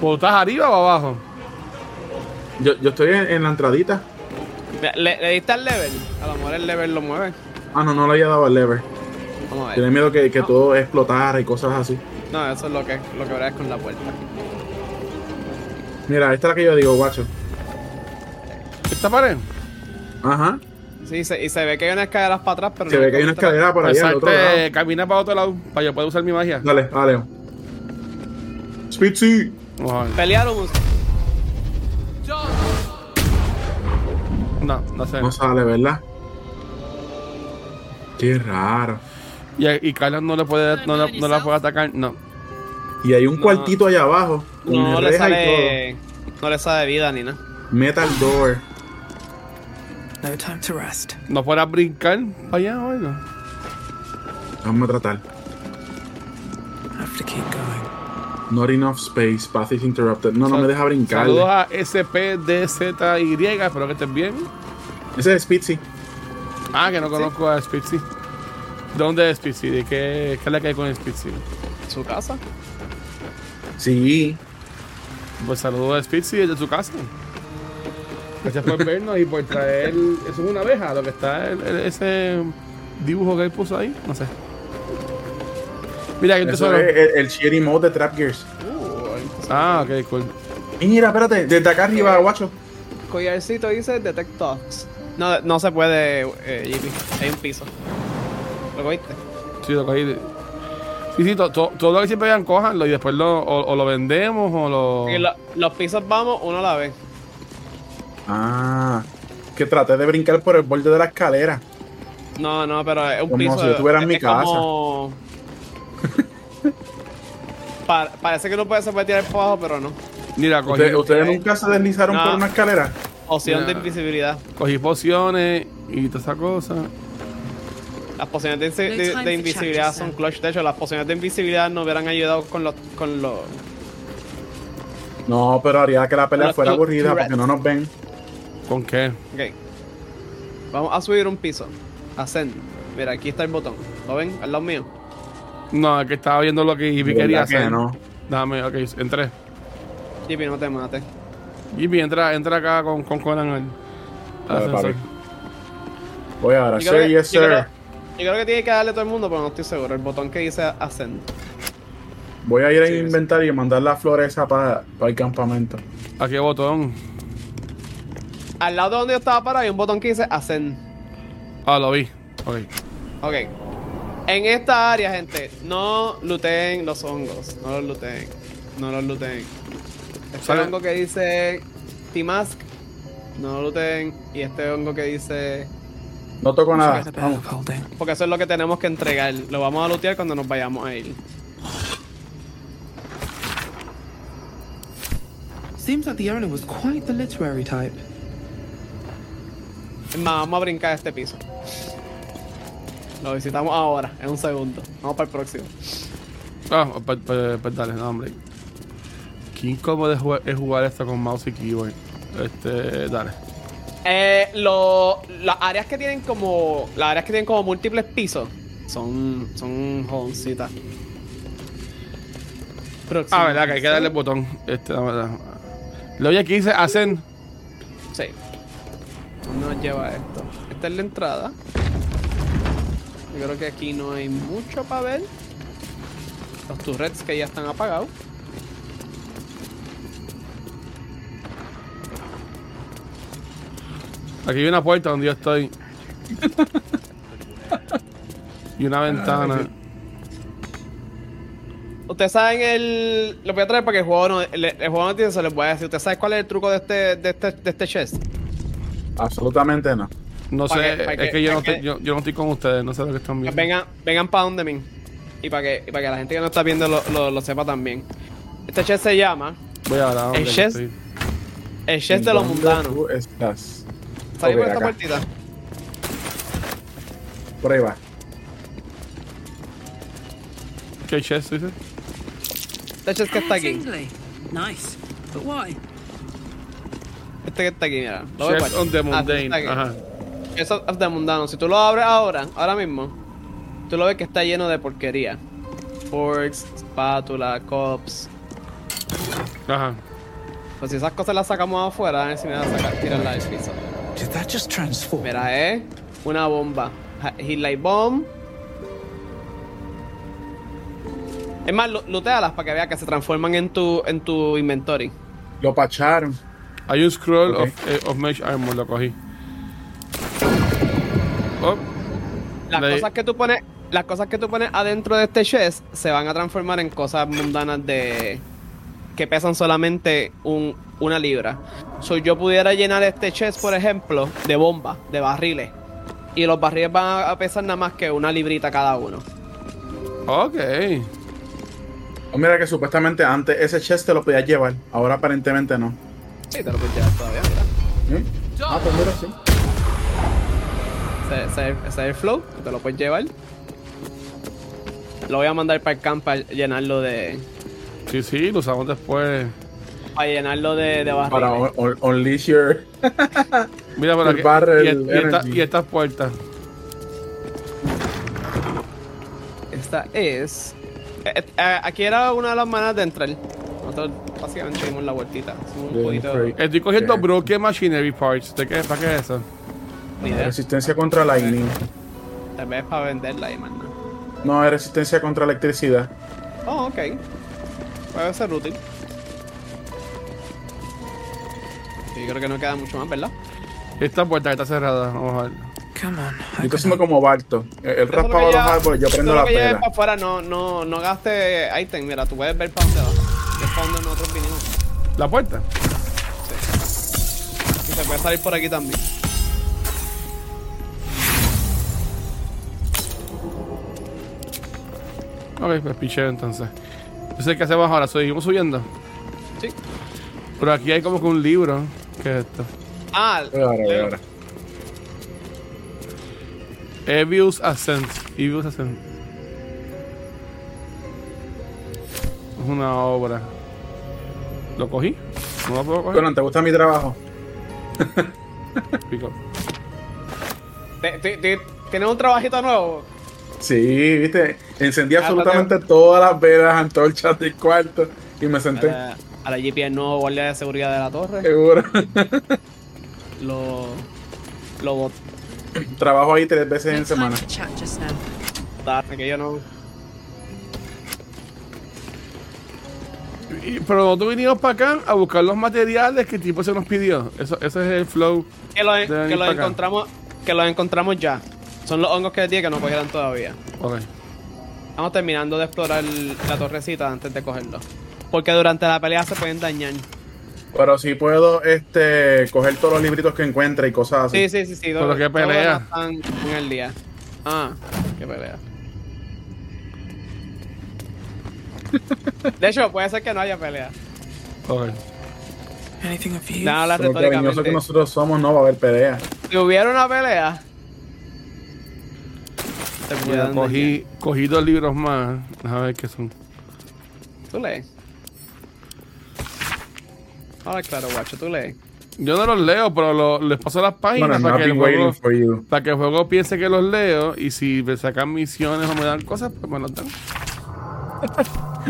A: ¿Tú estás arriba o abajo?
C: Yo, yo estoy en, en la entradita.
B: Mira, ¿Le, le diste al level? A lo mejor el level lo mueve.
C: Ah, no, no le había dado al lever.
B: Vamos a
C: Tiene
B: ver.
C: miedo que, que todo explotara y cosas así.
B: No, eso es lo que, lo que verás con la puerta.
C: Mira, esta es la que yo digo, guacho.
A: ¿Esta pared?
C: Ajá.
B: Sí, se, y se ve que hay unas escaleras para atrás, pero
C: Se ve que hay una
B: encuentra-
C: escalera por ahí al otro lado.
A: Exacto, camina para otro lado para yo poder usar mi magia.
C: Dale, dale. Spitzy.
A: Vamos a ver.
B: Pelearon. Yo
A: No, no sé.
C: No sale, ¿verdad? Qué raro.
A: Y, y Carlos no, le puede, no, le- no la puede atacar. No.
C: Y hay un cuartito allá abajo. Con
B: No le
C: reja y
B: sale. No le sale vida ni nada.
C: todo. Metal Door.
D: No time to rest.
A: No fuera a brincar para allá o algo.
C: Vamos a tratar.
J: Have to keep going.
C: Not enough space. Path is interrupted. No, no
A: Sal-
C: me deja brincar.
A: Saludos a SPDZY. Espero que estés bien.
C: Ese es Spitzy.
A: Ah, que no conozco a Spitzy. ¿Dónde es Spitzy? ¿De qué, qué es la que hay con Spitzy?
B: ¿Su casa?
C: Sí.
A: Pues saludos a Spitzy desde su casa. Gracias por vernos y por traer. Eso es una abeja, lo que está. el- el- ese dibujo que él puso ahí. No sé. Mira, hay un
C: Eso
A: tesoro.
C: es el, el shitty mode de Trap Gears.
A: Ah, ok, cool.
C: Y mira, espérate. Desde acá
B: Eh.
C: arriba, guacho.
B: Collarcito dice Detect Dogs. No, no se puede, eh, JP. Hay un piso. ¿Lo cogiste?
A: Sí, lo cogí. Sí, sí, to- to- todo lo que siempre vean, cójanlo y después lo, o, o lo vendemos o
C: Oh.
A: lo.
B: Y lo- los pisos vamos uno a la vez.
C: Ah. Que traté de brincar por el borde de la escalera.
B: No, no, pero es un
C: Como
B: piso.
C: si yo estuviera en
B: es-
C: mi
B: es
C: casa.
B: como- Pa- parece que no puede, se puede tirar para abajo, pero no.
A: Mira, cogí.
C: Ustedes, ustedes nunca se deslizaron
B: eh. No.
C: por una escalera.
B: Opción de
A: Nah.
B: invisibilidad.
A: Cogí pociones y toda esa cosa.
B: Las pociones de, invi-
K: No
B: de-
K: time
B: de
K: for
B: invisibilidad
K: challenges,
B: son
K: sir.
B: clutch. De hecho, las pociones de invisibilidad no hubieran ayudado con los. Con los
C: No, pero haría que la pelea
B: Los
C: fuera
B: tu-
C: aburrida
B: Tourette's.
C: porque no nos ven.
A: ¿Con qué?
B: ok. Vamos a subir un piso. Ascend. Mira, aquí está el botón. ¿Lo ven? Al lado mío.
A: No, es que estaba viendo lo que Yipi
C: ¿Verdad
A: quería
C: que
A: hacer.
C: no?
A: Dame, ok, entré.
B: Jippy, no te mates.
A: Yipi, entra, entra acá con, con Conan al- al
C: Dale,
A: ascensor.
C: papi. Voy ahora.
B: Yo creo
C: Sir,
B: que-
C: yes,
B: yo creo-
C: sir.
B: Yo creo que tiene que darle todo el mundo, pero no estoy seguro. El botón que dice Ascend.
C: Voy a ir al inventario y mandar la floresa para el campamento.
A: ¿A qué botón?
B: Al lado de donde yo estaba parado hay un botón que dice Ascend.
A: Ah, lo vi. Ok.
B: Ok. En esta área, gente, no looten los hongos. No los looten. No los looten. Este
A: Sale-
B: hongo que dice Timask, no lo looten. Y este hongo que dice.
C: No toco nada.
J: Forget
C: Vamos.
J: about holding.
B: Porque eso es lo que tenemos que entregar. Lo vamos a lootear cuando nos vayamos a ir.
J: Seems like the owner was quite the literary type.
B: Es más, vamos a brincar este piso. Lo visitamos ahora, en un segundo. Vamos para el próximo.
A: Ah, pues, pues- pues dale, no, hombre. Qué incómodo es jugar, es jugar esto con mouse y keyboard. Este, dale.
B: Eh, lo- las áreas que tienen como. Las áreas que tienen como múltiples pisos son. son jovencitas. Próximo
A: Ah, verdad, que hay que
B: piso.
A: darle el botón. Este, dame, dame. Lo oye aquí dice hacen.
B: Sí. ¿Dónde nos lleva esto? Esta es la entrada. Yo creo que aquí no hay mucho para ver. Los turrets que ya están apagados.
A: Aquí hay una puerta donde yo estoy. y una ventana.
B: Ustedes saben el. Lo voy a traer para que el juego no. El, el juego no tiene eso, les voy a decir. ¿Ustedes saben cuál es el truco de este, de este, de este chest?
C: Absolutamente no.
A: No
B: Pa'
A: sé,
B: que- pa'
A: es
B: que-
A: que yo
B: pa'
A: no, estoy,
B: que-
A: yo, yo no estoy con ustedes, no sé lo que están viendo.
B: Vengan, vengan para donde mí. Y para que, y para que la gente que no está viendo lo, lo- lo sepa también. Este chest se llama
A: Voy a hablar.
B: El chest- el chest de los
C: ¿Dónde
B: mundanos.
C: tú estás?
B: Salí
C: Ok,
B: por esta
C: acá.
B: puertita.
C: Por ahí va.
A: ¿Qué chest dice?
B: Este chest que está aquí.
K: Nice. But why?
B: Este que está aquí, mira. Lo voy a
A: Chest
B: guardar.
A: on the
B: Ah, está
A: mundane.
B: aquí.
A: Ajá.
B: Chest of the mundano. Si tú lo abres ahora, ahora mismo, tú lo ves que está lleno de porquería. Forks, espátula, cops.
A: Ajá.
B: Pues si esas cosas las sacamos afuera, a ver si me van a sacar, tirarla del piso.
J: Did that just transform?
B: Mira, eh. Una bomba. Ha- Hit light bomb. Es más, lu- lootealas para que veas que se transforman en tu, en tu inventory.
C: Lo pacharon.
A: Hay un scroll
C: Ok.
A: of, eh, of Mesh Armor, lo cogí. Oh,
B: Las
A: Le-
B: cosas que tú pones, las cosas que tú pones adentro de este chest se van a transformar en cosas mundanas de que pesan solamente un, una libra. So, yo pudiera llenar este chest, por ejemplo, de bombas, de barriles. Y los barriles van a pesar nada más que una librita cada uno.
A: Ok.
C: Oh, mira que supuestamente antes ese chest te lo podías llevar, ahora aparentemente no.
B: Sí, te lo puedes llevar todavía, mira.
C: ¿Eh? Ah, pues mira, sí.
B: Ese, ese- ese es el flow, te lo puedes llevar. Lo voy a mandar para el camp para llenarlo de.
A: Sí, sí, lo usamos después.
B: Para llenarlo de, de barriles.
C: Para un- un- unleash your.
A: Mira por
C: El
A: aquí.
C: barrel
A: y, y esta-
C: energy.
A: y estas puertas.
B: Esta es. eh, eh, eh, aquí era una de las maneras de entrar. Nosotros básicamente dimos la vueltita. Hicimos un poquito.
A: Estoy cogiendo broken machinery parts. ¿De qué? ¿Para qué es eso?
B: Ni idea.
C: Resistencia contra lightning.
B: Tal vez para venderla y más nada.
C: No, es resistencia contra electricidad.
B: Oh, ok. Puede ser útil. Yo creo que no queda mucho más, ¿verdad?
A: Esta puerta que está cerrada. Vamos a ver.
C: Yo que somos como Balto. El, el
B: Todo
C: raspado
B: lo que
C: de los
B: lleva-
C: árboles, yo prendo
B: todo
C: la
B: lo que lleve
C: pela.
B: para afuera, no, no, no gaste item. Mira, tú puedes ver para dónde va. Es para donde nosotros vinimos.
A: ¿La puerta?
B: Y se puede salir por aquí también.
A: Ok, pues picheo entonces. Yo sé qué hacemos ahora. Seguimos subiendo.
B: Sí.
A: Pero aquí hay como que un libro. ¿Qué es esto?
B: Ah, Leo.
A: Evius Ascent. Evius Ascent. Es una obra. ¿Lo cogí? ¿No lo puedo coger?
C: Conan, ¿te gusta mi trabajo?
A: Pico.
B: Te- te- te- ¿Tienes un trabajito nuevo?
C: Sí, viste. Encendí
B: Ah,
C: absolutamente todas las velas, antorchas del cuarto y me
B: A
C: senté.
B: la, a la GP el nuevo guardia de seguridad de la torre.
C: Seguro.
B: Lo. Lo bot.
C: Trabajo ahí tres veces en semana.
K: Chat just now.
B: Tarde, que yo no.
A: Y- pero nosotros vinimos para acá a buscar los materiales que el tipo se nos pidió. Eso, ese es el flow.
B: Que los
A: de venir
B: que los
A: para acá.
B: encontramos. Que los encontramos ya. Son los hongos que les dije que no cogieron todavía.
A: Ok.
B: Estamos terminando de explorar la torrecita antes de cogerlo. Porque durante la pelea se pueden dañar.
C: Pero sí puedo este, coger todos los libritos que encuentre y cosas así.
B: Sí, sí, sí, sí.
C: Pero
B: todo-
C: qué
B: todo lo
C: pelea.
B: demás están en el día. Ah, qué pelea. De hecho, puede ser que no haya pelea.
A: Ok.
D: Anything of you?
B: Nada, la
C: Pero cariñoso
B: retóricamente.
C: que nosotros somos, no va a haber pelea.
B: Si hubiera una pelea,
A: Mira, cogí, cogí dos libros más. A ver qué son.
B: tú lees. Ahora claro, guacho, tú lees.
A: Yo no los leo, pero lo- les paso las páginas
C: Bueno,
A: para,
C: I've
A: que el
C: been waiting
A: juego,
C: for you.
A: para que el juego piense que los leo. Y si me sacan misiones o me dan cosas, pues me las dan.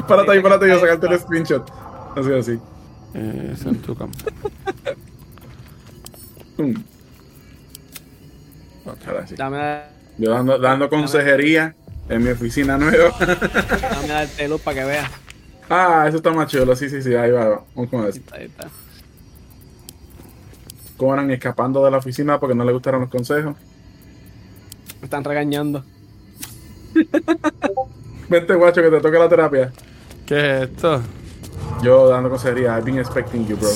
C: Párate ahí, párate, yo sacarte el screenshot. Así, así.
A: Eh, es en tu campo.
C: Mm. Ahora sí.
B: Dame,
C: Yo dando, dando consejería en mi oficina nueva.
B: dame darte luz para que veas.
C: ah, eso está más chulo. Sí, sí, sí. Ahí va. Vamos con eso.
B: Ahí está.
C: Conan escapando de la oficina porque no le gustaron los consejos.
B: Me están regañando.
C: Vente, guacho, que te toca la terapia.
A: ¿Qué es esto?
C: Yo dando consejería. I've been expecting you, bro.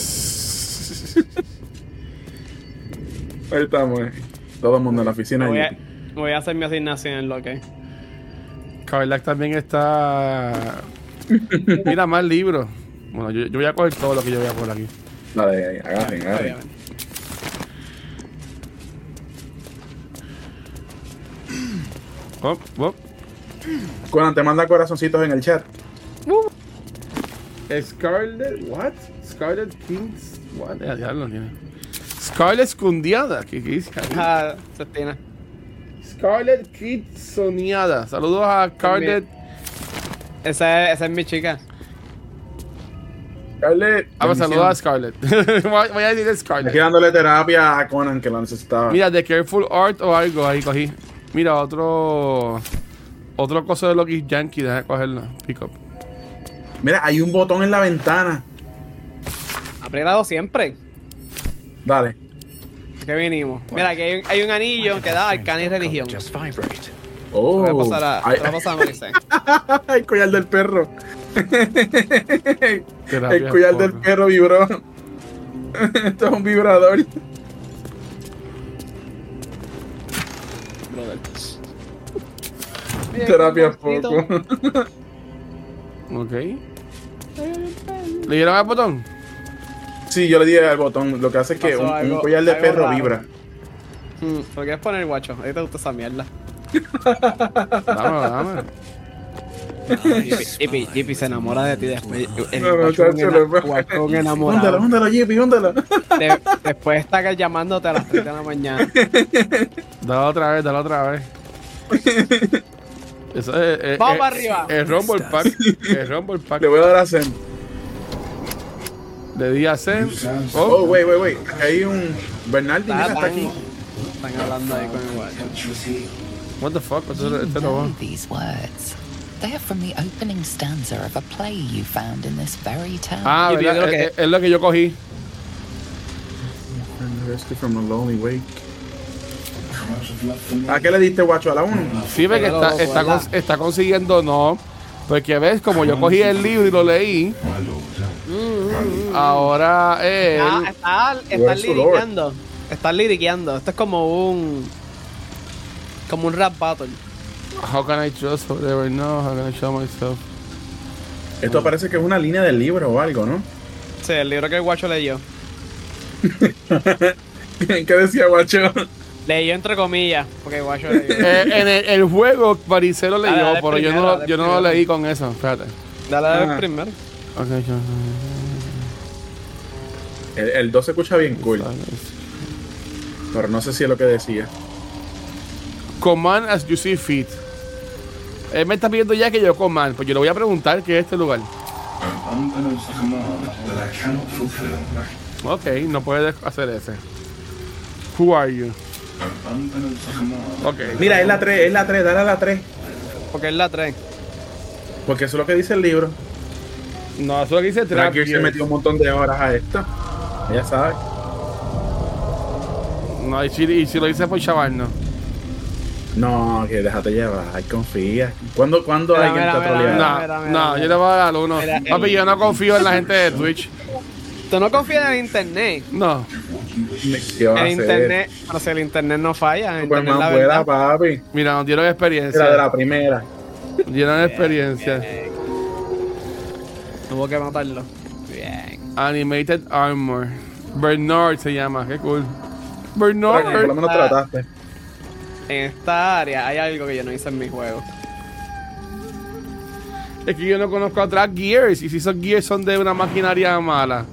C: Ahí estamos. eh. Todo el mundo en la oficina.
B: Voy
C: y-
B: a, voy a hacer mi asignación en lo que.
A: Kailak también está. Mira, más libros. Bueno, yo, yo voy a coger todo lo que yo voy a coger aquí.
C: Dale, ahí, agarren, agarren.
A: Oh, oh.
C: Conan, te manda corazoncitos en el chat.
A: Scarlet, what? Scarlet Kings, what? Ya, ya lo tiene. Scarlet Escundiada, ¿qué qué dice?
B: Ah, Cestina.
A: Scarlet Kitsoneada. Saludos a Scarlet.
B: Esa es, esa es mi chica.
C: Scarlett.
A: Ah, pues, saludos a Scarlet. voy voy a decir Scarlet.
C: Aquí dándole terapia a Conan que lo necesitaba.
A: Mira, de Careful Art o algo ahí cogí. Mira, otro. Otro coso de Loki Yankee, deja de cogerlo. Pick up.
C: Mira, hay un botón en la ventana.
B: Apretado siempre.
C: Dale.
B: ¿Qué vinimos? Mira, aquí hay un, hay un anillo que da arcana y religión.
C: Oh.
B: Voy a pasar a.
C: Ay,
B: te lo voy a pasar a Moisés.
C: el collar del perro. el
A: Terapia,
C: collar del perro vibró. Esto es un vibrador. Terapia poco.
A: ok. ¿Le dieron al botón?
C: Sí, yo le di al botón. Lo que hace es que
B: Pasó
C: un, un
B: algo-
C: collar de
B: algo
C: perro
B: raro.
C: vibra.
B: Hmm, ¿Lo quieres poner, guacho? A ti te gusta esa mierda.
A: Dame, dame.
B: Yipi, Yipi se enamora de ti después. El
C: No, no,
B: guacho un
C: chacho,
B: ena-
C: lo-
B: guacho un enamorado.
C: Óndala, óndala, Jeepy, óndala.
B: De- después está llamándote a las 3 de la mañana.
A: Dale otra vez, dale otra vez. Eso es, es-
B: Vamos
A: es-
B: para arriba.
A: Es Rumble Pack. Es Rumble Pack.
C: Le voy a dar a Zen.
A: Le di a Zen.
C: Oh, wait, wait, wait. Hay un. Bernardi, mira,
B: Está-
C: está aquí.
B: Están hablando ahí con el guacho.
A: What the fuck? Esto
E: You
A: esto no va.
E: know these words. They are from the opening stanza of a play you found in this very town.
A: Ah, ¿verdad?
E: Yipi,
A: Es, es lo que yo cogí.
C: Rescue from a lonely wake. ¿A qué le diste guacho? ¿A la 1?
A: Sí, ve que está, está, cons- está consiguiendo no. Porque ves, como yo cogí el libro y lo leí, ahora él.
B: Ah, está, están
A: Where's the Lord?
B: liriqueando. Están liriqueando. Esto es como un. Como un rap battle.
A: How can I trust whatever now? How can I show myself?
C: Esto parece que es una línea del libro o algo, ¿no?
B: Sí, el libro que el guacho leyó.
C: ¿Qué decía guacho?
B: Leyó entre comillas. Porque el guacho leyó.
A: Eh, en el, el juego, Maricelo leyó,
B: Dale, dale
A: pero yo,
B: primero,
A: no, lo-
B: dale
A: yo no lo
B: primero.
A: leí con eso. Espérate.
B: Dale
C: Ah.
B: al primero.
A: Ok, yo.
C: El, el 2 se escucha bien cool. Pero no sé si es lo que decía.
A: Command as you see fit. Él me está pidiendo ya que yo command. Pues yo le voy a preguntar qué es este lugar.
H: Unannounced command that I cannot fulfill.
A: Ok, no puedes hacer ese. Who are you?
H: Unannounced command.
A: Ok.
C: Mira, es la 3, es la 3, dale a la 3.
B: Porque es la 3.
C: Porque eso es lo que dice el libro.
A: No, eso es lo que dice Trap
C: Tracker se
A: Gear.
C: metió un montón de horas a esto. Ya sabes.
A: No, y si, y si lo dice por chaval, no.
C: No, que déjate llevar, ay, confía. ¿Cuándo, cuándo
A: Mira,
C: alguien
A: mira,
C: te ha
A: mira,
C: troleado?
A: mira, mira, mira, No, yo le voy a dar uno.
B: Mira,
A: Papi,
B: el-
A: yo no confío en la gente de Twitch.
B: Tú no confías en internet.
A: No.
C: ¿Qué va a
B: El
C: hacer?
B: internet. Pero si el internet no falla. El
C: Pues
B: internet es la
C: más buena,
B: verdad.
C: papi.
A: Mira, nos dieron experiencia.
C: Era de la primera.
A: Nos dieron experiencia.
B: Tuvo que matarlo. Bien.
A: Animated Armor. Bernard se llama, qué cool. Bernard.
C: Pero por lo menos
B: Ah.
C: trataste.
B: En esta área hay algo que yo no hice en mi juego.
A: Es que yo no conozco atrás Gears. Y si esos Gears son de una maquinaria mala.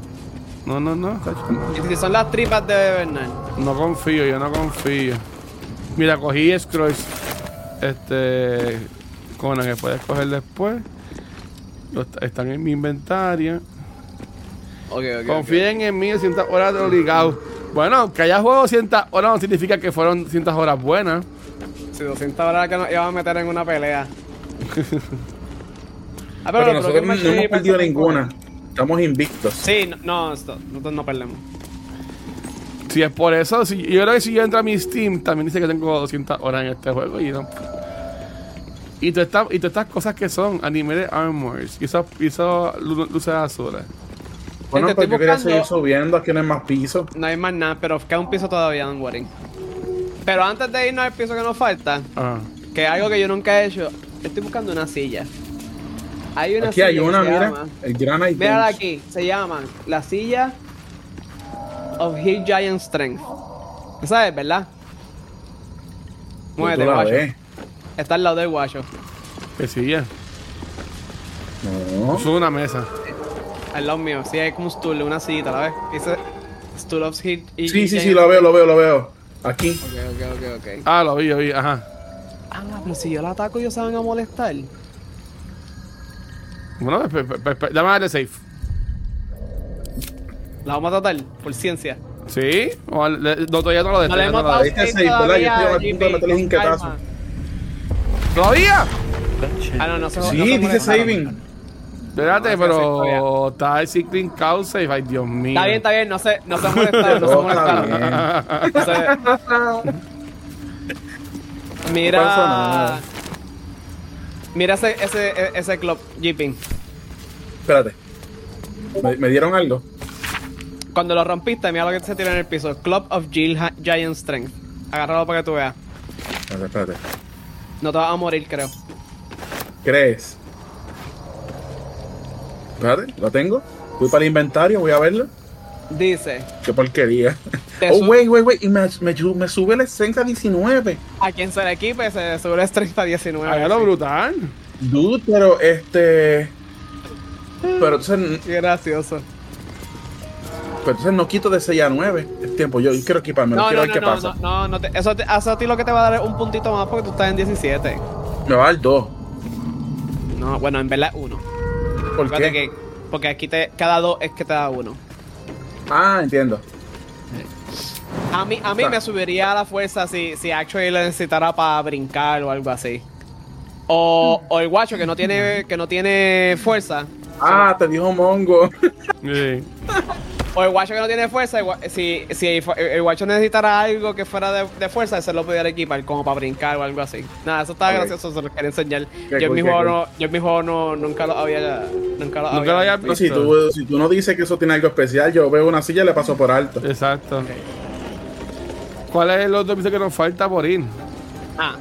A: No, no, no. cacho.
B: Y si son las tripas de Bernal.
A: No confío, yo no confío. Mira, cogí Scrolls. Este. Conan, que puedes coger después. Los- están en mi inventario.
B: Ok, ok.
A: Confíen en mí, 200 horas de obligado. Bueno, que haya jugado 200 horas no significa que fueron 200 horas buenas.
B: ok. Si 200 horas que nos íbamos a meter en una pelea. Ah,
C: Pero,
B: lo
C: nosotros
B: que
C: no
B: más sí,
C: hemos perdido
B: pensé-
C: ninguna. Estamos invictos.
B: Sí, no, no, esto- nosotros no perdemos.
A: Si es por eso, si, yo creo que si yo entro a mi Steam, también dice que tengo 200 horas en este juego y no. Y todas estas, y todas estas cosas que son Animated Armors y esas y esas lu- eh. luces azules.
C: Bueno,
B: Gente,
C: pues yo
B: estoy
C: quería
B: buscando-
C: seguir subiendo, aquí no hay más piso.
B: No hay más nada, pero queda un piso todavía, don't worry. Pero antes de irnos al piso que nos falta,
A: Ah.
B: que es algo que yo nunca he hecho, estoy buscando una silla. Hay una
C: Aquí
B: silla
C: hay
B: que
C: una,
B: se
C: mira.
B: llama-
C: El gran item.
B: Mírala aquí, se llama la silla of His Giant Strength. Esa es, ¿verdad? Muévete,
C: Tú la
B: guacho.
C: ves.
B: Está al lado del guacho.
A: Que sí, ya.
C: No.
A: Eso es una mesa.
B: Al lado mío. Sí, es como un stool, una sillita, ¿la ves? Dice stool of His His
C: Sí, sí,
B: Giant-
C: sí, lo veo, lo veo, lo veo. Aquí.
B: Ok, ok, ok, ok.
A: Ah, lo vi, lo vi, ajá.
B: Ah, pero si yo la ataco, ellos se van a molestar.
A: Bueno, pues, pe- pe- pe- pe- dame a darle safe.
B: La vamos a tratar, por ciencia.
A: ¿Sí? O al- le- no, todavía no lo
B: No le
A: destruye.
B: hemos
A: No
B: dado
A: lo
C: Este
B: safe
C: safe, ¿verdad? Yo
B: todavía,
C: estoy a punto de
B: JP,
C: meterle un
B: con calma.
C: inquietazo.
A: ¿Todavía?
B: Ah, no, no se no se
C: Sí, dice
B: molestaron.
C: saving.
A: Espérate,
B: No, no, safe
A: pero está el Cycling Cow safe. Ay, Dios mío.
B: Está bien, está bien, no se, no se molestaron, no se
C: Todo
B: molestaron.
C: está bien.
B: O sea,
C: No pasa nada.
B: mira. Mira ese, ese, e- ese club jeeping.
C: Espérate. ¿Me, me dieron algo?
B: Cuando lo rompiste, mira lo que se tiró en el piso. Club of Gil Ha- Giant Strength. Agárralo para que tú veas.
C: Espérate, espérate.
B: No te vas a morir, creo.
C: ¿Crees? Espérate, lo tengo. Voy para el inventario, voy a verlo.
B: Dice,
C: Qué porquería.
B: Te
C: Oh,
B: su-
C: wait, wait, wait. Y me, me, ju- me sube la esencia a 19.
B: a quien se le equipe se sube el strength a 19.
A: Hágalo brutal.
C: Dude, pero este. Pero entonces,
B: Qué gracioso.
C: pero entonces no quito de 6 a 9. Es tiempo. Yo quiero equiparme, no,
B: No,
C: quiero ver
B: no, no,
C: qué
B: no,
C: pasa.
B: no, no, no te- eso, te- eso a ti lo que te va a dar es un puntito más porque tú estás en 17.
C: Me va a dar 2.
B: No, bueno, en verdad uno.
C: ¿Por qué?
B: Acuérdate que- porque aquí te, cada dos es que te da uno.
C: Ah, entiendo.
B: A mí, a mí me subiría a la fuerza si, si actually lo necesitara para brincar o algo así. O, o el guacho que no tiene, que no tiene fuerza.
C: Ah, te dijo Mongo.
B: O el guacho que no tiene fuerza, el gua- si, si el, fu- el guacho necesitara algo que fuera de, de fuerza, se lo pudiera equipar como para brincar o algo así. Nada, eso estaba
C: Ok.
B: gracioso, se lo quería enseñar. Yo en,
C: cool, qué
B: mi juego
C: cool.
B: no, yo en mi juego no, nunca lo había... Nunca lo había visto.
C: No, si, tú, si tú no dices que eso tiene algo especial, yo veo una silla y le paso por alto.
A: Exacto. ¿Cuál es el otro piso que nos falta por ir?
B: Ah,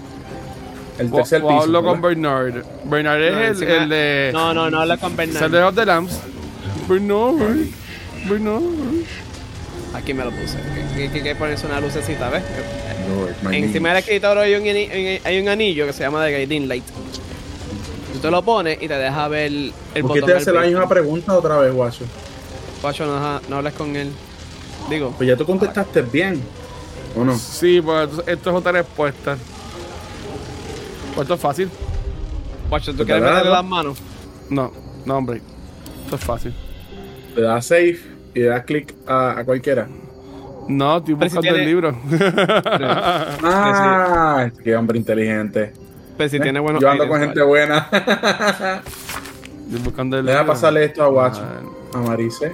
C: El
A: Wa-
C: tercer
A: wa-
C: piso.
A: hablo con
C: ¿verdad?
A: Bernard. Bernard es
B: No,
A: el,
B: encima-
A: el de.
B: No, no, no habla con Bernard.
A: Saturday of the Lambs. Bernard. Bernard.
B: Aquí me lo puse. Aquí aquí hay que ponerse una lucecita, ¿ves?
C: Lord, my
B: Encima del escritorio hay un, ini- hay un anillo que se llama The Guiding Light. Tú te lo pones y te deja ver el
C: ¿Por qué
B: botón
C: te
B: del
C: hace la
B: brinco.
C: misma pregunta otra vez, Guacho?
B: Guacho, no, deja- no hables con él. Digo,
C: Pues ya tú contestaste bien. ¿O no?
A: Sí, pues esto- esto es otra respuesta. Pues esto es fácil.
B: Guacho, ¿tú
C: Pues
B: quieres
C: te la
B: meterle
C: hago.
B: las manos?
A: No, no, hombre. Esto es fácil.
C: Le das save y le das clic a, a cualquiera.
A: No, estoy
B: Pero si
A: buscando el
B: tiene-
A: libro.
C: Ah, qué hombre inteligente.
B: Pero Pues, si tiene buenos
C: Eh, Yo ando con
B: aires,
C: gente
B: guacho.
C: buena.
A: Estoy buscando el
C: Deja
A: libro.
C: pasarle esto a Guacho.
A: Ah,
C: A Marice.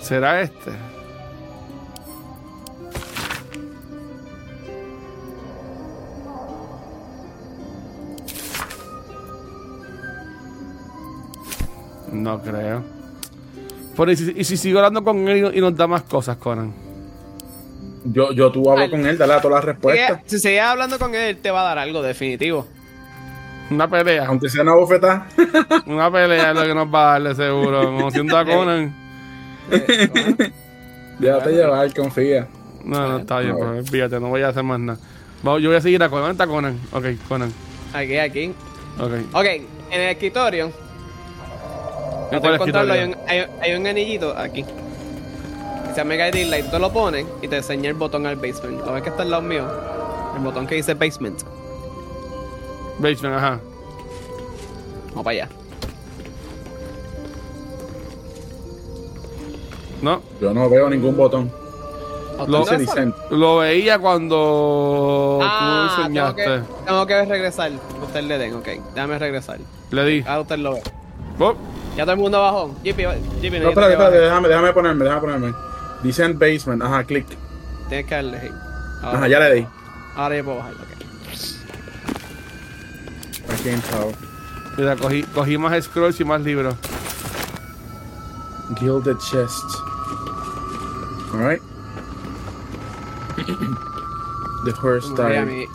A: ¿Será este? No creo. Pero ¿y si, y si sigo hablando con él y, y nos da más cosas, Conan?
C: Yo, yo tú hablo
B: Al-
C: con él, dale a todas las respuestas.
B: Sigue- Si sigues hablando con él, te va a dar algo definitivo.
A: Una pelea.
C: Aunque sea una bofetada.
A: Una pelea es lo que nos va a darle seguro. Conociendo a Conan.
C: Déjate llevar, confía.
A: No, no, está bien, pero fíjate, no voy a hacer más nada. Vamos, Yo voy a seguir a Conan. ¿Dónde está Conan? Ok, Conan.
B: Aquí, aquí.
A: Ok.
B: Ok, en el escritorio. No te
A: cuál
B: encontrarlo, hay un,
A: escritorio?
B: hay, un- hay un anillito aquí. Que se llama Guiding Light. Tú te lo pones y te enseña el botón al basement. Lo ves que está al lado mío. El botón que dice basement.
A: Basement, ajá.
B: Vamos para allá.
A: No,
C: Yo no veo ningún botón.
A: Lo-
C: Dice
B: ¿Dónde está?
C: Vicente.
A: Lo veía cuando
B: Ah,
A: tú
B: tengo
A: enseñaste.
B: que, tengo que regresar. Usted le den, ok. Déjame regresar.
A: Le di.
B: Ahora usted lo ve.
A: Oh,
B: Ya todo el mundo bajó. Jippy, va- Jippy,
C: No,
B: necesito que
C: espérate, espérate,
B: baje.
C: déjame, déjame ponerme, déjame ponerme. Dicen basement, ajá, clic.
B: Tienes que darle. hey. Ahora,
C: Ajá, ya le di.
B: ahora yo puedo bajarlo, ok.
C: Aquí en Tao.
A: mira, cogí, cogí más scrolls y más libros.
C: Gilded chest. Alright. The horse
B: Mira,
C: died.
B: mi-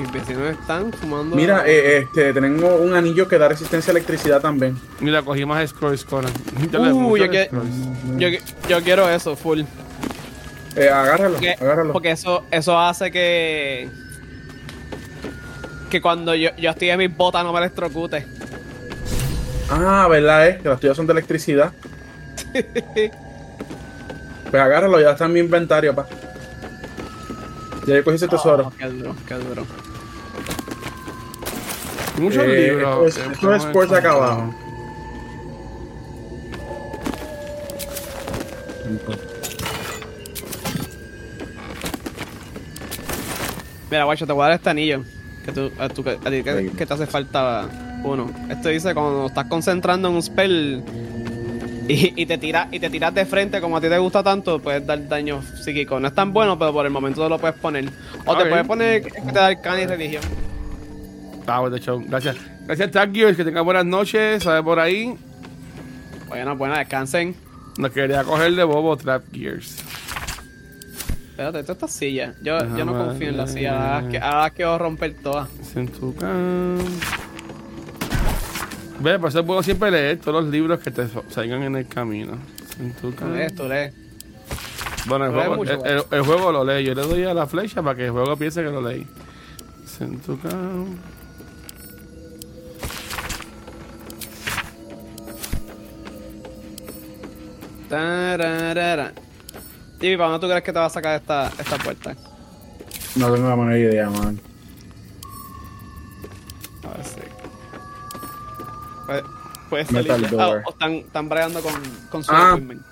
B: mis vecinos están fumando.
C: Mira, eh, este, tenemos un anillo que da resistencia a electricidad también.
A: Mira, cogí más scrolls, Conan. Ya le di
B: Uh,
A: muchos
B: yo, que-
A: scrolls.
B: yo, yo quiero eso, full.
C: Eh, agárralo,
B: Porque,
C: agárralo.
B: porque eso, eso hace que. Que cuando yo, yo estoy en mis botas no me electrocute.
C: Ah, verdad, es que las tuyas son de electricidad. Pues agárralo, ya está en mi inventario, pa. Ya yo cogí ese tesoro.
B: Oh, qué duro, qué duro.
A: Muchos
C: Eh, esto
A: libros.
C: es-
A: Eh,
C: Esto es
A: vamos a ver
C: Sports
A: cómo-
C: acá abajo.
B: Mira, guacho, te voy a dar este anillo. Que tú, a, tú- a ti que, que te hace falta uno. Esto dice cuando estás concentrando en un spell y, y te tiras y te tiras de frente como a ti te gusta tanto, puedes dar daño psíquico. No es tan bueno, pero por el momento te lo puedes poner. O te
A: Ok.
B: puedes poner que te da arcana y religión.
A: Ah, bueno, chao. Gracias. Gracias, Tag Gears. Que tengan buenas noches. Sabe por ahí.
B: Bueno, bueno, descansen.
A: No quería coger de bobo Trap Gears.
B: Espérate, esto está silla. Yo, yo no
A: Déjame
B: confío en la
A: ver.
B: silla. Ahora las que, ahora las quiero romper todas.
A: En tu can- Ve, por eso puedo siempre leer todos los libros que te so- salgan en el camino. En tu can-
B: Lee, tú lees.
A: Bueno, el
B: Tú lees
A: juego,
B: mucho,
A: el- el- el juego lo leí. Yo le doy a la flecha para que el juego piense que lo leí. ah, En tu can-
B: Tararara. Y ¿para dónde tú crees que te va a sacar esta, esta puerta?
C: No tengo la menor idea, man.
B: A ver si. Puede, puede
C: Metal
B: Eh, salir. ya.
C: door.
B: Ah, o están, están bregando con, con su
C: Ah.
B: equipment.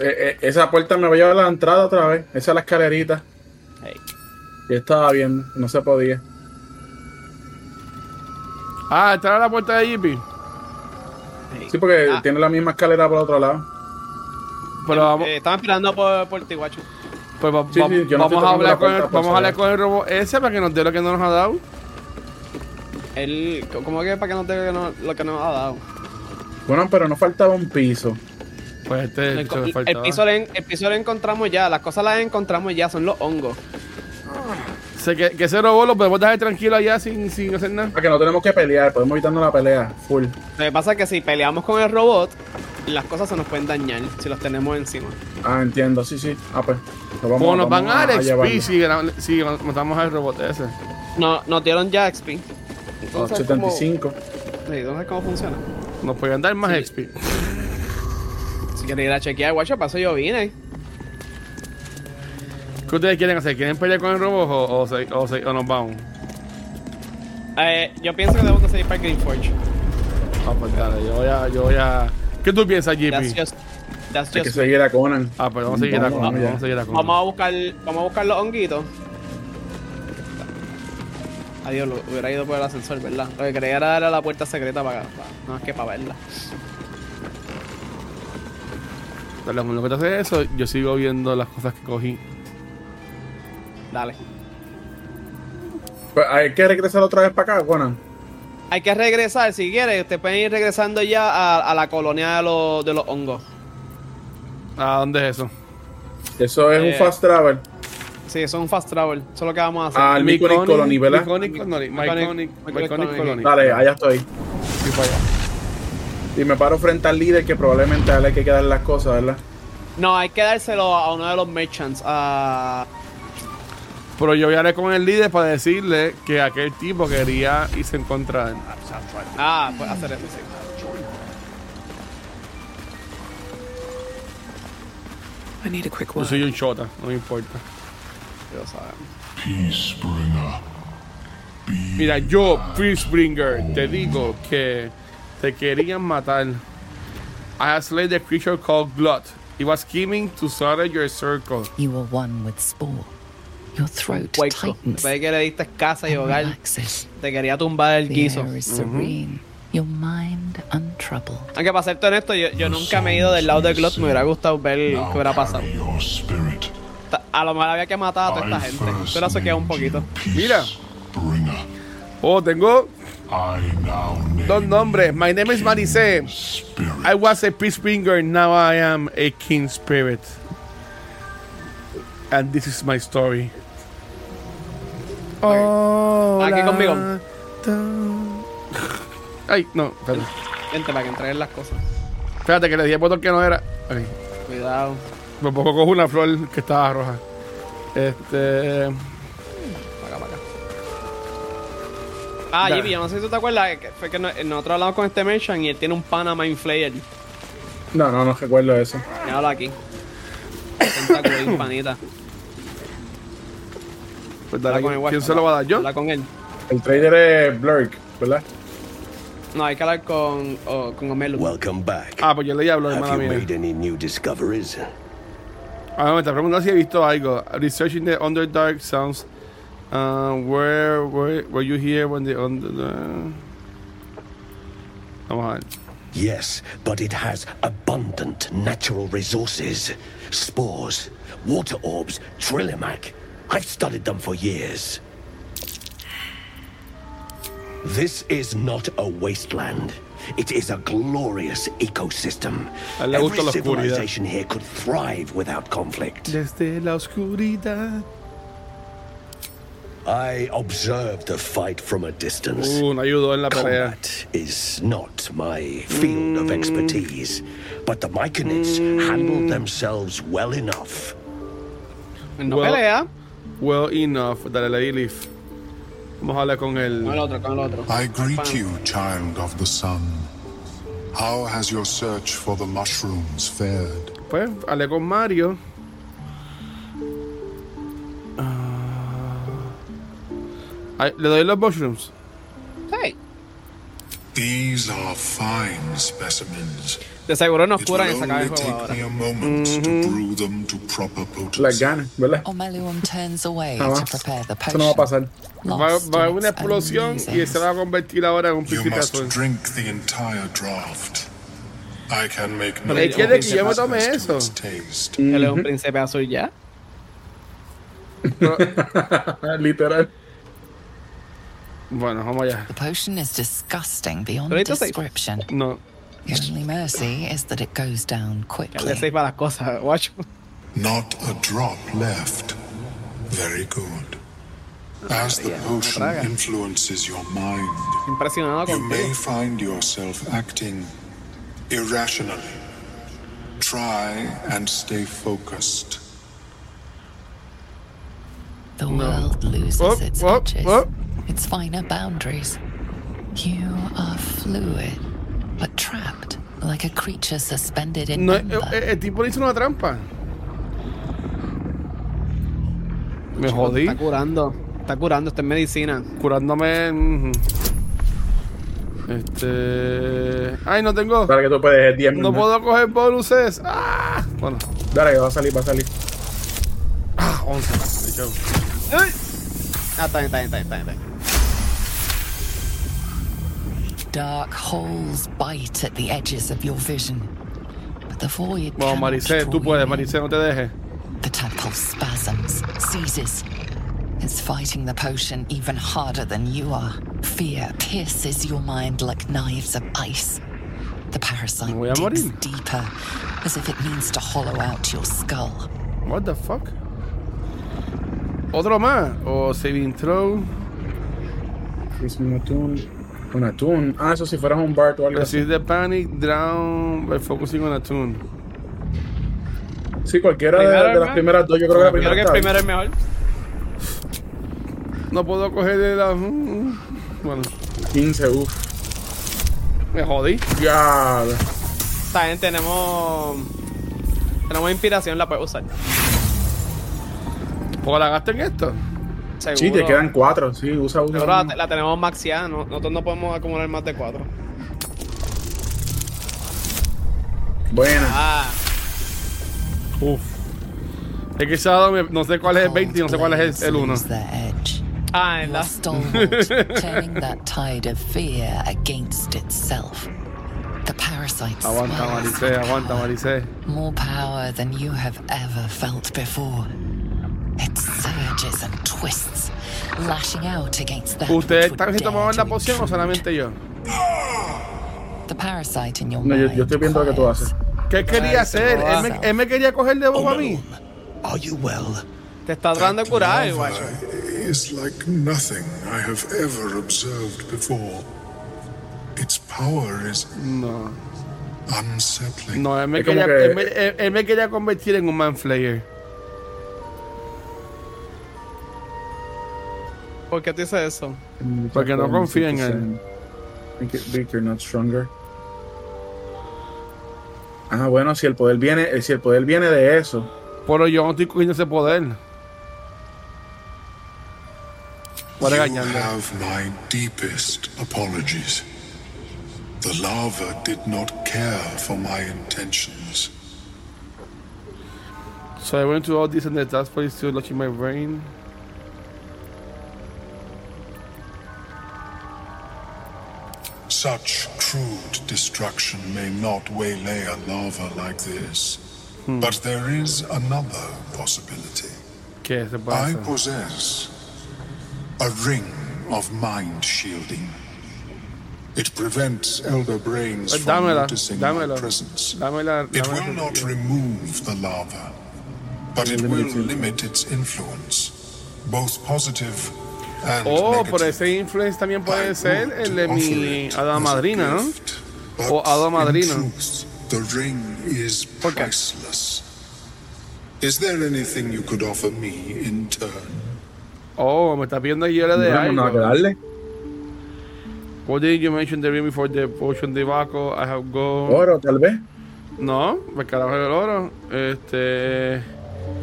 C: Eh, eh, esa puerta me va a llevar a la entrada otra vez. Esa es la escalerita.
B: Hey.
C: Yo estaba viendo, no se podía.
A: Ah, está la puerta de Jeepy.
C: Sí, porque tiene la misma escalera por otro lado.
A: Pero vamos.
B: Eh, estaban esperando por, por ti, guacho.
A: Pues va-
C: Sí,
A: va-
C: sí, yo no
A: vamos,
C: estoy
A: a
C: tocando la
A: hablar con el,
C: puerta por
A: vamos a hablar
C: saber.
A: con el robot ese para que nos dé lo que no nos ha dado.
B: Él, ¿cómo que para que no te no- lo que nos ha dado?
C: Bueno, pero nos faltaba un piso.
A: Pues este
B: El, el piso le, el piso lo encontramos ya, las cosas las encontramos ya, son los hongos.
A: Sé que, que ese robot lo podemos dejar tranquilo allá sin, sin hacer nada.
C: Porque no tenemos Ah, que pelear, podemos evitarnos la pelea. Full.
B: Lo que pasa es que si peleamos con el robot, las cosas se nos pueden dañar si los tenemos encima.
C: Ah, entiendo, sí, sí. Ah, pues. lo vamos-
A: Como nos van
C: vamos
A: a dar
C: llevarlo.
A: XP si, ganamos- si matamos al robot ese.
B: No, nos dieron ya
C: Oh,
B: XP. Entonces, ¿cómo-
A: 75.
B: Sí, entonces, ¿cómo funciona?
A: Nos podían dar más XP.
B: Si quieren ir a chequear, guacho, paso yo vine.
A: ¿Qué ustedes quieren hacer? ¿Quieren pelear con el robot o, o, se- o se- o nos vamos?
B: Eh, yo pienso que debemos de seguir para Green Forge.
A: Ah, pues dale, yo voy a... Yo voy a... ¿Qué tú piensas,
B: That's
A: JP?
B: just, that's
C: Hay que
B: just-
C: seguir a Conan.
A: Ah, pues vamos a seguir a
C: Vamos,
A: Conan,
C: vamos ya.
A: vamos a seguir a Conan.
B: Vamos a buscar, vamos a buscar los honguitos. Adiós, lo hubiera ido por el ascensor, ¿verdad? Lo que quería era darle a la puerta secreta para, para- no es que para verla.
A: Dale, lo que te hace eso, yo sigo viendo las cosas que cogí.
B: Dale.
C: Pues hay que regresar otra vez para acá, Conan.
B: Hay que regresar, si quieres, te pueden ir regresando ya a, a la colonia de los, de los hongos.
A: ¿A Ah, dónde es eso?
C: Eso es
B: Eh,
C: un fast travel.
B: Sí, eso es un fast travel. Eso es lo que vamos a hacer.
A: Ah.
C: Al Myconic Colony, ¿verdad?
A: Myconic Colony, Myconic- Myconic Colony.
C: Dale, allá estoy.
A: Y para allá.
C: Y me paro frente al líder que probablemente a él hay que quedar las cosas, ¿verdad?
B: No, hay que dárselo a uno de los merchants. A...
A: Pero yo voy a hablar con el líder para decirle que aquel tipo quería irse en contra de él.
B: Ah, pues hacer eso, sí.
D: I need a quick
A: Yo
D: word.
A: soy un chota, no me importa. Mira, yo, Peacebringer, te digo que te querían matar. I have slain the creature called Glut. It was scheming to shatter your circle.
E: You were one with Spore. Your throat tightens.
B: Después de que le diste casa y
E: Oh
B: hogar, te quería tumbar el guiso.
A: Mm-hmm.
E: serene. Your mind untroubled.
B: Aunque para ser honesto, yo, yo nunca me he ido del lado de Glot, me hubiera gustado ver qué hubiera pasado. Ta- A lo mejor había que matar a toda esta gente. Pero eso queda un poquito.
A: Mira. Oh, tengo dos nombres. My name is Marise. I was a Peacebringer, now I am a King Spirit. And this is my story.
B: Aquí conmigo.
A: Ay, no, espérate.
B: Vente para que entreguen las cosas.
A: Espérate, que le dije botón que no era. Ay,
B: Cuidado.
A: por poco cojo una flor que estaba roja. Este.
B: Para acá, para acá. Ah,
A: Dale.
B: Jimmy, yo no sé si tú te acuerdas que fue que no- nosotros hablamos con este merchant y él tiene un pana Mind Flayer.
C: No, no, no recuerdo eso.
B: Míralo aquí. Tentáculo ahí, panita.
A: Pues
B: Habla
A: dale,
B: con el guacho,
A: ¿Quién se lo va a dar yo?
B: Habla con él.
C: El trader es Blurk, ¿verdad?
B: No, hay que hablar con, o- con Omelo.
A: Welcome back. Ah, pues yo leí hablo, hermana
L: Have you
A: mía.
L: made any new discoveries?
A: Ah, me está preguntando si he visto algo. Researching the Underdark sounds. Uh, where, were were you here when the Underdark? Vamos a ver.
L: Yes, but it has abundant natural resources spores, water orbs, trillimac. I've studied them for years. This is not a wasteland. It is a glorious ecosystem.
A: A él le gusta
L: Every
A: la oscuridad.
L: civilization here could thrive without conflict.
A: Desde la oscuridad.
L: I observed the fight from a distance.
A: Uh, no ayudó en la pelea.
L: Combat is not my field of expertise, but the Myconids handled themselves well enough.
B: No pelea.
A: Well enough. Dale, le di leaf. Vamos a hablar con el.
B: Con el otro, con el otro.
H: I greet you, child of the sun. How has your search for the mushrooms fared?
A: Pues, hablé con Mario. Ah, ¿Le doy los mushrooms?
B: Hey.
H: These are fine specimens.
B: De seguro nos
H: It
B: curan y
H: will
B: se acaba
H: only
B: el juego
H: take
B: ahora.
H: me a moment
A: Mm-hmm.
H: to brew them to proper potency.
C: La gana, ¿verdad?
E: Omeluum turns away
C: Ah,
E: to prepare the
C: Eso no va a
E: potion.
C: pasar.
A: Va, va a haber una explosión y se va a convertir ahora en un
H: You
A: príncipe
H: must
A: azul.
H: drink the entire draft. I can make no
A: Él quiere que yo me tome
H: adjustments
A: eso.
H: to its taste.
B: Él es un príncipe azul ya.
C: Literal.
A: Bueno, vamos allá.
E: The potion is disgusting beyond
B: Pero esto sí.
E: description.
A: No.
E: The only mercy is that it goes down
B: Le
E: quickly.
B: seis para las cosas, guacho.
H: Not a drop left. Very good. As the potion
B: traga.
H: influences your mind,
B: Impresionado
H: you may
B: contigo.
H: find yourself acting irrationally. Try and stay focused.
E: The world loses
A: Up,
E: its
A: up,
E: edges,
A: up.
E: its finer boundaries. You are fluid, but trapped like a creature suspended in
A: No, eh,
E: amber.
A: eh, el tipo le hizo una trampa. Me jodí.
B: Está curando. Está curando, está en medicina.
A: Curándome. mhm. Este. Ay, no tengo.
C: Dale que tú puedes es 10
A: No
C: minutos.
A: puedo coger bonuses. ¡Ah! Bueno,
C: Dale que va a salir, va a salir.
A: ah, 11. Dicho.
B: ¡Ay! Ah, está bien, está bien, está bien, está bien, está bien.
E: Dark holes bite at the edges of your vision, but the void
A: Vamos,
E: cannot
A: Maricel, tú
E: draw
A: puedes,
E: you in.
A: Maricel, no te dejes.
E: The temple spasms, seizes. It's fighting the potion even harder than you are. Fear pierces your mind like knives of ice. The parasite
A: Voy a
E: digs
A: morir.
E: deeper, as if it means to hollow out your skull.
A: What the fuck? Otro más. O saving throw.
C: Es un atún. Un atún. Ah, eso si fueras un bar o algo así.
A: Resist the panic, drown by focusing on a tune.
C: Sí, cualquiera de,
B: Primero,
C: de las
B: ¿no?
C: primeras dos. Yo creo que la
B: Creo
C: primera
B: que el
C: está bien.
B: primero es mejor.
A: No puedo coger de la. Mm, Bueno,
C: 15, uff.
A: me jodí.
C: Ya.
B: Está bien, tenemos. Tenemos inspiración, la puedes usar.
A: Porque la gasto en esto.
B: Seguro.
C: Sí, te quedan cuatro. Sí, usa uno.
B: Seguro la, la tenemos maxiada, no- nosotros no podemos acumular más de cuatro.
C: Buena.
B: Ah,
A: Uf. Es que sábado me- no sé cuál es el 20 y no sé cuál es el, el 1.
E: Lose their edge.
B: ah, en
E: Your
B: la.
E: stalwart, turning that tide of fear against itself. The parasite
A: Aguanta,
E: swirls
A: Maricé, aguanta, Maricé.
E: More power than you have ever felt before. It surges and twists, lashing out against that
A: ¿Ustedes
E: which
A: están
E: would
A: se
E: dare
A: tomaban la
E: to
A: poción o
E: intrude.
A: solamente yo?
E: The parasite in your
C: No, yo,
E: mind
C: yo estoy viendo lo que tú
E: quiets.
C: haces.
A: ¿Qué él quería hacer? Él me, él me quería coger de bobo a mí.
L: Are you well?
B: Te está tratando de curar,
H: Nova
B: guacho.
H: is like nothing I have ever observed before. Its power is
A: No.
H: unsettling.
A: No, él me,
C: Es como
A: quería,
C: que-
A: él me- él- él me quería convertir en un manflayer.
B: ¿Por qué tú dices eso?
A: Porque no confía en él.
C: Make it weaker, not stronger. Ah, bueno, si el poder viene, eh, si el poder viene de eso.
A: Pero yo no estoy cogiendo ese poder. Voy
H: You
A: regañando.
H: have my deepest apologies. The lava did not care for my intentions.
A: So I went to all this and the task force to launch in my brain.
H: Such crude destruction may not waylay a lava like this,
A: Hmm.
H: but there is another possibility.
A: ¿Qué se
H: I
A: pasa?
H: possess a ring of mind shielding. It prevents elder brains
A: Pues
H: from
A: dámela,
H: noticing
A: dámela.
H: our presence.
A: Dámela,
H: It
A: dámela.
H: will not remove the lava, but it will limit its influence, both positive and
A: Oh,
H: negative.
A: por ese influence también puede ser el de mi hada madrina, ¿no?
H: But
A: O hada
H: in
A: madrina.
H: truth, the ring is priceless. Is there anything you could offer me in turn?
A: Oh, me está pidiendo que yo le dé
H: No, no,
A: algo.
H: que darle.
A: What did you mention the ring before the potion debacle? I have gold.
C: Oro, tal vez.
A: No, pues carajo el oro. Este.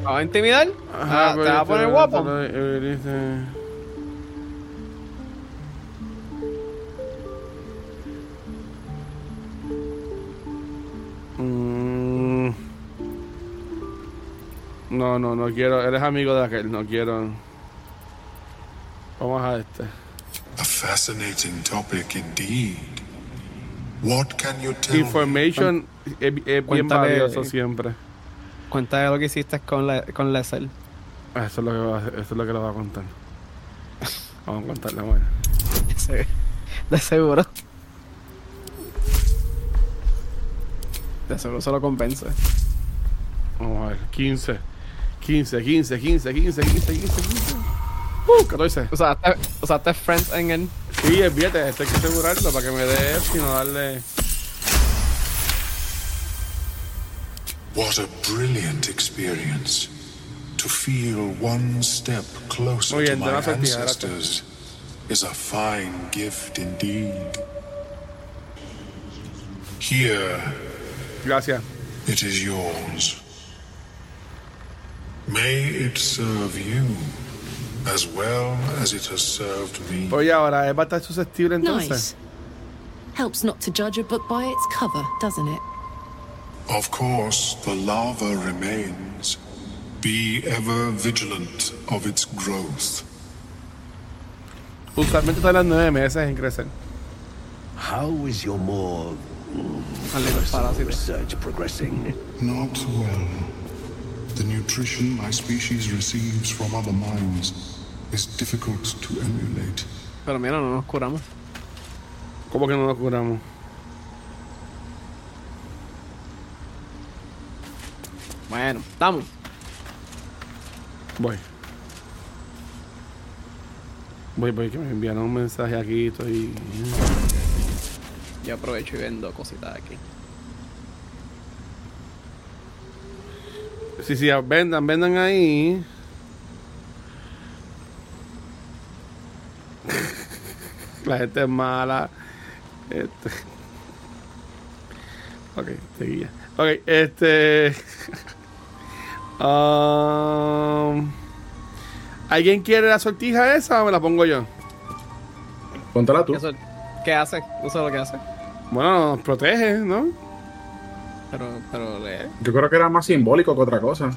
B: ¿Vas a intimidar? Ah,
A: pues,
B: ¿Te vas a poner guapo?
A: Mm. No, no, no quiero. Eres amigo de aquel, no quiero. Vamos a este.
H: A fascinating topic indeed. What can you tell
A: Information es, es bien
B: Cuéntale.
A: valioso siempre.
B: Cuenta de lo que hiciste con, la, con Lessel.
A: Ah, Eso es lo que va a, hacer- eso es lo que lo va a contar. Vamos a contarle, bueno.
B: De seguro. De seguro se lo convence.
A: Vamos a ver, 15. 15, 15, 15, 15, 15, 15, 15. Uh, 14.
B: O sea, usaste Friends en él.
A: Sí, es billete, esto hay que asegurarlo para que me dé F, sino darle.
H: me? What a brilliant experience. To feel one step closer
A: Muy
H: to
A: bien, te
H: my
A: vas a tirar,
H: ancestors is a fine gift indeed. Here,
A: Gracias.
H: it is yours. May it serve you as well as it has served me.
A: Oye, ahora es estar susceptible entonces.
K: Helps not to judge a book by its cover, doesn't it?
H: Of course, the lava remains. Be ever vigilant of its growth.
A: Usualmente tardan 9 meses en crecer.
L: How is your more mm, personal research progressing?
H: Not well. The nutrition my species receives from other minds is difficult to emulate.
B: Pero mira, no nos curamos.
A: ¿Cómo que no nos curamos?
B: Bueno, estamos.
A: Voy. Voy, voy, que me enviaron un mensaje aquí, estoy.
B: Yo aprovecho y vendo cositas aquí.
A: Sí, sí, vendan, vendan ahí. La gente es mala. Este. Ok, seguía. Ok, este. Um, ¿Alguien quiere la sortija esa o me la pongo yo?
C: Póntala tú.
B: Eso- ¿Qué hace? No sé lo que hace.
A: Bueno, nos protege, ¿no?
B: Pero, pero lee.
C: Yo creo que era más simbólico que otra cosa.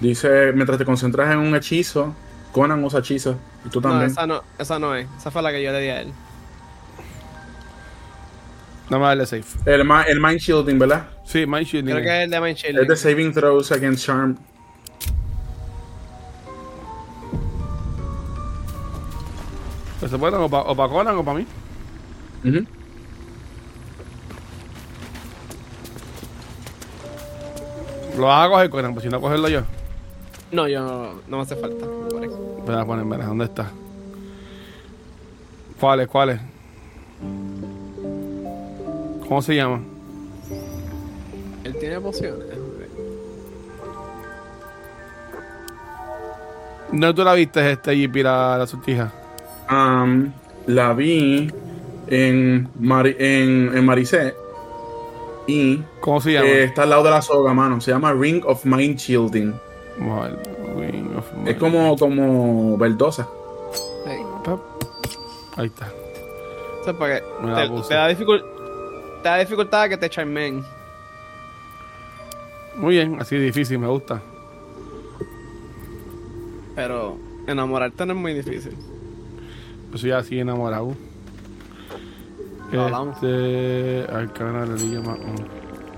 C: Dice, mientras te concentras en un hechizo, Conan usa hechizos. Y tú
B: No,
C: también.
B: esa no, esa no es. Esa fue la que yo le di a él.
A: Nada más darle safe.
C: el, ma- el Mind Shielding, ¿verdad?
A: Sí, Mind Shielding.
B: Creo que es el de Mind Shielding.
C: Es de Saving Throws Against Charm.
A: Eso Pues, bueno, o para pa Conan o para mí.
C: Ujú.
A: Lo vas a coger, Conan, pues si no cogerlo yo.
B: No, yo no, no me hace falta. me parece.
A: Voy a poner, mira, ¿dónde está? ¿Cuáles, cuáles? ¿Cómo se llama?
B: Él tiene pociones.
A: ¿No tú la viste este JP, la, la sortija?
C: Am, Um, la vi en, Mari- en, en Maricet. Y.
A: ¿Cómo se llama?
C: Eh, está al lado de la soga, mano. Se llama Ring of Mind Shielding.
A: Vamos a ver, Ring of
C: Es como, como verdosa.
B: Sí.
A: Ahí está.
B: Eso es para que
A: Me la
B: te,
A: puse.
B: te da dificul- te da dificultad que te charmen.
A: Muy bien, así difícil, me gusta.
B: Pero enamorarte no es muy difícil.
A: Yo soy Pues así enamorado.
B: Lo hablamos.
A: Este, al canal de más uno.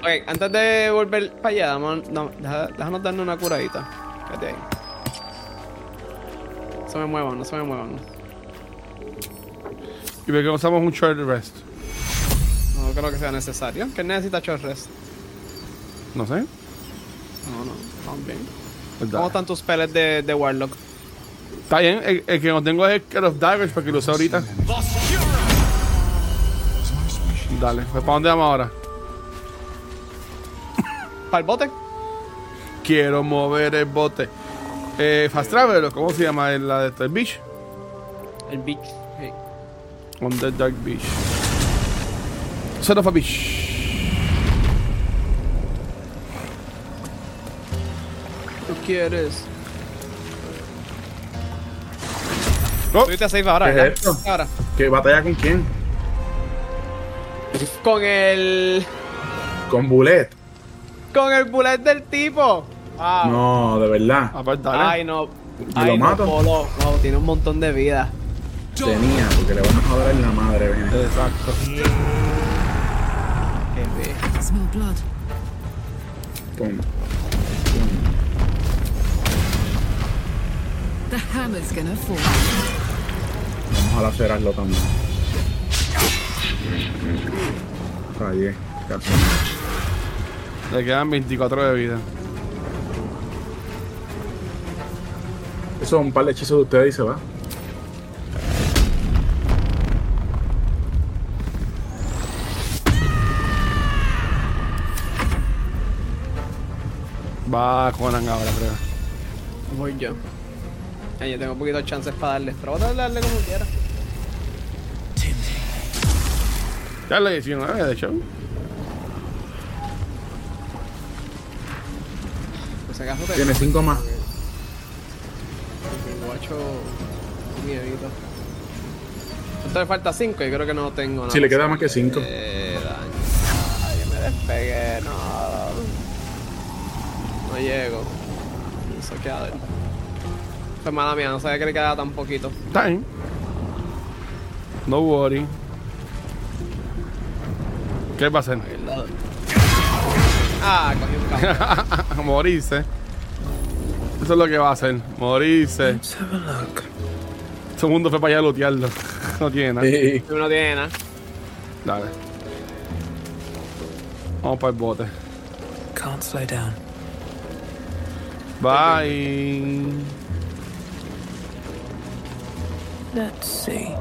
B: Ok, antes de volver para allá, vamos- no, deja- déjanos darnos una curadita. Quédate ahí. No se me muevan, no se me muevan.
A: Y porque usamos un short rest.
B: No creo que sea necesario. ¿Qué necesita short rest?
A: No sé.
B: No, no, estamos bien.
A: ¿verdad?
B: ¿Cómo están tus peles de, de Warlock?
A: Está bien, el, el que no tengo es el que los daggers porque lo usé ahorita. Dale, pues ¿para dónde vamos ahora?
B: ¿Para el bote?
A: Quiero mover el bote. Eh, fast Traveler, ¿cómo se llama el- la de esto? ¿El beach?
B: El beach. hey.
A: On the dark beach. Son of a beach.
B: ¿Tú quieres?
A: Oh.
B: Subiste a save ahora,
C: ¿Qué es
B: ¿verdad?
C: esto?
B: Ahora.
C: ¿Qué batalla con quién?
B: Con el.
C: Con Bullet.
B: Con el bullet del tipo. Wow.
C: No, de verdad.
A: Ah, pues,
B: Ay, no.
C: lo
B: Ay, no,
C: mato?
B: Polo. Wow, tiene un montón de vida.
C: Tenía, porque le van a joder en la madre, ven.
A: Exacto.
K: Smell blood.
C: Pum.
K: The hammer's gonna fall.
C: Vamos a lacerarlo también. Fallé. cacho.
A: Le quedan 24 de vida.
C: Eso es un par de hechizos de ustedes y se va.
A: Va Conan ahora, creo.
B: Voy yo. Ay, yo tengo poquitos chances para darle. Pero voy a darle como quiera.
A: Ya le 19, de hecho.
B: Pues acaso te.
C: Tiene 5 más.
B: El guacho. un miedito. ¿Cuánto le falta? 5 y creo que no tengo nada.
C: Si le queda más que 5.
B: Eh, daño. Ay, me despegué, no. No llego. Eso queda. Fue Pues, mala mía, no sabía que le quedaba tan poquito.
A: Time. No worry. ¿Qué va a hacer?
B: Ah, cogí un cable.
A: morirse. Eso es lo que va a hacer. Morirse. Todo el mundo fue para allá a lootearlo. No tiene nada.
B: Tú no tiene nada.
A: Dale. Vamos para el bote.
D: Can't slow down.
A: Bye.
D: Let's see.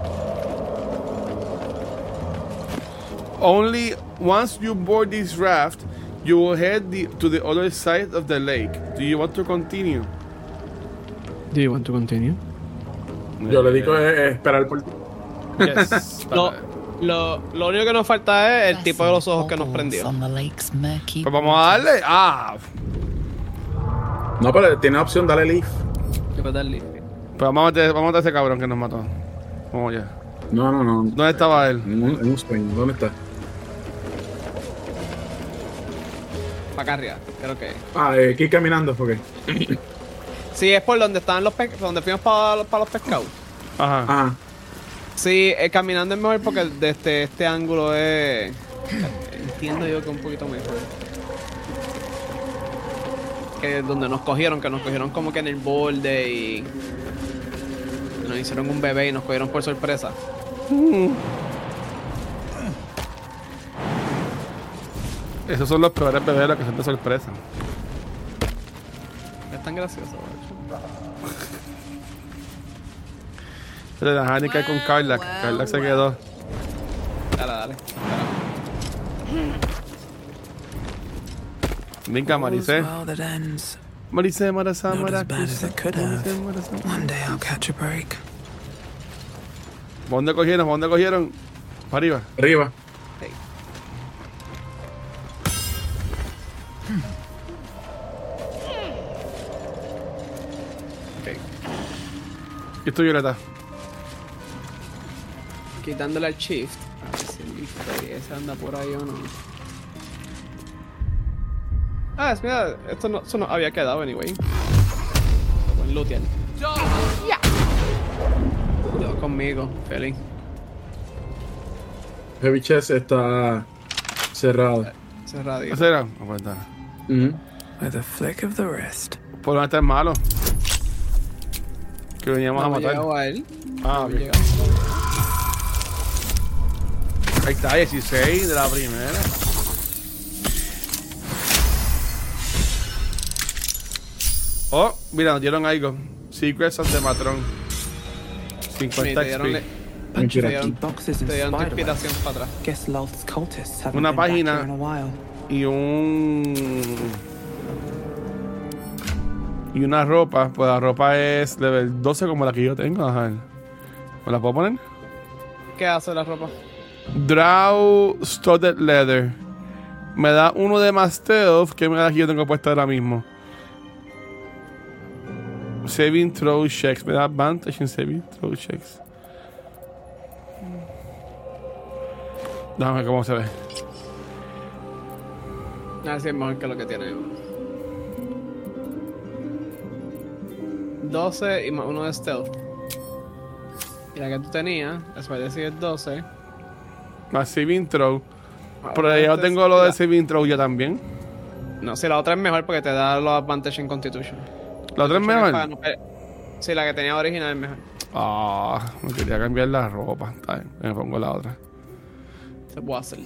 A: Only once you board this raft, you will head the, to the other side of the lake. Do you want to continue?
B: Do you want to continue?
C: Yo le digo eh, eh, esperar por ti.
A: Yes.
B: Lo, lo, lo único que nos falta es el tipo de los ojos que nos prendió.
A: Pues vamos a darle. Ah.
C: No, pero tiene opción, dale leaf.
B: Yo voy a darle.
A: Pues vamos a matar, vamos a matar a ese cabrón que nos mató. Vamos ya.
C: No, no, no.
A: ¿Dónde estaba él?
C: En un, en un sueño. ¿Dónde está?
B: Para acá arriba, creo que.
C: Ah, eh, aquí caminando, porque.
B: Sí, es por donde estaban los pe- donde fuimos para los pescados.
A: Ajá.
C: Ajá.
B: Sí, eh, caminando es mejor porque desde este ángulo es. Entiendo yo que un poquito mejor. Que donde nos cogieron, que nos cogieron como que en el borde y. Nos hicieron un bebé y nos cogieron por sorpresa.
A: Esos son los peores bebés los que siempre sorpresa.
B: Es tan gracioso, macho.
A: Se la dejaron caer con Carla. que Carla se quedó.
B: Dale, dale.
A: Venga, Maricé.
D: Well, that ends.
A: Maricé, Marasá,
D: Not as bad as
A: Maracusa.
D: it could have. One day I'll catch a break.
A: ¿Por ¿Dónde cogieron? ¿Por ¿Dónde cogieron? Para arriba.
C: Arriba.
A: ¿Y esto, Violeta?
B: Quitándole al shift. A ver si el hijo de ese anda por ahí o no. Ah, es mira, esto no, eso no había quedado, anyway. Buen lootear. Yo conmigo, feliz.
C: Heavy chest está cerrado.
B: Cerrado.
A: ¿Ese era? Ah, pues, está.
D: With a flick of the wrist.
A: ¿Por dónde está el malo? Que veníamos
B: No
A: a
B: hemos
A: matar.
B: llegado a él.
A: Ah,
B: No hemos
A: ok.
B: llegado.
A: Ahí está, 16 de la primera. Oh, mira, nos dieron algo. Secrets of the Matron. 50
B: Sí, te dieron-
A: XP. Ah,
D: Bunch of empty boxes and
B: Te dieron tu
D: spiderwebs.
B: inspiración para atrás.
D: Guess Lolth's cultists haven't
A: Una
D: been back here
A: página
D: in a while.
A: y un. Y una ropa. Pues la ropa es level 12 como la que yo tengo. Ajá. ¿Me la puedo poner?
B: ¿Qué hace la ropa?
A: Draw Studded Leather. Me da uno de más stealth, que me da que yo tengo puesto ahora mismo. Saving throw checks. Me da advantage en saving throw checks. Déjame ver cómo se ve.
B: A ver si es mejor que lo que tiene. 12 y más uno de stealth. Y la que tú tenías, después de decir 12.
A: Más saving throw. Pero
B: Ahora
A: yo
B: este es-
A: tengo lo de
B: la-
A: saving throw yo también.
B: No, si la otra es mejor porque te da los advantage en Constitution.
A: ¿La otra es
B: Constitution
A: mejor?
B: para no pe- Sí, la que tenía original es mejor.
A: Ah, me quería cambiar la ropa. Está bien, me pongo la otra.
B: Se puede hacer.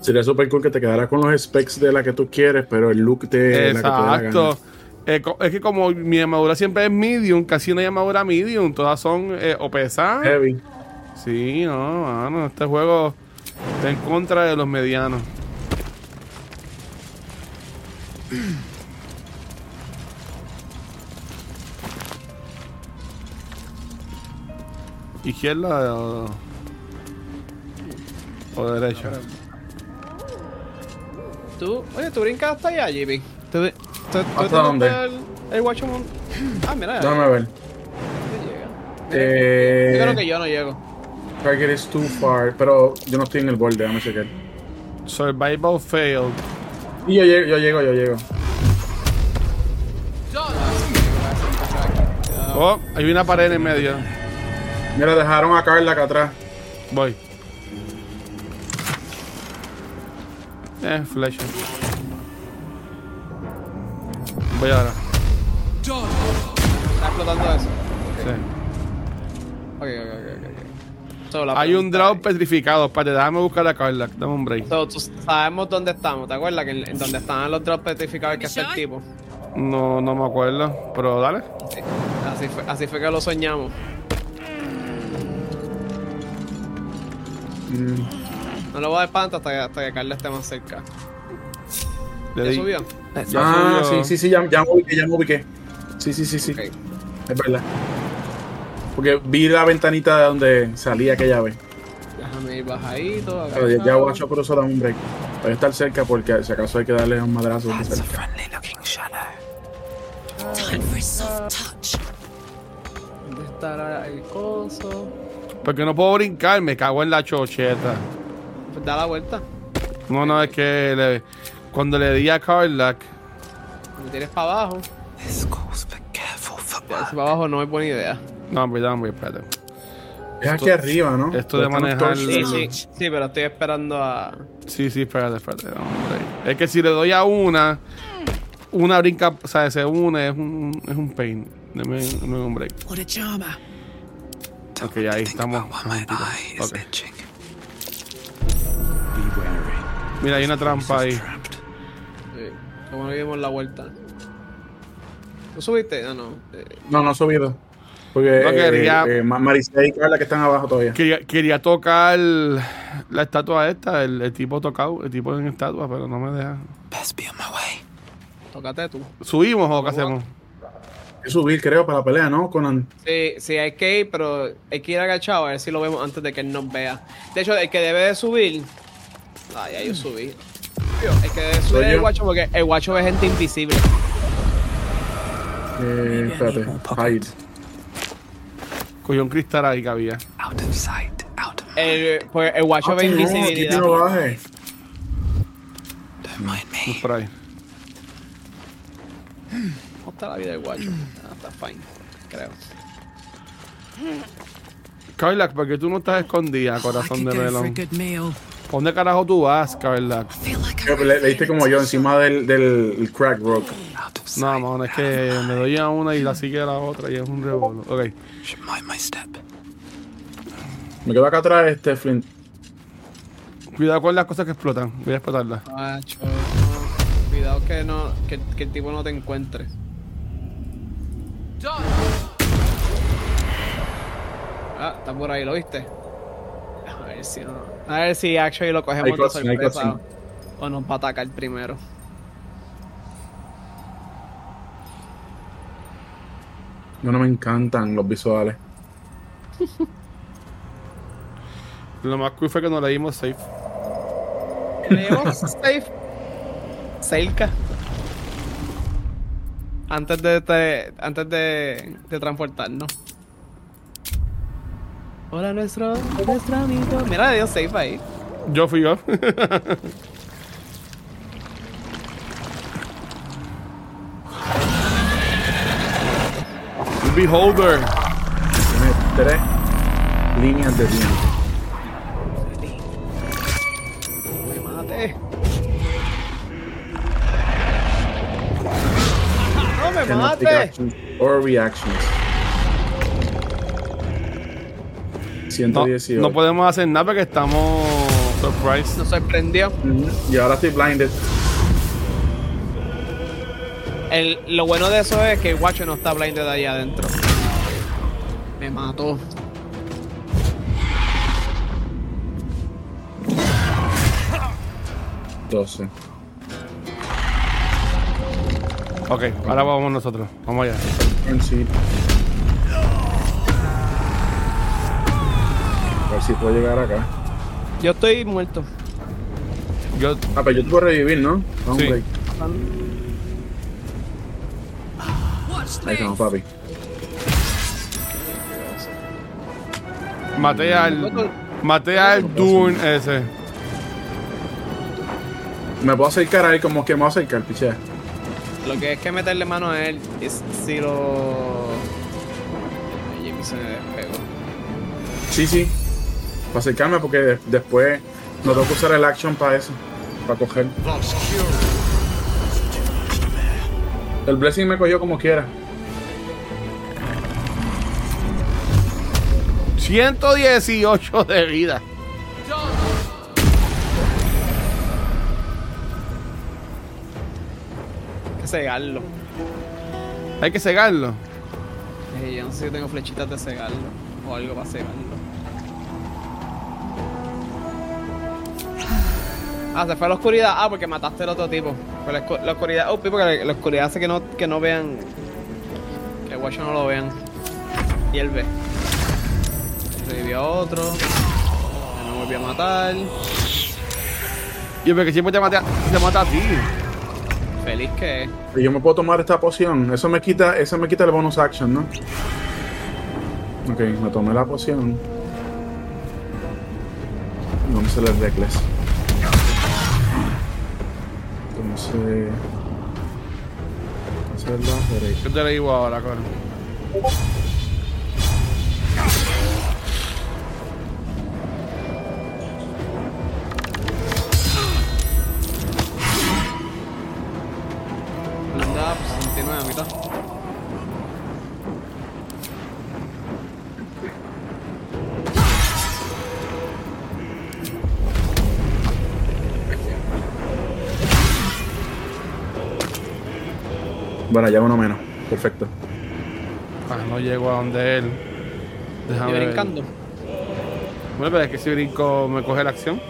C: Sería super cool que te quedara con los specs de la que tú quieres, pero el look de la que te dé la gana.
A: Exacto. Eh, co- es que como mi armadura siempre es medium, casi no hay armadura medium, todas son eh, o pesadas.
C: Heavy.
A: Sí, no, mano, este juego está en contra de los medianos. ¿Izquierda o, o derecha?
B: Tú, oye, tú brincas hasta allá, Jimmy. ¿Tú, tú- tú
C: ¿Hasta dónde?
B: tienes El, el Watchman. Ah, mira.
C: Déjame ver. Eh,
B: Yo creo que yo no llego.
C: Target is too far, pero yo no estoy en el borde, déjame chequear.
A: Survival failed.
C: Y yo llego, yo llego, yo llego.
A: Oh, hay una pared en el medio.
C: Mira, dejaron a Carla acá atrás.
A: Voy. Eh, flecha. Voy ahora.
B: Está explotando eso.
A: Sí.
B: Ok, ok, ok. ok, ok. So, la-
A: Hay un draw petrificado. Espérate, déjame buscar a Carla. Dame un break.
B: so, tú sabemos dónde estamos, ¿te acuerdas? Que en, en donde estaban los drops petrificados que hace el tipo.
A: No, no me acuerdo. Pero dale.
B: Así fue, así fue que lo soñamos. No lo voy a dar panto hasta que, hasta que Carla esté más cerca.
A: Le
B: ¿Ya
A: di-
B: subió?
A: Ya
C: ah,
A: subió.
C: sí, sí, sí, ya, ya me ubiqué, ya me ubiqué. Sí, sí, sí, sí. Es verdad. Porque vi la ventanita de donde salía aquella vez.
B: Déjame ir bajadito.
C: Pero ya, ya
B: agachado.
C: guacho cruzó da un break. Voy a estar cerca porque si acaso hay que darle un madrazo.
A: Ah,
C: de cerca.
B: Time for touch. ¿Dónde estará el coso?
A: Porque no puedo brincar. Me cago en la chocheta.
B: Pues da la vuelta.
A: No, no, es que le- cuando le di a Carla.
B: Me tires para abajo. Ya, si para abajo no es buena idea.
A: No, hombre, dame, espérate.
C: Es aquí arriba, ¿no?
A: Esto de
C: Están los
A: manejar.
B: Sí, sí, sí, pero estoy esperando a.
A: Sí, sí, espérate, espérate. dame un break. Es que si le doy a una, una brinca, o sea, se une, es un, es un pain. Deme, deme un break.
D: What a charmer.
A: Ok, ahí estamos. Ok. Mira, hay una trampa ahí.
B: Sí, Como no dimos la vuelta. ¿Tú subiste? No, no. Eh,
C: No, no ha subido. Porque
A: No quería-
C: eh, eh, Ma- Maricela y Carla que están abajo todavía.
A: Quería, quería tocar la estatua esta, el, el tipo tocado, el tipo en estatua, pero no me deja.
B: Tócate tú.
A: ¿Subimos o qué hacemos?
C: Hay que subir, creo, para la pelea, ¿no? Conan.
B: Sí, sí, hay que ir, pero hay que ir agachado a ver si lo vemos antes de que él nos vea. De hecho, el que debe de subir. Ah, ya yo subí. El que debe subir
C: Soy
B: es el
C: yo.
B: guacho porque el guacho ve gente invisible.
C: Eh, espérate. Hide.
A: Cogió un cristal ahí que había.
B: El, pues el
C: Ah,
B: guacho ve invisibilidad.
C: baje.
A: Vamos por ahí.
B: ¿Cómo está la vida del guacho? Ah, está fine, creo.
A: Carlac, ¿por qué tú no estás escondida, corazón
D: Could go
A: de
D: for a
A: melón?
D: good meal.
A: ¿Pa' ¿Dónde carajo tú vas, Carlac?
C: Le, le diste como yo encima del, del crack rock.
A: No, mano, es que me doy a una y la sigue a la otra y es un rebolo. Ok.
C: Me quedo acá atrás, este Flint.
A: Cuidado con las cosas que explotan. Voy a explotarlas.
B: Macho. Cuidado que no. Que, que el tipo no te encuentre. Ah, está por ahí, ¿lo viste? A ver si no. A ver si actually lo
C: Hay
B: cogemos de
C: crossing, hay
B: sorpresa.
C: crossing.
B: O nos va a atacar primero.
C: No, no me encantan los visuales.
A: Lo más cool fue que nos la dimos safe.
B: Leemos safe. Cerca. Antes de, te- antes de, de transportarnos. Hola, nuestro, nuestro amigo. Mira, le dio safe ahí.
A: Yo fui yo. Beholder.
C: Tiene tres líneas de tiempo.
B: Mate. No me
C: Cannot take
B: mate.
C: actions or reactions. 118.
A: No podemos hacer nada porque estamos surprised.
B: Nos sorprendió.
C: Y ahora estoy blinded.
B: El, lo bueno de eso es que el guacho no está blinded allá adentro. Me mató.
C: Entonces.
A: Ok, ahora vamos nosotros. Vamos allá.
C: Turn seed. A ver si puedo llegar acá.
B: Yo estoy muerto.
C: Ah, pero yo te puedo revivir, ¿no? Vamos
B: Sí.
C: break. Ahí estamos, papi.
A: Maté al. Maté al Dune ese.
C: Me puedo acercar ahí como que me voy a acercar, pichea.
B: Lo que es que meterle mano a él es si lo. Ay, Jimmy se me despegó.
C: Sí, sí. Para acercarme porque de- después no tengo que usar el action para eso. Para coger. El blessing me cogió como quiera.
A: 118 de vida.
B: Hay que cegarlo.
A: Hay que cegarlo.
B: Eh, yo no sé si tengo flechitas de cegarlo o algo para cegarlo. Ah, se fue a la oscuridad. Ah, porque mataste al otro tipo. Fue la, oscu- la oscuridad. Oh, porque la, la oscuridad hace que no, que no vean. Que el guacho no lo vean. Y él ve. Revivió a otro. Ya No volvió a matar.
A: Yo porque siempre te mata, te mata a ti.
B: Feliz que es.
C: Y yo me puedo tomar esta poción. Eso me quita, eso me quita el bonus action, ¿no? Ok, me tomé la poción. Vamos a hacer el reckless. Entonces. Vamos a hacer la derecha.
A: Yo te lo digo ahora, cabrón.
B: Anda, pues, 69 a mitad.
C: Bueno, ya uno menos. Perfecto.
A: Ah, no llego a donde él. Déjame.
B: Y
A: ver.
B: brincando.
A: Bueno, pero es que si brinco me coge la acción.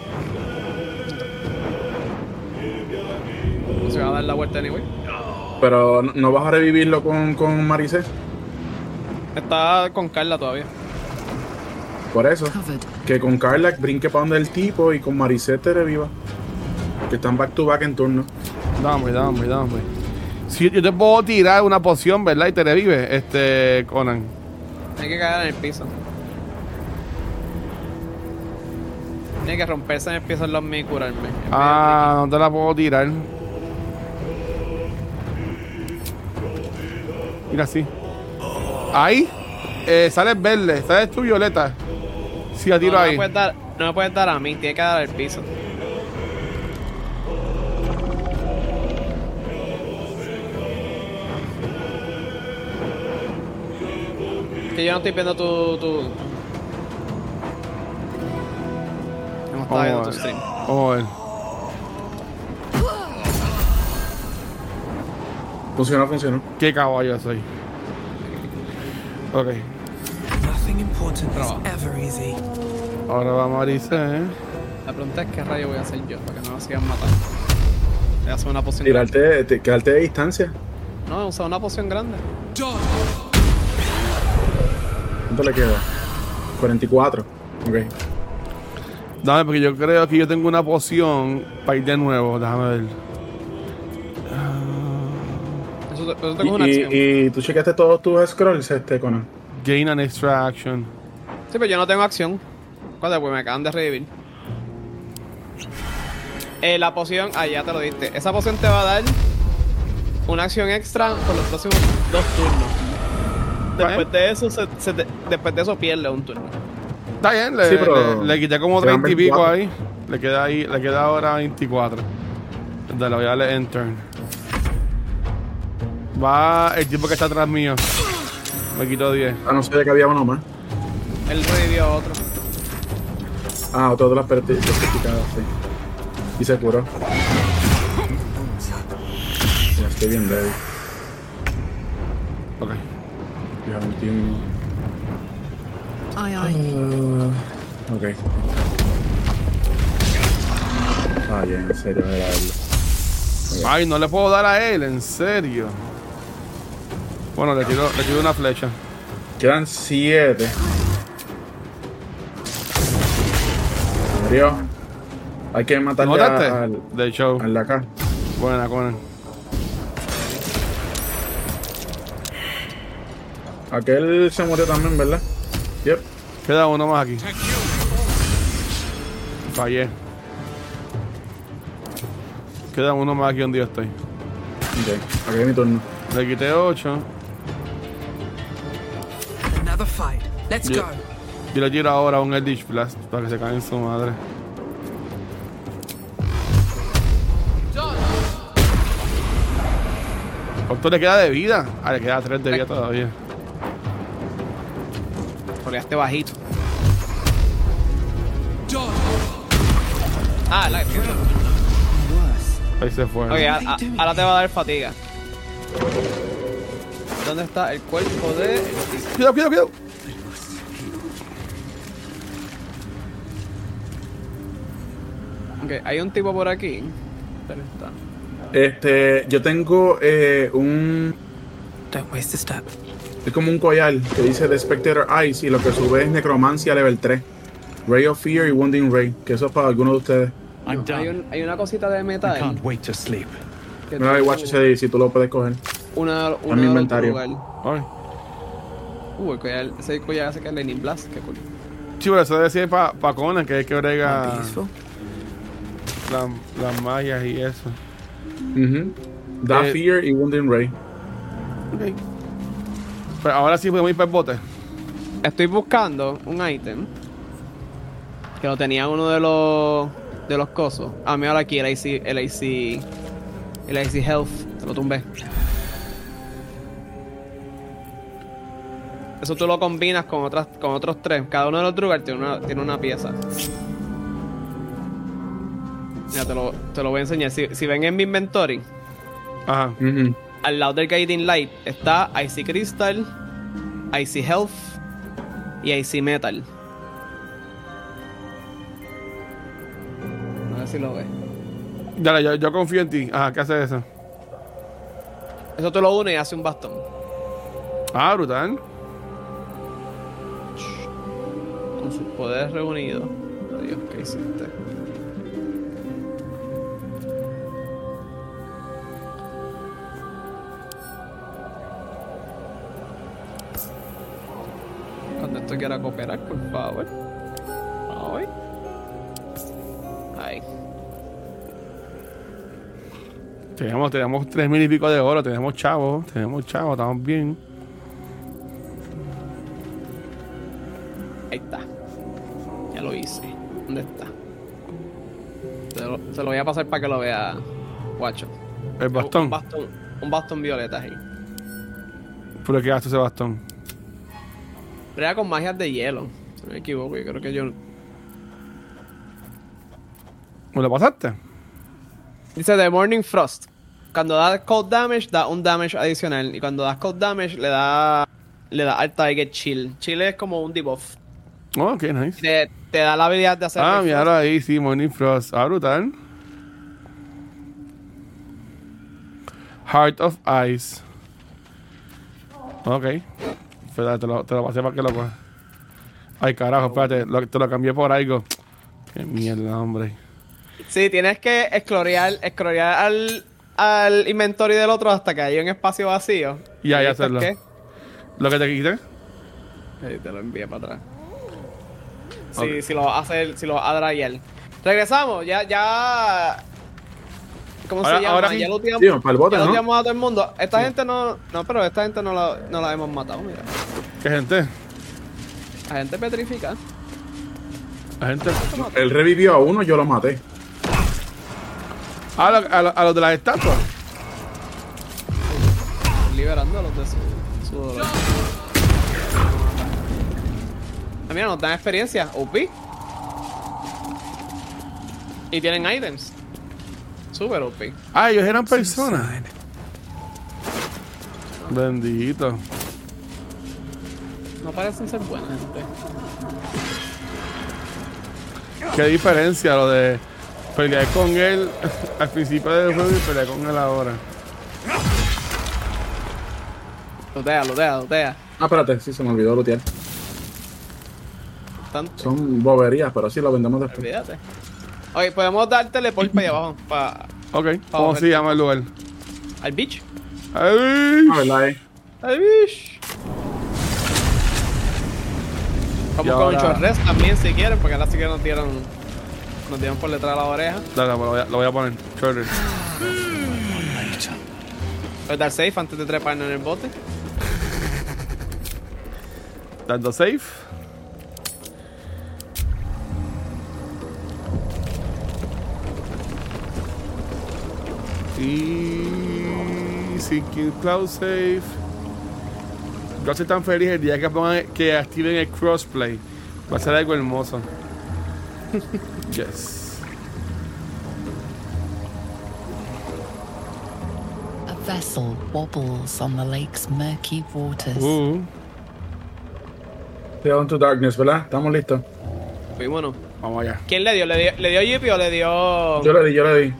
B: Se va a dar la vuelta anyway.
C: Pero no- no vas a revivirlo con, con Maricé.
B: Está con Carla todavía.
C: Por eso. Que con Carla brinque para donde el tipo y con Maricé te reviva. Que están back to back en turno.
A: Dame, dame, dame. Si yo te puedo tirar una poción, ¿verdad? Y te revive, este, Conan.
B: Tiene que caer en el piso. Tiene que romperse en el piso el lommi y curarme.
A: Ah, no te la puedo tirar. Mira así. Ahí eh, sale verde, sale tú violeta. Si la
B: No,
A: tiro
B: no,
A: ahí.
B: Me puedes dar, no me puedes dar a mí, tiene que dar al piso. Que yo no estoy viendo tu. tu... Yo No
A: Vamos
B: estaba viendo
A: a
B: tu
A: ver.
B: stream.
A: Vamos a ver.
C: Funcionó, funcionó.
A: Qué caballo soy. Ok.
J: Nothing important is ever easy.
A: Ahora vamos a Arisa, ¿eh?
B: La pregunta es qué rayo voy a hacer yo para que no me sigan matando. Voy a hacer una poción grande.
C: Tirarte, te- quedarte de distancia.
B: No, usa una poción grande.
C: ¿Cuánto le queda? 44. Ok.
A: Dame, porque yo creo que yo tengo una poción para ir de nuevo. Déjame ver.
B: Eso, eso
C: Y,
B: tengo una acción.
C: y- y tú chequeaste todos tus scrolls, este, Conan.
A: Gain an extra action.
B: Sí, pero yo no tengo acción. Cuando pues me acaban de revivir. Eh, la poción, ah, ya te lo diste. Esa poción te va a dar una acción extra por los próximos dos turnos. Después de eso, se- se te- después de eso pierde un turno.
A: Está bien, le,
B: Sí, pero-
A: le- le quité como
B: Quedan
A: 30 y pico
B: 24.
A: ahí. Le queda ahí, le queda ahora 24. Dale, voy a darle enter. Va el tipo que está atrás mío. Me quitó 10.
C: Ah, no sé de que había uno más.
B: Él revivió a otro.
C: Ah, otro de las perti- certificadas, sí. Y se curó. Ya estoy bien débil.
A: Ok.
C: Ya 21.
K: Aye, aye.
G: Mm.
C: Ah, ok. Ah, ya, en serio, era él.
A: Ay, no le puedo dar a él, en serio. Bueno, le tiro, le tiro una flecha.
C: Quedan 7. Murió. Hay que matarle a-
A: ¿Notaste?
C: al,
A: De show.
C: al de acá.
A: Buena, Conan.
C: Aquel se murió también, ¿verdad? Yep.
A: Queda uno más aquí. Fallé. Queda uno más aquí donde yo estoy.
C: Ok, aquí es mi turno.
A: Le quité 8.
J: Another fight. Let's
A: Yo,
J: go.
A: yo le tiro ahora un Eldritch Blast para que se caiga en su madre. ¿Cuánto le queda de vida? Ah, le queda 3 de vida todavía.
B: Oleaste bajito. Ah, la.
A: Ahí se fue.
B: Ok, a- a- ahora te va a dar fatiga. ¿Dónde está el cuerpo de.?
A: Cuidado, cuidado, cuidado.
B: Ok, hay un tipo por aquí. ¿Dónde está?
C: Este, yo tengo eh, un. Es como un collar que dice The Spectator Eyes y lo que sube es Necromancia Level 3. Ray of Fear y Wounding Ray, que eso es para alguno de ustedes.
B: Hay, un- hay una cosita de metal.
C: Wait to sleep.
B: que
C: Mira,
B: tú-
C: el watch CD, si tú lo puedes coger.
B: Una, una
C: mi
B: de
C: inventario.
B: otro lugar. Uh, el collar, ese collar hace que es Lenin Blast, qué cool.
A: Sí, pero eso decía para pa Conan, que es que brega la- las mallas y eso.
C: Da
A: Eh,
C: Fear y Wounding Ray.
A: Ok. Pero ahora sí podemos ir para el bote.
B: Estoy buscando un ítem que lo tenía uno de los de los cosos. Ah, mira aquí el AC, el AC, el AC Health, te lo tumbé. Eso tú lo combinas con otras con otros tres. Cada uno de los Drugar tiene una, tiene una pieza. Mira, te lo, te lo voy a enseñar. Si, si ven en mi inventory,
A: Ajá.
B: al lado del Guiding Light está Icy Crystal, Icy Health y Icy Metal. No sé si lo ves.
A: Dale, yo, yo confío en ti. Ajá, ¿qué hace eso?
B: Eso tú lo unes y hace un bastón.
A: Ah, brutal.
B: Con sus poderes reunidos. Dios, ¿qué hiciste? Cuando esto quiera cooperar, por favor. Ay. Ay.
A: Tenemos, tenemos tres mil y pico de oro, tenemos chavos, tenemos chavos, estamos bien.
B: Ahí está. Ya lo hice. ¿Dónde está? Se lo, se lo voy a pasar para que lo vea, guacho.
A: El bastón.
B: Un bastón, un bastón violeta ahí.
A: ¿Pero qué hace ese bastón?
B: Brega con magias de hielo. Si no me equivoco, yo creo que yo.
A: ¿Me lo pasaste?
B: Dice The Morning Frost. Cuando da cold damage, da un damage adicional. Y cuando das cold damage, le da. Le da al Tiger Chill. Chill es como un debuff.
A: Oh, ok, nice.
B: Te, te da la habilidad de hacer.
A: Ah,
B: reflex.
A: mira ahora ahí, sí, Morning Frost. Ah, brutal. Heart of Ice. Ok. Espérate, te lo, te lo pasé para que lo cojas. Ay, carajo, espérate, lo- te lo cambié por algo. Qué mierda, hombre.
B: Sí, tienes que esclorear, esclorear al, al inventory del otro hasta que haya un espacio vacío.
A: Y ahí
B: ¿Viste
A: hacerlo.
B: qué?
A: ¿Lo que te quité?
B: Ahí te lo envié para atrás. Si,
A: Ok.
B: si lo vas a hacer, si lo vas a draguear. Regresamos, ya, ya. ¿Cómo
C: Ahora-
B: se llama?
C: ahora sí.
B: ya lo tiramos,
C: Sí, para el bote,
B: ya lo
C: ¿no?
B: tiramos a todo el mundo. Esta gente no. No, pero esta gente no la, no la hemos matado, mira.
A: ¿Qué gente?
B: La gente petrifica.
A: La gente.
C: Él revivió a uno, yo lo maté.
A: A, lo- a lo- a los de las estatuas.
B: Liberando a los de su, su dolor. Ah, mira, nos dan experiencia. OP. Y tienen items. Super OP.
A: Ah, ellos eran personas. Bendito.
B: No parecen ser buena gente.
A: Qué diferencia lo de pelear con él al principio del juego y pelear con él ahora.
B: Lotea, lotea, lotea.
C: Ah, espérate, sí, se me olvidó lootear.
B: Tanto.
C: Son boberías, pero sí lo vendemos después.
B: Olvídate. Oye, podemos dar teleport para allá abajo. Para.
A: Ok, ¿cómo se llama el lugar?
B: Al beach.
A: Ay,
C: Ah, Eh,
B: Al beach.
A: Y
B: Vamos con
A: ahora-
B: Chorres también si quieren, porque ahora sí que nos dieron. Nos dieron por detrás de la oreja.
A: Dale, lo voy a, lo voy a poner. Shorter.
B: Voy a dar safe antes de treparnos en el bote.
A: Dando safe. Y. Sinking Cloud Safe. Yo estoy tan feliz el día que pongan, que activen el crossplay. Va a ser algo hermoso. yes.
E: A vessel wobbles on the lake's murky waters.
B: Uh.
C: Down to Darkness, ¿verdad? Estamos listos.
B: Fuimos.
A: Vamos allá.
B: Pues, ¿Quién le dio? ¿Le dio, le dio Jeepy o le dio.?
C: Yo le di, yo le di.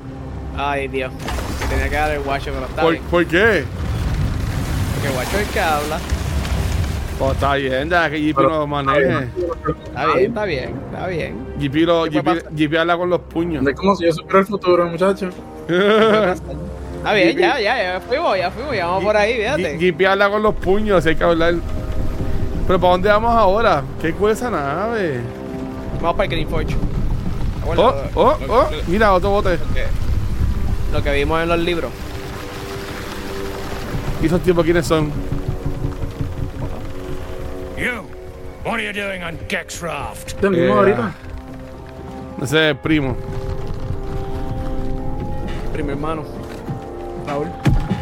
B: Ay, Dios. Me tenía que dar el guacho, pero está
A: ¿Por,
B: bien.
A: ¿Por qué?
B: Porque el guacho es el que habla.
A: Oh, está bien, da que GP lo maneje.
B: Está bien, está bien, está bien.
A: GP lo. GP GP habla con los puños.
C: Es como si yo supiera el futuro, muchachos.
B: Está bien, ya, ya, ya fuimos, ya fuimos, ya vamos por ahí, fíjate.
A: Gipi habla con los puños, hay que hablar. Pero ¿para dónde vamos ahora? ¿Qué cuesta esa nave?
B: Vamos para el Green Forge.
A: Oh, oh, oh, mira, otro bote.
B: Lo que vimos en los libros.
A: ¿Y esos tipos quiénes son?
G: You! What are you doing on Gex Raft?
A: Eh, Ese es el primo.
B: Primo hermano. Raúl.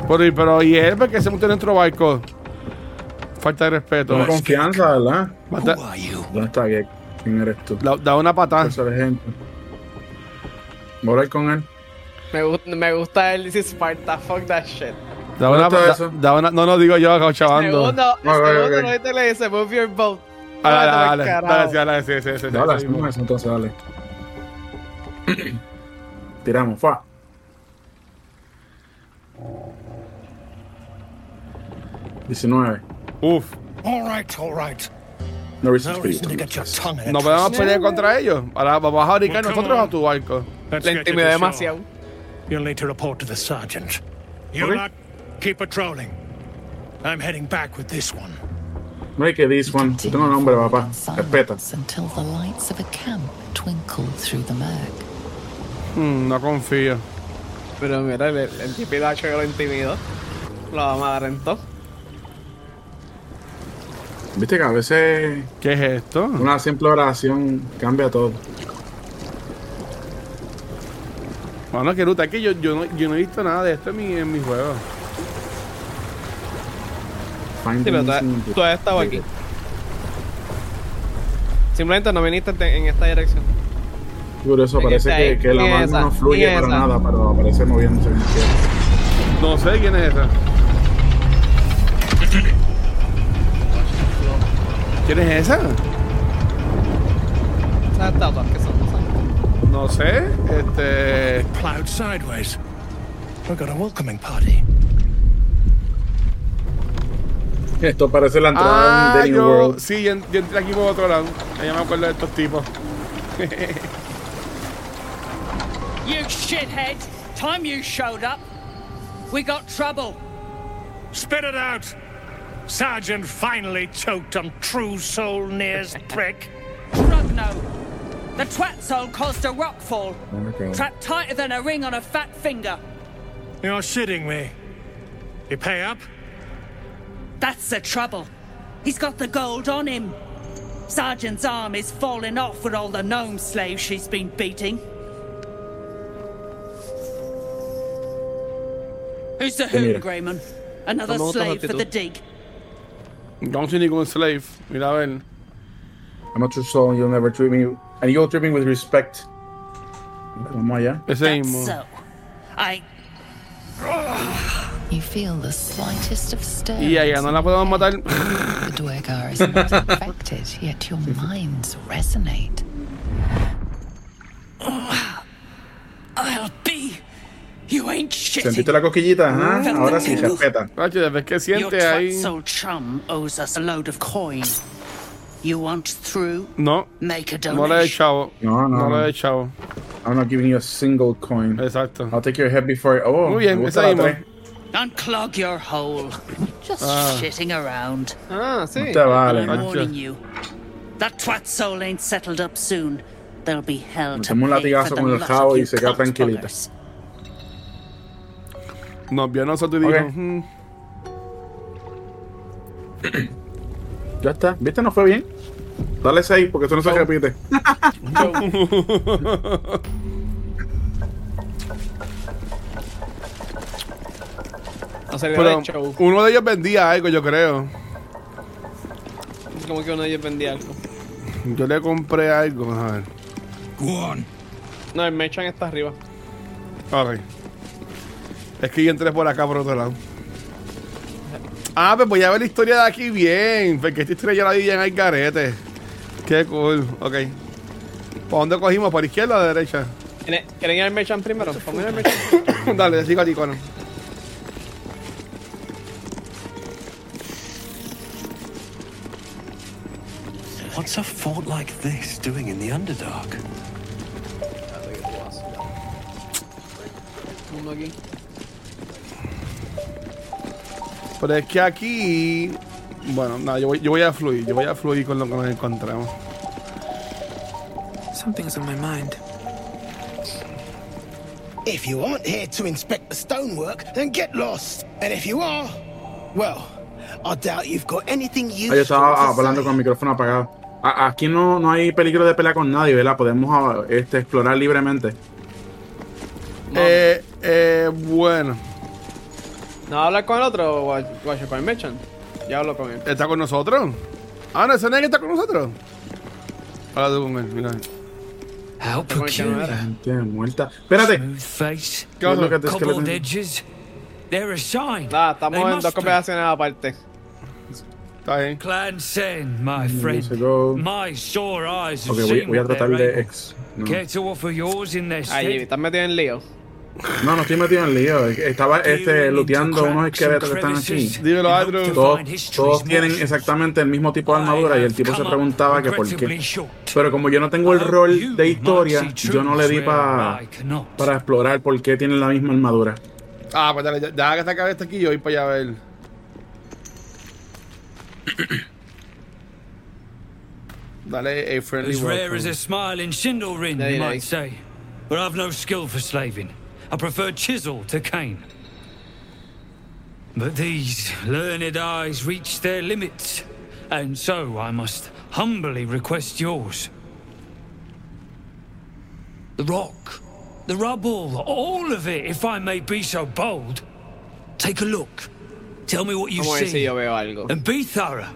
A: Pero, y- pero ¿y él? ¿Por qué se metió en nuestro barco? Falta de respeto.
C: Con confianza, ¿verdad?
A: Mata-
C: ¿Dónde está Gek? ¿Quién eres tú?
A: da una patada.
C: Sargento. Voy a hablar con él.
B: Me, gu- me gusta el This is Sparta, fuck that shit.
A: Da una,
C: ¿Dónde está
A: da, da una, no, no digo yo, cochabando.
B: Segundo,
A: Ah, ok,
B: segundo,
A: ok.
B: no te le dice, move your boat.
A: Dale,
B: Ándate
A: dale,
B: pa'l
A: dale,
B: pues, carajo.
A: dale, dale, sí, sí, sí, sí,
C: Dale,
A: sí,
C: hacemos eso, entonces dale. Tiramos, fa. Diecinueve.
A: Uf.
G: All right, all right.
C: No resist
G: No
C: for you,
G: reason to get your tongue in a
A: ¿No podemos
G: twist.
A: pelear contra ellos? Ahora vamos a brincar
G: Well, come
A: nosotros
G: on.
A: a tu barco.
G: Let's get you to shore. You'll need to report to the sergeant. You
A: Okay.
G: lot keep patrolling. I'm heading back with this one.
C: Make it this one. Yo tengo nombre, papá. Respeta.
E: Until the lights of a camp twinkle through the murk.
A: Mm, no confío.
B: Pero mira, el, el tipidacho que lo intimidó. Lo vamos a dar en todo.
C: Viste que a veces.
A: ¿Qué es esto?
C: Una simple oración cambia todo.
A: Bueno, que ruta, es que yo, yo, no, yo no he visto nada de esto en mi, en mi juego.
B: Sí, pero todavía, todavía estaba aquí. Simplemente no viniste en en esta dirección.
C: Curioso, parece que, que la
A: Ni
C: mano
A: esa,
C: no fluye
A: ni
C: para
A: esa.
C: nada, pero parece moviéndose. en izquierda.
A: No sé quién es esa. ¿Quién es esa?
B: Esas estatuas que son,
A: No
B: no sé.
A: sé. Este.
J: Plowed sideways. We've got a welcoming party.
C: Esto parece la entrada
A: Ah,
C: de New
A: yo.
C: World.
A: Sí, yo, en- yo entré aquí por otro lado. Ya me acuerdo de estos tipos.
M: You shithead! Time you showed up, we got trouble.
J: Spit it out!
M: Sergeant finally choked on True Soul Near's prick. Rugno! The twat soul caused a rockfall,
E: Ah,
M: trapped tighter than a ring on a fat finger.
J: You're shitting me. You pay up?
M: That's the trouble. He's got the gold on him. Sergeant's arm is falling off with all the gnome slaves she's been beating. Who's the
A: Mira.
M: who, Grayman? Another
A: Vamos a otra
M: slave for the
A: actitud.
M: dig.
A: No soy ningún slave. Mira a ver.
C: I'm a true soul, you'll never treat me. And you'll treat me with respect. Vamos allá.
A: Ese mismo.
M: So, I
E: You feel the slightest of stir.
A: Y allá no la podemos matar.
E: The Dwergar is not affected, yet your minds resonate.
M: I'll be. You ain't shitting.
C: ¿Sentiste la cosquillita?
A: Mm.
C: Ajá, Ahora sí, se peta.
A: Pacho, después que
M: Your
A: siente ahí.
M: twat soul chum owes us a load of coin. You want through?
A: No.
M: Make a
A: No le he
M: donation.
A: echado.
C: No, no.
A: No lo he echado.
C: I'm not giving you a single coin.
A: Exacto.
C: I'll take your head before. Oh,
A: Muy bien,
C: me gusta
A: esa
C: la
A: misma.
C: tres.
M: Unclog your hole. Just
C: Ah.
M: shitting around.
B: Ah,
C: sí. No te vale,
M: I'm
C: macho.
M: warning you. That twat soul ain't settled up soon. There'll be hell to
C: Hacemos
M: pay
C: un
M: for
C: latigazo
M: the
C: con el
M: lot
C: jabo
M: of
C: y
M: you
C: se queda
M: cunt
C: tranquilita.
M: buggers.
A: Nos vio a nosotros y dijo.
C: Ok.
A: "Mm".
C: Ya está. ¿Viste? No fue bien. Dale 6 porque eso no se
A: Oh.
C: repite.
B: No sería
A: Pero
B: de show.
A: uno de ellos vendía algo, yo creo.
B: Como que uno de ellos vendía algo.
A: Yo le compré algo, vamos a ver.
B: No, el Mechan está arriba.
A: Ok. Es que yo entré por acá, por otro lado. Ah, pues voy a ver la historia de aquí bien. Porque esta historia yo la vi bien al garete. Qué cool. Ok. ¿Por dónde cogimos? ¿Por izquierda o derecha?
B: ¿Quieren quieren ir al Mechan primero? Vamos a ir al Mechan.
A: Dale, le sigo al icono.
J: What's a fort like this doing in the Underdark?
B: Uno aquí.
A: Pero es que aquí. Bueno, nada, yo voy, yo voy a fluir. Yo voy a fluir con lo que nos encontramos.
D: Something's on my mind.
J: If you aren't here to inspect the stonework, then get lost. And if you are, well, I doubt you've got anything
C: Ah, yo
J: useful
C: estaba ah,
J: to say.
C: hablando con el micrófono apagado. A- aquí no, no hay peligro de pelea con nadie, ¿verdad? Podemos ah, este, explorar libremente.
A: Eh, eh, bueno.
B: ¿No va a hablar con el otro o a- o a- con el Mechan? Ya hablo con él.
A: ¿Está con nosotros? Ah, no, ese negro está con nosotros. Habla tú con él, mira.
J: How
C: Gente muerta. Espérate.
M: face.
A: ¿Qué pasó?
C: Look at this skeleton.
M: edges. They're a sign.
B: Nada, estamos
M: They
B: en dos
M: must be.
B: conversaciones aparte.
A: Está bien.
M: Clan Sen, my
C: friend.
M: My sore eyes
C: Ok, voy, voy a tratar de ex. No.
M: Mm. to offer yours in their
B: Ahí, Jimmy, estás metido en lío.
C: no, no estoy metido en lío. Estaba este, looteando unos esqueletos que están aquí.
A: Dímelo, Andrew.
C: Todos, todos tienen exactamente el mismo tipo de armadura y el tipo se preguntaba que por qué. Pero como yo no tengo el rol de historia, yo no le di pa- para explorar por qué tienen la misma armadura.
A: Ah, pues dale, ya, ya que está acá está aquí, yo voy para allá a ver. Dale, a friendly
N: As rare
A: welcome.
N: as a smile in Shindelrin,
A: Yeah,
N: you
A: yeah,
N: might
A: ex-
N: say. But I've no skill for slaving. I prefer chisel to cane. But these learned eyes reach their limits, and so I must humbly request yours. The rock, the rubble, all of it, if I may be so bold. Take a look. Tell me what you
B: Vamos a ver si
N: see,
B: yo veo
A: Em.
B: algo.
N: and be thorough.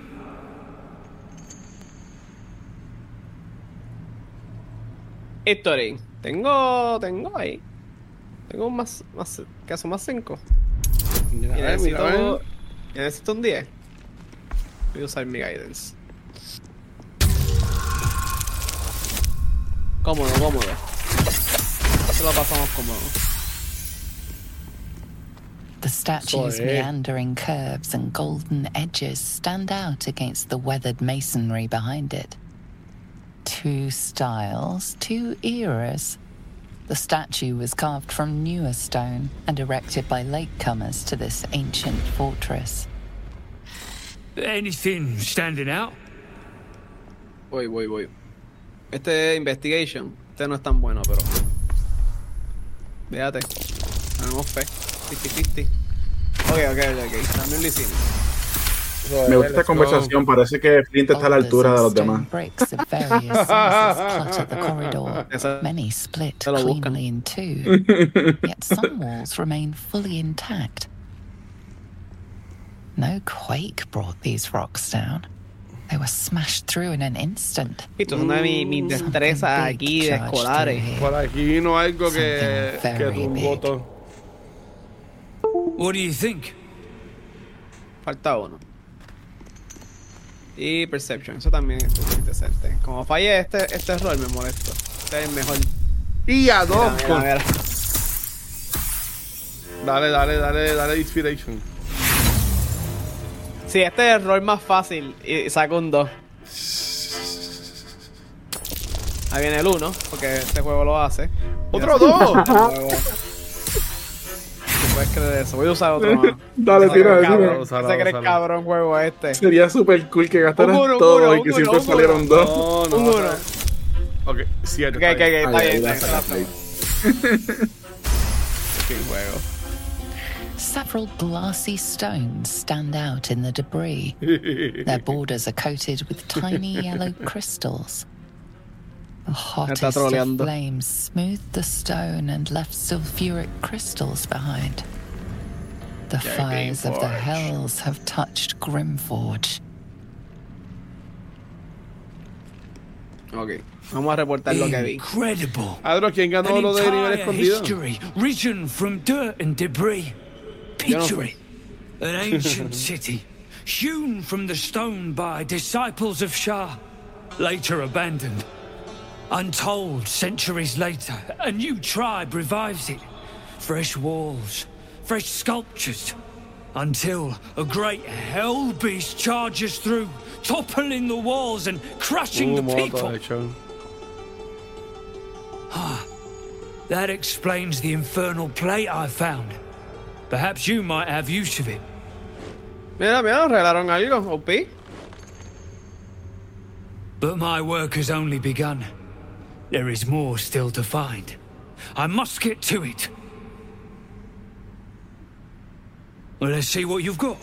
B: History. Tengo. Tengo ahí. Tengo un más. más caso más 5. Y
A: a ver, mira, a
B: necesito.
A: ver.
B: y necesito un 10. Voy a usar mi guidance. Cómodo, cómodo. Se lo pasamos cómodo.
E: The statue's
B: Sorry.
E: meandering curves and golden edges stand out against the weathered masonry behind it. Two styles, two eras. The statue was carved from newer stone and erected by latecomers to this ancient fortress.
N: Anything standing out?
B: Voy, voy, voy. Este es Investigation. Este no es tan bueno, pero. Véate. Tenemos fe. 50-50. Ok, ok, ok, ok. También lo hicimos.
C: Me gusta esta conversación, parece que Flint está a la altura de los demás.
E: Bricks of various sizes clutter the corridor. Many split cleanly in two, yet some walls remain fully intact. No quake brought these rocks down. They were smashed through in an instant.
B: Esto es una de mi- mis destrezas aquí de escolares.
A: Por aquí vino algo que,
E: Something
A: que
E: very
A: tumbó
E: big.
A: todo.
N: What do you think?
B: Falta uno. Y Perception. Eso también es muy interesante. Como fallé este, este error, me molesto. Este es el mejor.
A: Y a dos.
B: Mira, mira, mira.
A: Dale, dale, dale, dale inspiration.
B: Sí, este es el rol más fácil y saco un 2. Ahí viene el 1, porque este juego lo hace.
A: ¡Otro
B: Mira,
A: dos!
B: este juego. ¿Tú puedes creer eso? Voy a usar otro más.
C: Dale,
B: Se cree
C: tira,
B: cabrón,
C: tira. Úsala,
B: Se cree
C: úsala.
B: cabrón juego este.
C: Sería super cool que gastaras
B: Un uno, un
C: todo
B: uno,
C: y que
B: un
C: siempre
B: uno, un
C: salieron
B: uno.
C: dos.
A: No,
B: Un
A: no.
B: 1.
A: Ok, siete.
B: Ok, ok, ok, está
C: Ahí,
B: bien,
C: ahí,
B: está
C: ahí,
B: bien. Qué juego.
E: Several glassy stones stand out in the debris. Their borders are coated with tiny yellow crystals. The hottest of
B: troleando.
E: flames smoothed the stone and left sulfuric crystals behind. The
B: Yeah,
E: fires of the
B: Grimforge.
E: hells have touched Grimforge.
B: Ok, vamos a reportar lo que vi.
N: Incredible.
A: Adro, ¿quién ganó
N: An
A: Ah, lo de nivel
N: entire
A: escondido?
N: history risen from dirt and debris.
A: Yo no
N: Picture
A: sé.
N: it. An ancient city, hewn from the stone by disciples of Shah, later abandoned. Untold centuries later, a new tribe revives it. Fresh walls, fresh sculptures, until a great hell beast charges through, toppling the walls and crushing
A: Uh,
N: the people.
A: moto, de hecho.
N: That explains the infernal plate I found. Perhaps you might have use of it.
B: Mira, mira, nos regalaron algo, OP.
N: But my work has only begun. There is more still to find. I must get to it. Well, let's see what you've got.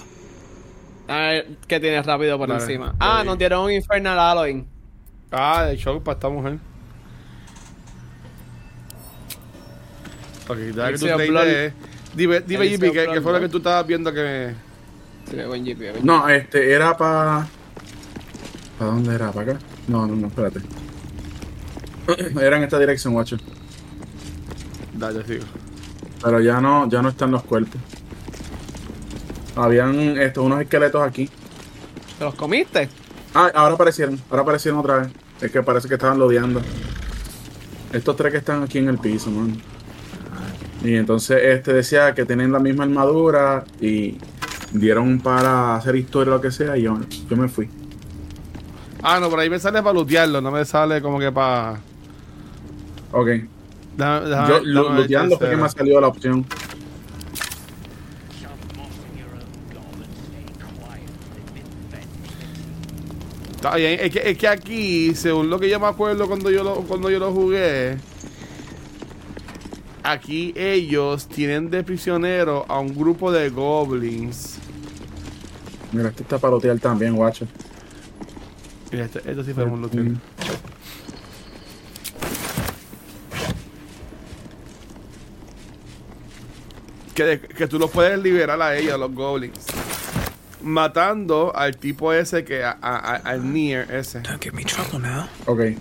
B: A ver qué tienes rápido por
A: Dale,
B: encima.
A: dale.
B: Ah, nos dieron un Infernal Alloy.
A: Ah, de show para esta mujer. Ok, ya que tú
B: Elixir of Blood.
A: leíste. Dime, dime
B: Elixir
A: Jimmy,
B: of
A: ¿qué,
B: Blood,
A: qué fue lo
B: ¿no?
A: que tú estabas viendo que.
B: Sí, buen GP, buen
C: No, este era para. ¿Para dónde era? ¿Para acá? No, no, no, espérate. Era en esta dirección, guacho.
A: Dale, sigo.
C: Pero ya no, ya no están los cuerpos. Habían estos, unos esqueletos aquí.
B: ¿Te los comiste?
C: Ah, ahora aparecieron, ahora aparecieron otra vez. Es que parece que estaban lodeando. Estos tres que están aquí en el piso, man. Y entonces este decía que tienen la misma armadura y dieron para hacer historia o lo que sea y yo, yo me fui.
A: Ah, no, por ahí me sale para lootearlo, no me sale como que para.
C: Ok.
A: Déjame, déjame-
C: yo
A: déjame
C: lo,
A: ver
C: looteando
A: qué
C: fue que
A: será.
C: me salió la opción.
A: Está bien, es que, es que aquí, según lo que yo me acuerdo cuando yo lo, cuando yo lo jugué, aquí ellos tienen de prisionero a un grupo de goblins.
C: Mira, este está para lootear también, guacho. Mm,
A: Mira, este- esto sí fue un looteo. Que, de- que tú los puedes liberar a ellos, a los goblins. Matando al tipo ese que. a- a- a- al Nier ese.
D: Don't give me trouble now.
C: Ok.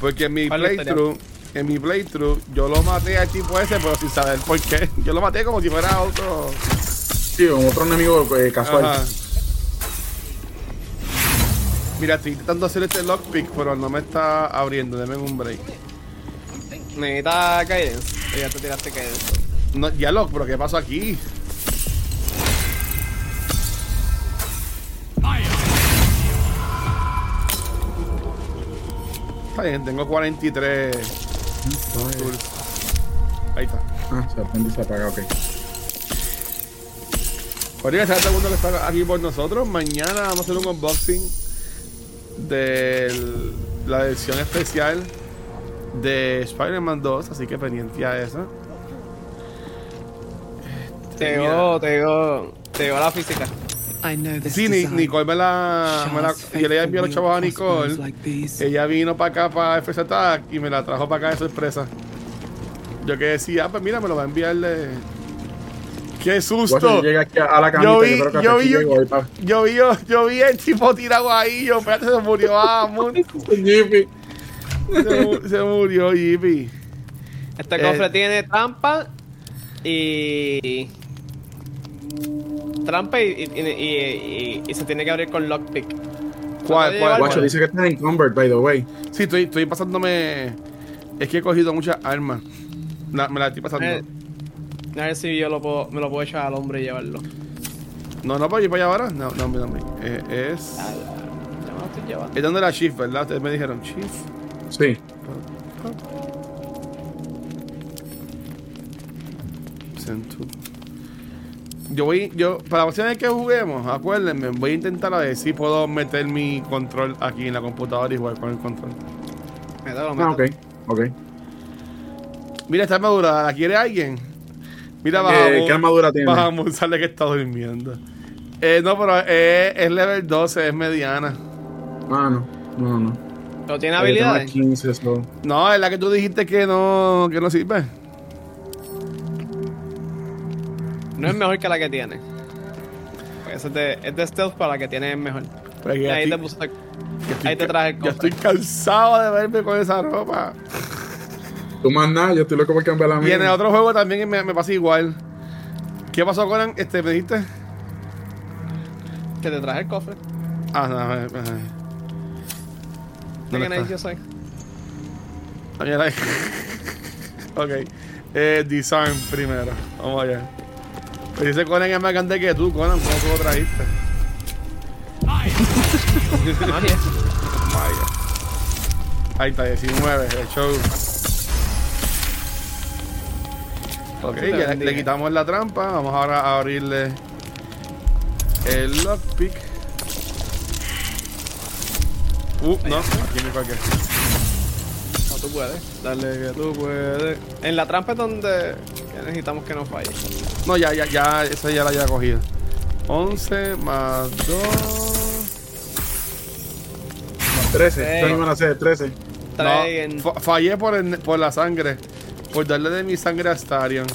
A: Porque en mi
B: ¿Cuál es
A: playthrough, en mi playthrough, yo lo maté al tipo ese, pero sin saber por qué. Yo lo maté como si fuera otro.
C: Sí, con otro enemigo eh, casual.
A: Ajá. Mira, estoy intentando hacer este lockpick, pero no me está abriendo. Deme un break.
B: Necesita guidance. O Ya te tiraste guidance.
A: No, ya lock, pero ¿qué pasó aquí? Está bien, tengo 43. Ahí está.
C: Ah, se prende y se apaga, ok.
A: Oiga, ¿sabes segundo que Pues está aquí por nosotros? Mañana vamos a hacer un unboxing de la edición especial de Spider-Man 2, así que pendiente a eso.
B: Te digo, te digo, te digo la física.
D: I know this
K: Este
A: Sí, Ni-
D: design.
A: Nicole me la, me la- Yo le envié a los chavos a Nicole. Ella vino para acá, para FZ Attack, y me la trajo para acá de sorpresa. Yo que decía, ah, pues mira, me lo va a enviarle. ¡Qué
C: Guacho,
A: susto!
C: yo llegué aquí a la camita,
A: Yo
C: yo
A: vi,
C: creo que
A: yo
C: hasta
A: vi,
C: aquí llego,
A: yo,
C: ahí pa-
A: yo vi, yo, yo vi el tipo tirado ahí, yo, espérate, se murió, vamos. se, mu- se murió, Jippy.
B: Este
A: Eh.
B: cofre tiene trampa y. Trampa y, y, y- y- y se tiene que abrir con lockpick.
A: ¿Cuál, cuál,
C: Guacho, dice que estás encumbered, by the way.
A: Sí, estoy, estoy pasándome. Es que he cogido muchas armas. La- me la estoy pasando.
B: Eh, A ver si yo lo puedo, me lo puedo echar al hombre y llevarlo.
A: No, no puedo ir para allá ahora. No, no, mira, mira. Eh, es.
B: Ya me lo estoy llevando.
A: Es donde era Chief, ¿verdad? Ustedes me dijeron Chief.
C: Sí.
A: Centur- Yo voy, yo, para la opción que juguemos, acuérdenme, voy a intentar a ver si puedo meter mi control aquí en la computadora y jugar con el control.
B: Métalo,
C: Ah,
B: métalo.
C: ok, ok.
A: Mira, esta armadura, ¿la quiere alguien? Mira,
C: Eh,
A: bajamos.
C: ¿qué armadura tiene?
A: Bajamos, sale que está durmiendo. Eh, no, pero eh, es level 12, es mediana.
C: Ah, no, no, no.
B: ¿Pero tiene
C: Ahí tengo
B: habilidades?
C: 15, so-
A: No, es la que tú dijiste que no, que no sirve.
B: No es mejor que la que tiene. Porque esa es de, es de stealth, para la que tiene es mejor.
A: Pero
B: Y
A: Pues que
B: ahí,
A: aquí-
B: te puse- ahí te traje el
A: Yo
B: cofre.
A: estoy cansado de verme con esa ropa.
C: Tú más nada, yo estoy loco por cambiar la
A: Y
C: mía.
A: en el otro juego también me, me pasa igual. ¿Qué pasó, Conan? Este, ¿Me dijiste?
B: Que te traje el cofre.
A: Ah, no, eh, eh. ¿Dónde
B: ¿Qué
A: está?
B: yo soy?
A: Ah, mira ahí. ok. Eh, design primero. Vamos allá. Pero dice Conan es más grande que tú, Conan. ¿Cómo tú lo trajiste? Vaya. Ahí está, 19, el show. Ok,
B: Te
A: ya le,
B: bendiga.
A: le quitamos la trampa. Vamos ahora a abrirle el lockpick. Uh, no, aquí me cualquier.
B: No, tú puedes. Dale que tú puedes. En la trampa es donde que necesitamos que no falle.
A: No, ya, ya, ya, esa ya la había cogido. 11 más 2.
C: 13, yo no me la sé, 13.
B: Traigan.
A: fallé por, el- por la sangre. Por darle de mi sangre a Starion.
B: Me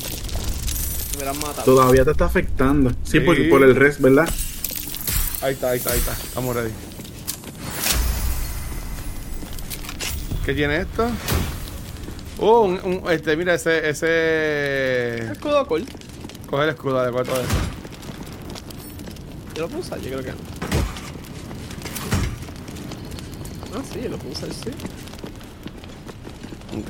B: hubieran matado.
C: Todavía te está afectando. Sí,
A: Sí.
C: Porque, por el rest, ¿verdad?
A: Ahí está, ahí está, ahí está. Estamos ready. ¿Qué tiene esto? Oh, un, un- este, mira, ese, ese.
B: Escudo cool.
A: Coge el escudo, de cuatro veces.
B: Yo lo puedo usar, yo creo que no. Ah, sí, yo lo puedo usar, sí.
A: Ok.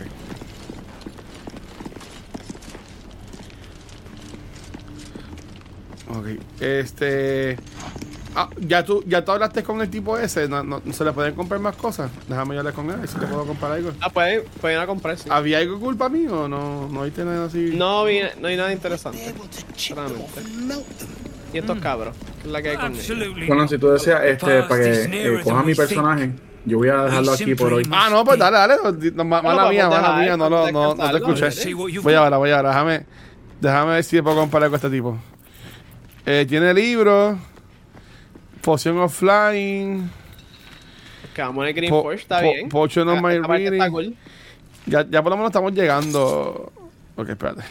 A: Ok. Este. Ah, ya tú, ya tú hablaste con el tipo ese. ¿No, no- se le pueden comprar más cosas? Déjame yo hablar con él, si le puedo comprar algo.
B: Ah, pueden, pueden ir a comprar, sí.
A: ¿Había algo culpa mí o no, no viste nada así?
B: No, vi, no hay nada interesante. Claramente. Y estos cabros, que es la que
N: Ah,
B: hay con ellos.
C: Bueno, si tú deseas, este, para que eh, coja mi personaje, yo voy a dejarlo aquí por hoy.
A: Ah, no, pues dale, dale. no, ma- mala
B: vamos a
A: mía, mala
B: dejar,
A: mía, no, lo- no, no te
B: descansarlo,
A: escuché.
B: sí.
A: Voy ahora, voy ahora. Déjame, déjame ver si puedo comparar con este tipo. Eh, tiene libro, poción offline,
B: Que vamos en el Green
A: po-
B: Forge, está
A: po-
B: bien. Ah,
A: potion of
B: Esta-
A: my
B: esta parte está
A: reading.
B: cool.
A: Ya, ya por lo menos estamos llegando. Ok, espérate.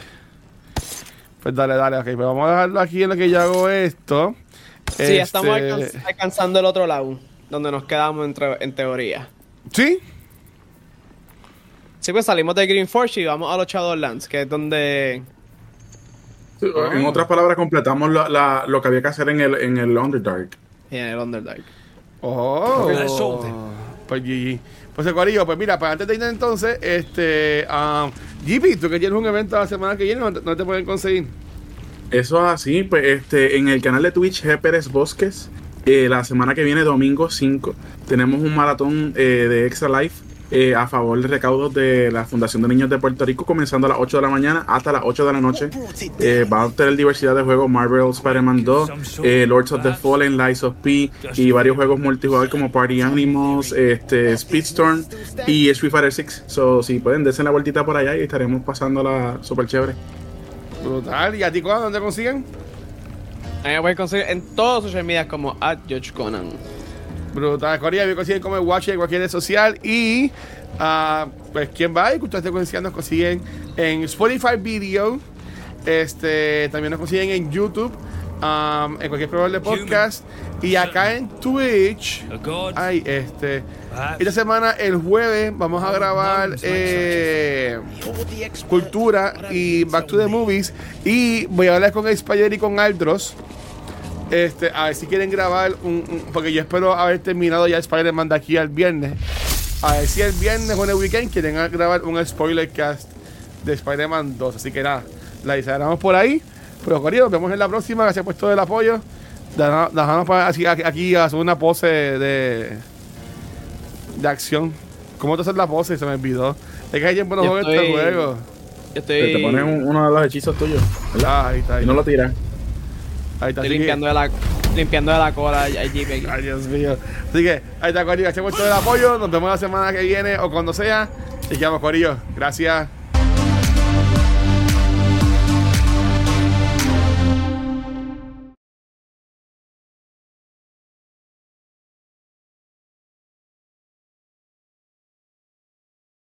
A: Pues dale, dale, ok. Pues vamos a dejarlo aquí en lo que yo hago esto.
B: Sí, ya estamos
A: Este,
B: alcanz- alcanzando el otro lado, donde nos quedamos en, tre- en teoría.
A: ¿Sí?
B: Sí, pues salimos de Green Forge y vamos a los Shadowlands, que es donde.
C: En otras palabras, completamos la- la- lo que había que hacer en el, en el Underdark.
B: Y en el Underdark.
A: Oh.
C: Ok, resolved.
A: Pues GG. Pues Corillo, pues mira, para antes de ir entonces, este. ah, GP, tú que tienes un evento la semana que viene, no te, no te pueden conseguir.
C: Eso es así, pues este, en el canal de Twitch G. Pérez Bosques, eh, la semana que viene, domingo 5, tenemos un maratón eh, de Extra Life eh, a favor de recaudos de la Fundación de Niños de Puerto Rico, comenzando a las 8 de la mañana hasta las 8 de la noche. Eh, va a tener diversidad de juegos, Marvel, Spider-Man 2, eh, Lords of the Fallen, Lies of P y varios juegos multijugador como Party Animals, este, Speedstorm y Street Fighter 6. So, si pueden, dense la vueltita por allá y estaremos pasándola súper chévere.
A: Brutal. ¿Y a ti cuándo? ¿Dónde consiguen?
B: Ahí me pueden conseguir en todos sus social medias como at George Conan.
A: Brutal, Corillo, me consiguen como el Watcher en cualquier red social. Y, ah, pues, ¿quién va? Y ustedes consiguen, nos consiguen en Spotify Video. Este, también nos consiguen en YouTube, ah, en cualquier programa de podcast. Y acá en Twitch. Ay, este. Esta semana, el jueves, vamos a grabar eh, Cultura y Back to the Movies. Y voy a hablar con Spider y con Aldros. Este, a ver si quieren grabar un, un- Porque yo espero haber terminado ya Spider-Man de aquí al viernes. A ver si el viernes o en el weekend quieren a- grabar un spoiler cast de Spider-Man 2. Así que nada, la desagradamos por ahí. Pero corrido, nos vemos en la próxima. Gracias por todo el apoyo. Dejamos para así, aquí, aquí a hacer una pose de, de acción. ¿Cómo te haces la pose? Se me olvidó. Es que hay tiempo no
B: Yo
A: juego este
B: estoy-
A: juego.
B: Yo
C: Te, te pones un- uno de los hechizos tuyos.
A: ¿verdad? Ah, ahí está.
C: Y no lo tiras.
A: Ahí está.
B: Estoy
A: así que-
B: limpiando de la, limpiando de la cola a JP aquí.
A: Ay, Dios mío. Así que, ahí está, Corillo. Gracias por todo el apoyo. Nos vemos la semana que viene o cuando sea. Chequeamos, Corillo. Gracias.